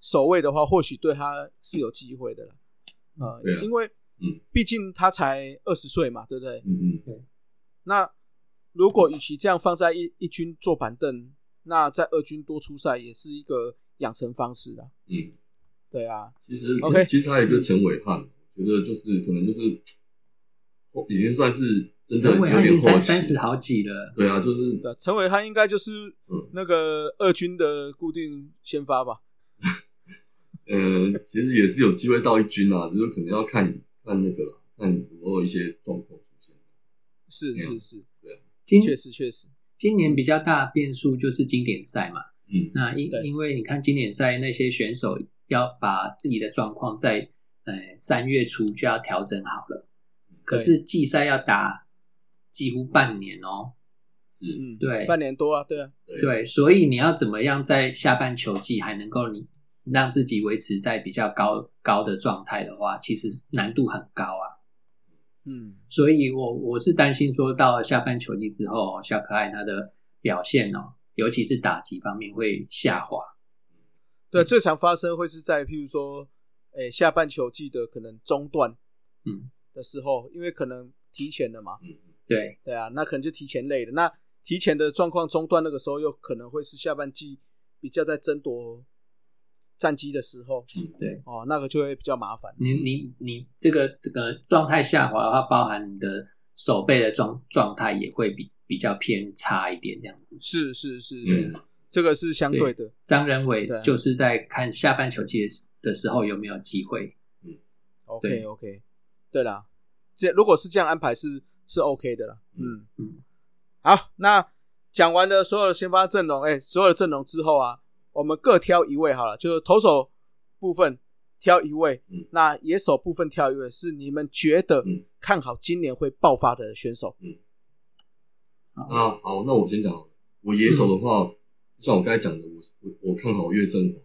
Speaker 2: 守卫的话，或许对他是有机会的啦。呃，
Speaker 7: 对啊
Speaker 2: 因为
Speaker 7: 嗯
Speaker 2: 毕竟他才二十岁嘛，对不对？
Speaker 7: 嗯嗯
Speaker 2: 那如果与其这样放在一一军坐板凳，那在二军多出赛也是一个养成方式啦。
Speaker 7: 嗯，
Speaker 2: 对啊，
Speaker 7: 其实
Speaker 2: OK
Speaker 7: 其实还有一个陈伟汉，我觉得就是可能就是已经算是真的
Speaker 8: 陈伟
Speaker 7: 有
Speaker 8: 汉已
Speaker 7: 点
Speaker 8: 经
Speaker 7: 后
Speaker 8: 三
Speaker 7: 期
Speaker 8: 三，十好几了，
Speaker 7: 对啊，就是
Speaker 2: 对啊，陈伟汉应该就是
Speaker 7: 嗯
Speaker 2: 那个二军的固定先发吧。
Speaker 7: 呃，其实也是有机会到一军啊，只是可能要看看那个啦，看有没有一些状况出现。
Speaker 2: 是
Speaker 7: 嗯
Speaker 2: 是是，
Speaker 8: 今
Speaker 2: 确实确实，
Speaker 8: 今年比较大的变数就是经典赛嘛。
Speaker 7: 嗯
Speaker 8: 那因
Speaker 2: 对
Speaker 8: 因为你看经典赛那些选手要把自己的状况在呃三月初就要调整好了，可是季赛要打几乎半年哦，
Speaker 7: 是，
Speaker 2: 嗯，
Speaker 8: 对
Speaker 2: 半年多啊，对啊，
Speaker 7: 对
Speaker 8: 对，所以你要怎么样在下半球季还能够你让自己维持在比较高高的状态的话，其实难度很高啊。
Speaker 2: 嗯，
Speaker 8: 所以我我是担心说，到了下半球季之后，哦小可爱他的表现哦，尤其是打击方面会下滑。
Speaker 2: 对，最常发生会是在譬如说，诶、下半球季的可能中段，
Speaker 8: 嗯，
Speaker 2: 的时候，因为可能提前了嘛，
Speaker 7: 嗯，
Speaker 8: 对
Speaker 2: 对啊，那可能就提前累了。那提前的状况中断那个时候，又可能会是下半季比较在争夺战机的时候
Speaker 8: 对，
Speaker 2: 哦，那个就会比较麻烦。
Speaker 8: 你你你这个这个状态下滑的话，包含你的手背的状状态也会比比较偏差一点这样子。
Speaker 2: 是是是
Speaker 7: 对
Speaker 2: 是，这个是相对的。
Speaker 8: 张仁伟
Speaker 2: 对啊
Speaker 8: 就是在看下半球季的时候有没有机会。
Speaker 2: OK
Speaker 8: 对
Speaker 2: OK，对啦，这如果是这样安排是是 OK 的啦。嗯
Speaker 8: 嗯，
Speaker 2: 好，那讲完了所有的先发阵容，哎、所有的阵容之后啊，我们各挑一位好了，就是投手部分挑一位，
Speaker 7: 嗯
Speaker 2: 那野手部分挑一位，是你们觉得
Speaker 7: 嗯
Speaker 2: 看好今年会爆发的选手。
Speaker 7: 那啊好，那我先讲好了。我野手的话，就像我刚才讲的，我我我看好岳振华，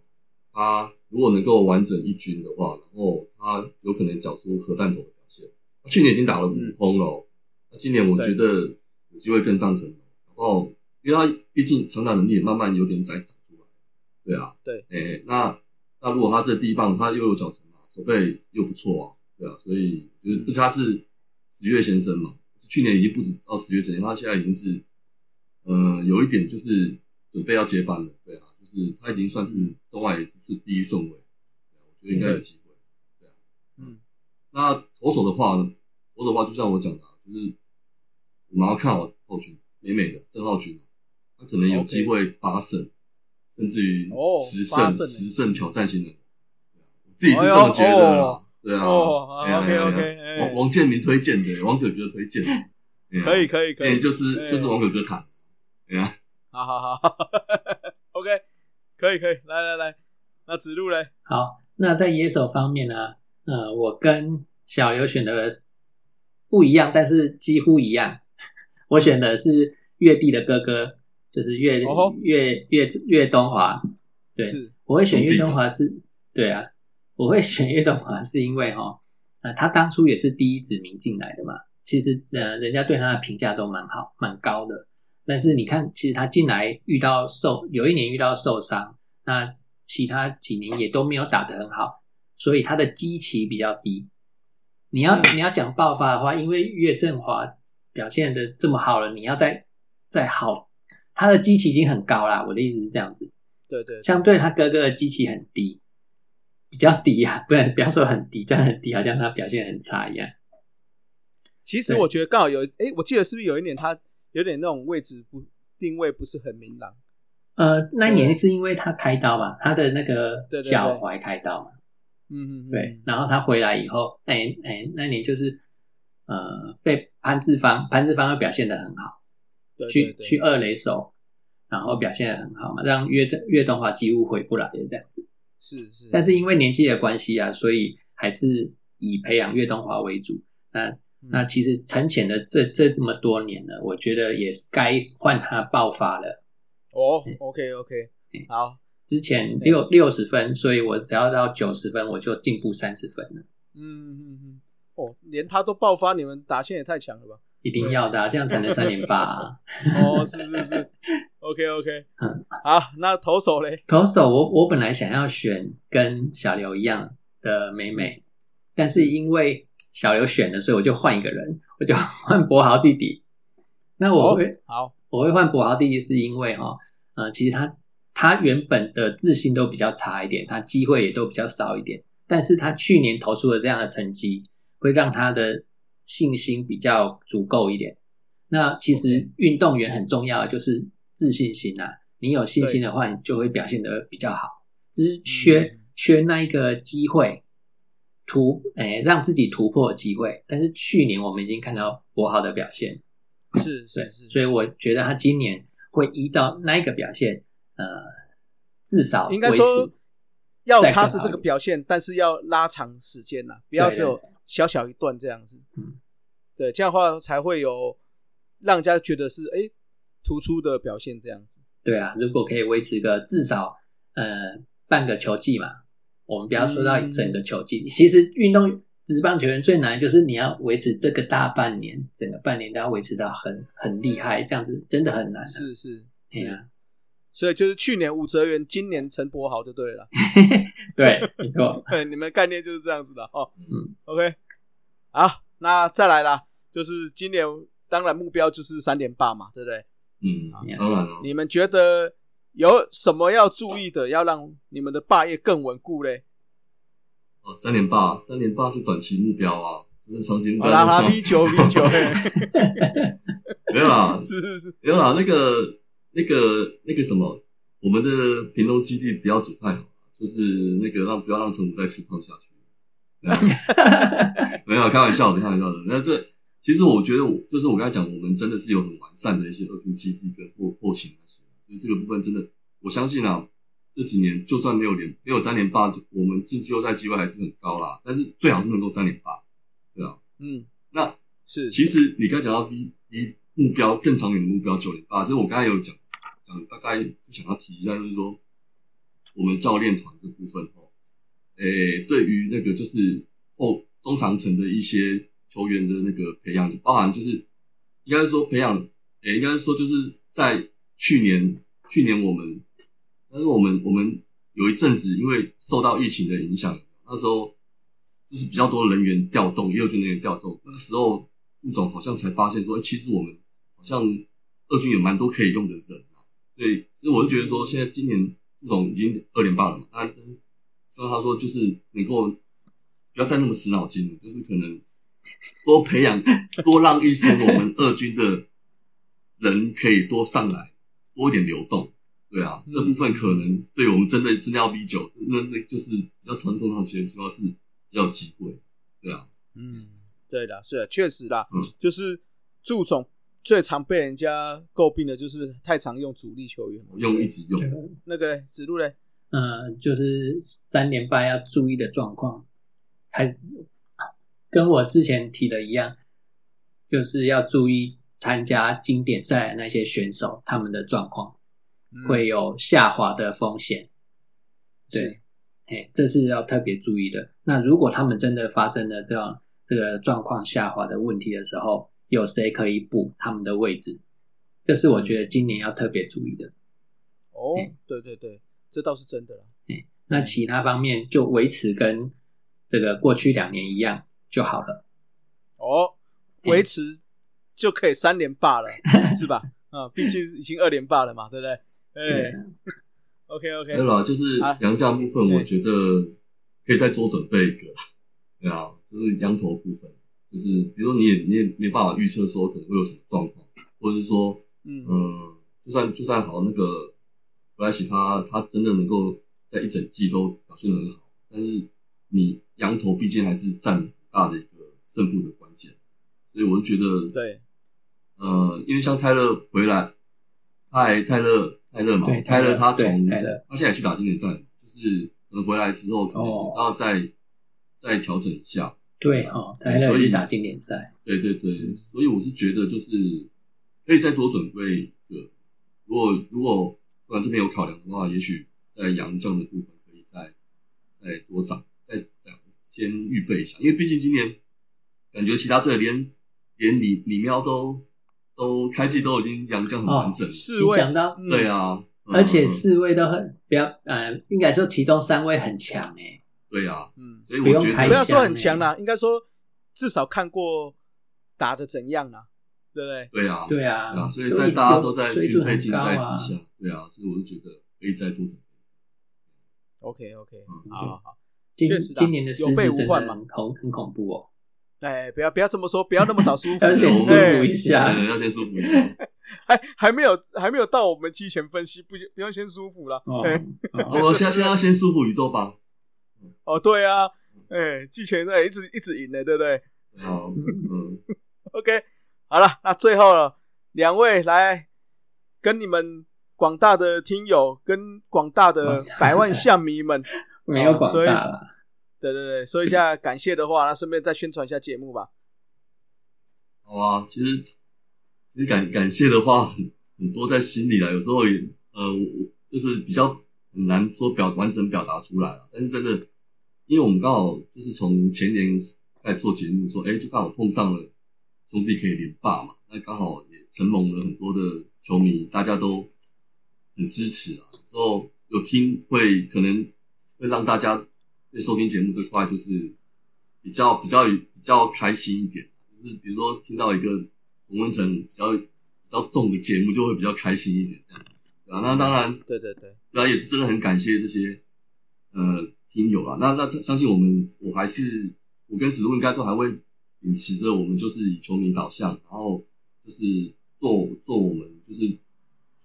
Speaker 7: 他如果能够完整一军的话，然后他有可能缴出核弹头的表现。他去年已经打了五轰了哦、那今年我觉得有机会更上层楼，然后因为他毕竟成长能力也慢慢有点在长出来，对啊，
Speaker 2: 对，
Speaker 7: 哎、那那如果他这第一棒他又有脚程嘛，手背又不错啊，对啊，所以就是而且他是十月先生嘛，去年已经不止到十月先生，他现在已经是，嗯、有一点就是准备要接班了，对啊，就是他已经算是
Speaker 2: 嗯
Speaker 7: 中外也是第一顺位，对啊我
Speaker 2: 嗯
Speaker 7: 觉得应该有机会。那投手的话呢，投手的话就像我讲的啊，就是我们要看好浩军，美美的郑浩军，他可能有
Speaker 2: OK
Speaker 7: 机会八胜，甚至于
Speaker 2: 哦
Speaker 7: 十
Speaker 2: 八
Speaker 7: 胜
Speaker 2: 胜
Speaker 7: 十胜挑战新人王。我自己是这么觉得
Speaker 2: 哎呦
Speaker 7: 啦
Speaker 2: 哦，
Speaker 7: 对啊
Speaker 2: 哦
Speaker 7: 哎呀哎呀
Speaker 2: OK，OK，
Speaker 7: 哎呀
Speaker 2: 哎
Speaker 7: 王王建民推荐的，王哥哥推荐的，哎呀
Speaker 2: 可以，可以，可
Speaker 7: 哎
Speaker 2: 以，
Speaker 7: 就是就是王哥哥谈，哎呀，
Speaker 2: 好好好 ，OK，可以可以，来来来，那子路嘞，
Speaker 8: 好，那在野手方面呢，呃，我跟小刘选的不一样，但是几乎一样。我选的是月地的哥哥，就是岳
Speaker 2: 哦吼
Speaker 8: 岳岳岳东华。对，
Speaker 2: 是
Speaker 8: 我会选
Speaker 7: 兄弟
Speaker 8: 岳
Speaker 7: 的
Speaker 8: 东华是，对啊，我会选岳东华是因为哦，呃，他当初也是第一指名进来的嘛，其实呃，人家对他的评价都蛮好，蛮高的。但是你看，其实他进来遇到受，有一年遇到受伤，那其他几年也都没有打得很好，所以他的基期比较低。你要你要讲爆发的话，因为岳振华表现的这么好了，你要再再好，他的基期已经很高啦。我的意思是这样子，
Speaker 2: 对对，
Speaker 8: 相对他哥哥的机器很低，比较低啊， 不然不要说很低，这样很低，好像他表现很差一样。
Speaker 2: 其实
Speaker 8: 对
Speaker 2: 我觉得刚好有，诶，我记得是不是有一年他有点那种位置不定位不是很明朗，
Speaker 8: 呃，那一年
Speaker 2: 对
Speaker 8: 是因为他开刀嘛，他的那个
Speaker 2: 对对对
Speaker 8: 脚踝开刀嘛，
Speaker 2: 嗯嗯，嗯
Speaker 8: 对，，然后他回来以后，那一那一那一年就是呃被潘志芳，潘志芳又表现的很好，
Speaker 2: 对
Speaker 8: 去
Speaker 2: 对对，
Speaker 8: 去二垒手，然后表现的很好嘛，让岳振岳东华几乎回不来的这样子。
Speaker 2: 是是，
Speaker 8: 但是因为年纪的关系啊，所以还是以培养岳东华为主。那
Speaker 2: 嗯
Speaker 8: 那其实沉潜的这这这么多年了，我觉得也是该换他爆发了。
Speaker 2: 哦，OK OK，好，
Speaker 8: 之前
Speaker 2: 对
Speaker 8: 六六十分，所以我只要到九十分，我就进步三十分了，
Speaker 2: 嗯嗯嗯嗯，哦，连他都爆发，你们打线也太强了吧？
Speaker 8: 一定要的、啊，这样才能三连霸、 啊。
Speaker 2: 哦，是是 是，OK OK，
Speaker 8: 嗯
Speaker 2: 好，那投手嘞，
Speaker 8: 投手我我本来想要选跟小刘一样的美美，但是因为小刘选了，所以我就换一个人，我就换博豪弟弟。那
Speaker 2: 哦
Speaker 8: 我会、
Speaker 2: 好，
Speaker 8: 我会换博豪第一是因为哈、哦，呃，其实他他原本的自信都比较差一点，他机会也都比较少一点，但是他去年投出的这样的成绩，会让他的信心比较足够一点。那其实运动员很重要的就是自信心啊，你有信心的话，你就会表现得比较好，只是缺、
Speaker 2: 嗯
Speaker 8: 缺那一个机会。突诶、让自己突破的机会，但是去年我们已经看到博豪的表现，
Speaker 2: 是
Speaker 8: 对
Speaker 2: 是，是，
Speaker 8: 所以我觉得他今年会依照那一个表现，呃，至少
Speaker 2: 应该
Speaker 8: 维
Speaker 2: 说
Speaker 8: 持
Speaker 2: 要
Speaker 8: 再更
Speaker 2: 他的
Speaker 8: 好
Speaker 2: 这
Speaker 8: 一
Speaker 2: 个
Speaker 8: 点
Speaker 2: 表现，但是要拉长时间呐、不要
Speaker 8: 对
Speaker 2: 只有小小一段这样子。
Speaker 8: 嗯，
Speaker 2: 对，这样的话才会有让人家觉得是哎、诶突出的表现这样子。
Speaker 8: 对啊，如果可以维持个至少呃半个球季嘛，我们不要说到
Speaker 2: 嗯
Speaker 8: 整个球季，其实运动职棒球员最难的就是你要维持这个大半年，整个半年都要维持到很很厉害，这样子真的很难、啊。
Speaker 2: 是是
Speaker 8: 哎
Speaker 2: 是，
Speaker 8: 呀、
Speaker 2: 所以就是去年武哲源，今年陈柏豪就对 了啦。
Speaker 8: 对，没错，
Speaker 2: 对，你们概念就是这样子的哦。
Speaker 8: 嗯
Speaker 2: ，OK，好，那再来啦，就是今年当然目标就是三点八嘛，对不对？
Speaker 7: 嗯，当然了，
Speaker 2: 你们觉得有什么要注意的，要让你们的霸业更稳固嘞？
Speaker 7: 哦，三连霸，三连霸是短期目标啊，就是长期目
Speaker 2: 好
Speaker 7: 标。
Speaker 2: 啦，他 V 九 V 九， 嘿
Speaker 7: 没 有啦，
Speaker 2: 是是是，
Speaker 7: 没有啦，那个那个那个什么，我们的平东基地不要煮太好，啊就是那个让不要让陈武再吃胖下去。对啊没有，开玩笑的，开玩笑的。那这其实我觉得我，就是我刚才讲，我们真的是有很完善的一些二军基地跟后后勤那些，所以这个部分真的，我相信啊，这几年就算没有连没有三连霸，我们进季后赛机会还是很高啦。但是最好是能够三连霸，对啊。
Speaker 2: 嗯，
Speaker 7: 那
Speaker 2: 是
Speaker 7: 其实你刚才讲到第一目标更长远的目标九零八，就是我刚才有讲讲，大概就想要提一下，就是说我们教练团这部分哦，诶、对于那个就是后中长程的一些球员的那个培养，就包含就是应该是说培养，诶、应该是说就是在去年去年我们，但是我们我们有一阵子因为受到疫情的影响，那时候就是比较多人员调动，也有军人员调动。那个时候，副总好像才发现说，诶其实我们好像二军有蛮多可以用的人啊。所以，其实我就觉得说，现在今年副总已经二连霸了嘛，但但虽然他说就是能够不要再那么死脑筋了，就是可能多培养，多让一些我们二军的人可以多上来，多一点流动。对啊，这部分可能对我们真的真的要 V 九，那那就是比较传统上其实主要是比较有机会。对啊，
Speaker 2: 嗯，对的，是的确实啦，
Speaker 7: 嗯
Speaker 2: 就是祝总最常被人家诟病的就是太常用主力球员嘛。
Speaker 7: 用一直用，
Speaker 2: 那个嘞子路嘞，
Speaker 8: 呃，就是三连败要注意的状况，还是跟我之前提的一样，就是要注意参加经典赛的那些选手他们的状况
Speaker 2: 嗯
Speaker 8: 会有下滑的风险，对，哎，这是要特别注意的。那如果他们真的发生了这样这个状况下滑的问题的时候，有谁可以补他们的位置？这是我觉得今年要特别注意的。
Speaker 2: 哦
Speaker 8: 嗯，
Speaker 2: 对对对，这倒是真的啦。
Speaker 8: 那其他方面就维持跟这个过去两年一样就好了。
Speaker 2: 哦，维持就可以三连霸 了，是吧？啊，毕竟已经二连霸了嘛，对不对？哎
Speaker 8: 对啊
Speaker 2: ，OK
Speaker 7: 对
Speaker 2: OK，
Speaker 7: 了，就是
Speaker 2: 啊
Speaker 7: 杨将部分，
Speaker 2: 对
Speaker 7: 我觉得可以再多准备一个。对啊，就是羊头部分，就是比如说你也你也没办法预测说可能会有什么状况，或者是说
Speaker 2: 嗯
Speaker 7: 嗯，就算就算好那个弗莱奇他他真的能够在一整季都表现得很好，但是你羊头毕竟还是占很大的一个胜负的关键，所以我就觉得，
Speaker 2: 对，
Speaker 8: 嗯
Speaker 7: 呃，因为像泰勒回来，他还泰勒泰勒嘛
Speaker 8: 对，
Speaker 7: 泰勒他
Speaker 8: 对
Speaker 7: 从
Speaker 8: 泰勒
Speaker 7: 他现在去打经典赛，就是可能回来之后可能也是要再、
Speaker 8: 哦
Speaker 7: 再调整一下，
Speaker 8: 对哦，
Speaker 7: 对
Speaker 8: 台乐
Speaker 7: 所以
Speaker 8: 去打经典赛，
Speaker 7: 对对对，所以我是觉得就是可以再多准备一个。如果如果突然这边有考量的话，也许在洋将的部分可以再再多涨，再涨，先预备一下，因为毕竟今年感觉其他队连连李李喵都都开季都已经洋将很完整，
Speaker 2: 四
Speaker 8: 你
Speaker 2: 位，
Speaker 8: 讲到，
Speaker 2: 嗯
Speaker 7: 对，啊，嗯
Speaker 8: 哦而且
Speaker 7: 嗯
Speaker 8: 四位都很比较，呃，应该说其中三位很强欸诶，
Speaker 7: 对啊，
Speaker 2: 嗯，
Speaker 7: 所以
Speaker 8: 不
Speaker 7: 我
Speaker 8: 用
Speaker 7: 觉
Speaker 8: 排
Speaker 2: 不
Speaker 7: 得
Speaker 2: 要说很
Speaker 8: 强欸
Speaker 2: 强啦，应该说至少看过打的怎样啦，对不对？
Speaker 7: 对啊，
Speaker 8: 对
Speaker 7: 对
Speaker 8: 啊
Speaker 7: 啊，，所以在大家都在
Speaker 8: 水
Speaker 7: 军
Speaker 8: 准
Speaker 7: 备
Speaker 8: 很
Speaker 7: 竞
Speaker 8: 高
Speaker 7: 赛
Speaker 8: 啊，
Speaker 7: 之下，对啊，所以我就觉得可以再多准备。
Speaker 2: OK OK，
Speaker 7: 嗯
Speaker 2: 好好好，
Speaker 8: 今
Speaker 2: 确实啊
Speaker 8: 今年的狮
Speaker 2: 有
Speaker 8: 子
Speaker 2: 备
Speaker 8: 真
Speaker 2: 无
Speaker 8: 的
Speaker 2: 患嘛
Speaker 8: 很恐很恐怖哦，
Speaker 2: 哎，不要不要这么说，不要那么早舒服，
Speaker 8: 而且
Speaker 7: 有
Speaker 8: 舒服一
Speaker 7: 对
Speaker 8: 下，
Speaker 7: 要先舒服一下。
Speaker 2: 还还没有还没有到我们季前分析，不不用先舒服啦。
Speaker 8: 哦
Speaker 2: 哎，
Speaker 7: 我们现在现在要先舒服宇宙吧。
Speaker 2: 哦，对啊，哎，季前哎一直一直赢的，对不对？
Speaker 7: 好，嗯，
Speaker 2: OK，好了，那最后了，两位来跟你们广大的听友、跟广大
Speaker 8: 嗯
Speaker 2: 的百万象迷们，
Speaker 8: 没有广
Speaker 2: 所以
Speaker 8: 大了，
Speaker 2: 对对对，说一下感谢的话，那顺便再宣传一下节目吧。
Speaker 7: 好啊。其实其实感感谢的话很很多在心里啦，有时候也呃，我我就是比较很难说表完整表达出来啊。但是真的，因为我们刚好就是从前年开始做节目之后，哎、就刚好碰上了兄弟可以连霸嘛，那刚好也承蒙了很多的球迷，大家都很支持啊。有时候有听会可能会让大家对收听节目这块就是比较比较比较开心一点，就是比如说听到一个洪文成比较比较重的节目，就会比较开心一点这样子。对啊，那当然
Speaker 2: 对对对，
Speaker 7: 对啊，也是真的很感谢这些呃听友啊。那那相信我们，我还是我跟子路应该都还会秉持着我们就是以球迷导向，然后就是呃做做我们就是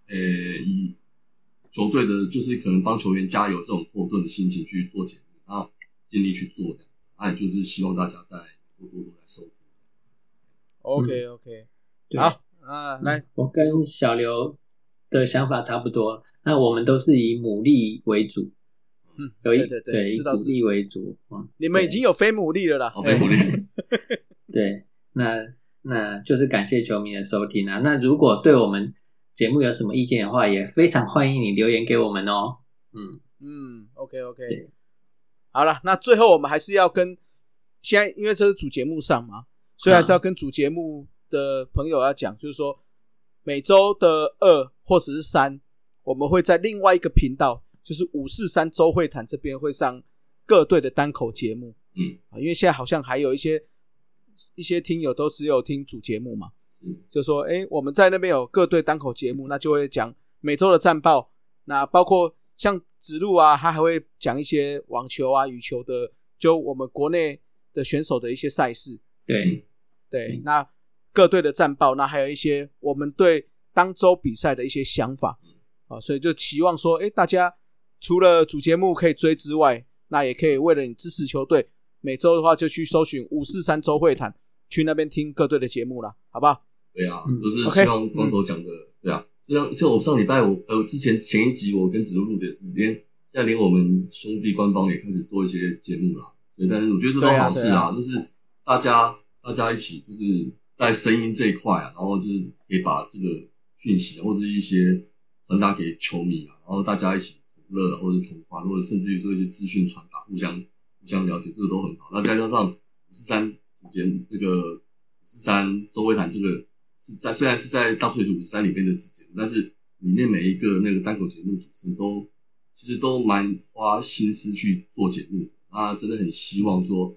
Speaker 7: 呃以球队的，就是可能帮球员加油这种后盾的心情去做节目，然后尽力去做这样。那也就是希望大家再多多多来收听。
Speaker 2: OK OK，、
Speaker 8: 对
Speaker 2: 好，嗯啊，来，
Speaker 8: 我跟小刘的想法差不多。那我们都是以牡蛎为主，
Speaker 2: 嗯，
Speaker 8: 有一
Speaker 2: 对对
Speaker 8: 以
Speaker 2: 知道
Speaker 8: 牡
Speaker 2: 是
Speaker 8: 蛎为主。嗯，
Speaker 2: 你们已经有非牡蛎了啦。
Speaker 7: 好，被鼓励。
Speaker 8: 对，那那就是感谢球迷的收听啊。那如果对我们节目有什么意见的话，也非常欢迎你留言给我们哦。嗯，
Speaker 2: 嗯，OK OK，
Speaker 8: 对
Speaker 2: 好了，那最后我们还是要跟现在，因为这是主节目上嘛，所以还是要跟主节目的朋友要讲，就是说每周的二或者是三，我们会在另外一个频道，就是五四三周会谈这边会上各队的单口节目。
Speaker 7: 嗯
Speaker 2: 啊，因为现在好像还有一些一些听友都只有听主节目嘛，
Speaker 7: 是
Speaker 2: 就说，哎、我们在那边有各队单口节目，那就会讲每周的战报，那包括像子路啊，他还会讲一些网球啊、羽球的，就我们国内的选手的一些赛事，
Speaker 8: 对，
Speaker 2: 对
Speaker 7: 嗯，
Speaker 2: 那各队的战报，那还有一些我们对当周比赛的一些想法啊，所以就期望说，哎，大家除了主节目可以追之外，那也可以为了你支持球队，每周的话就去搜寻五四三周会谈，去那边听各队的节目啦，好不好？
Speaker 7: 对啊
Speaker 8: 嗯，
Speaker 7: 就是
Speaker 2: ，OK，
Speaker 7: 希望光头讲的，对啊，就像就我上礼拜我呃之前前一集我跟子路录的也是，连现在连我们兄弟官方也开始做一些节目啦，所以但是我觉得这都
Speaker 2: 对啊
Speaker 7: 好事
Speaker 2: 对
Speaker 7: 啊，
Speaker 2: 啊
Speaker 7: 就是大家大家一起就是在声音这一块啊，然后就是可以把这个讯息啊或者是一些传达给球迷啊，然后大家一起同乐啊或者是同欢，或者甚至于说一些资讯传达，互相互相了解，这个都很好。那再加上五十三组间那个五十三周会谈这个是在虽然是在大数学五十三里面的子节目，但是里面每一个那个单口节目主持人都其实都蛮花心思去做节目的。那真的很希望说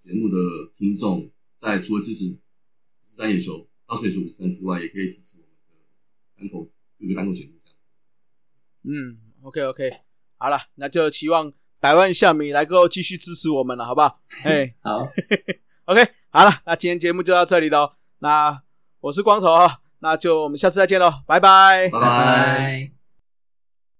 Speaker 7: 节目的听众在除了支持十三野球、大数野球五十三之外，也可以支持我们的单口各个单口节目这样。
Speaker 2: 嗯，OK OK，好了，那就期望百万校迷来够继续支持我们了，好不 好？哎
Speaker 8: 好，
Speaker 2: ，OK，好了，那今天节目就到这里喽。那我是光头啊，那就我们下次再见喽，拜拜。
Speaker 7: 拜
Speaker 8: 拜拜。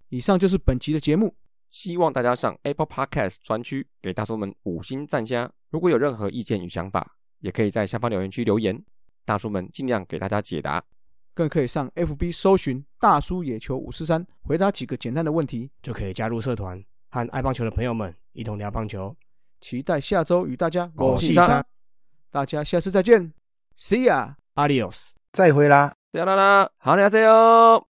Speaker 2: 以上就是本集的节目，
Speaker 1: 希望大家上 Apple Podcast 专区给大叔们五星赞加。如果有任何意见与想法，也可以在下方留言区留言，大叔们尽量给大家解答。
Speaker 2: 更可以上 FB 搜寻“大叔野球五四三”，回答几个简单的问题。
Speaker 9: 就可以加入社团，和爱棒球的朋友们一同聊棒球。
Speaker 2: 期待下周与大家
Speaker 1: 我是
Speaker 9: 三，
Speaker 2: 大家下次再见，See ya。
Speaker 9: Adios。
Speaker 4: 再会啦。
Speaker 1: 啦啦啦，好，大家加油！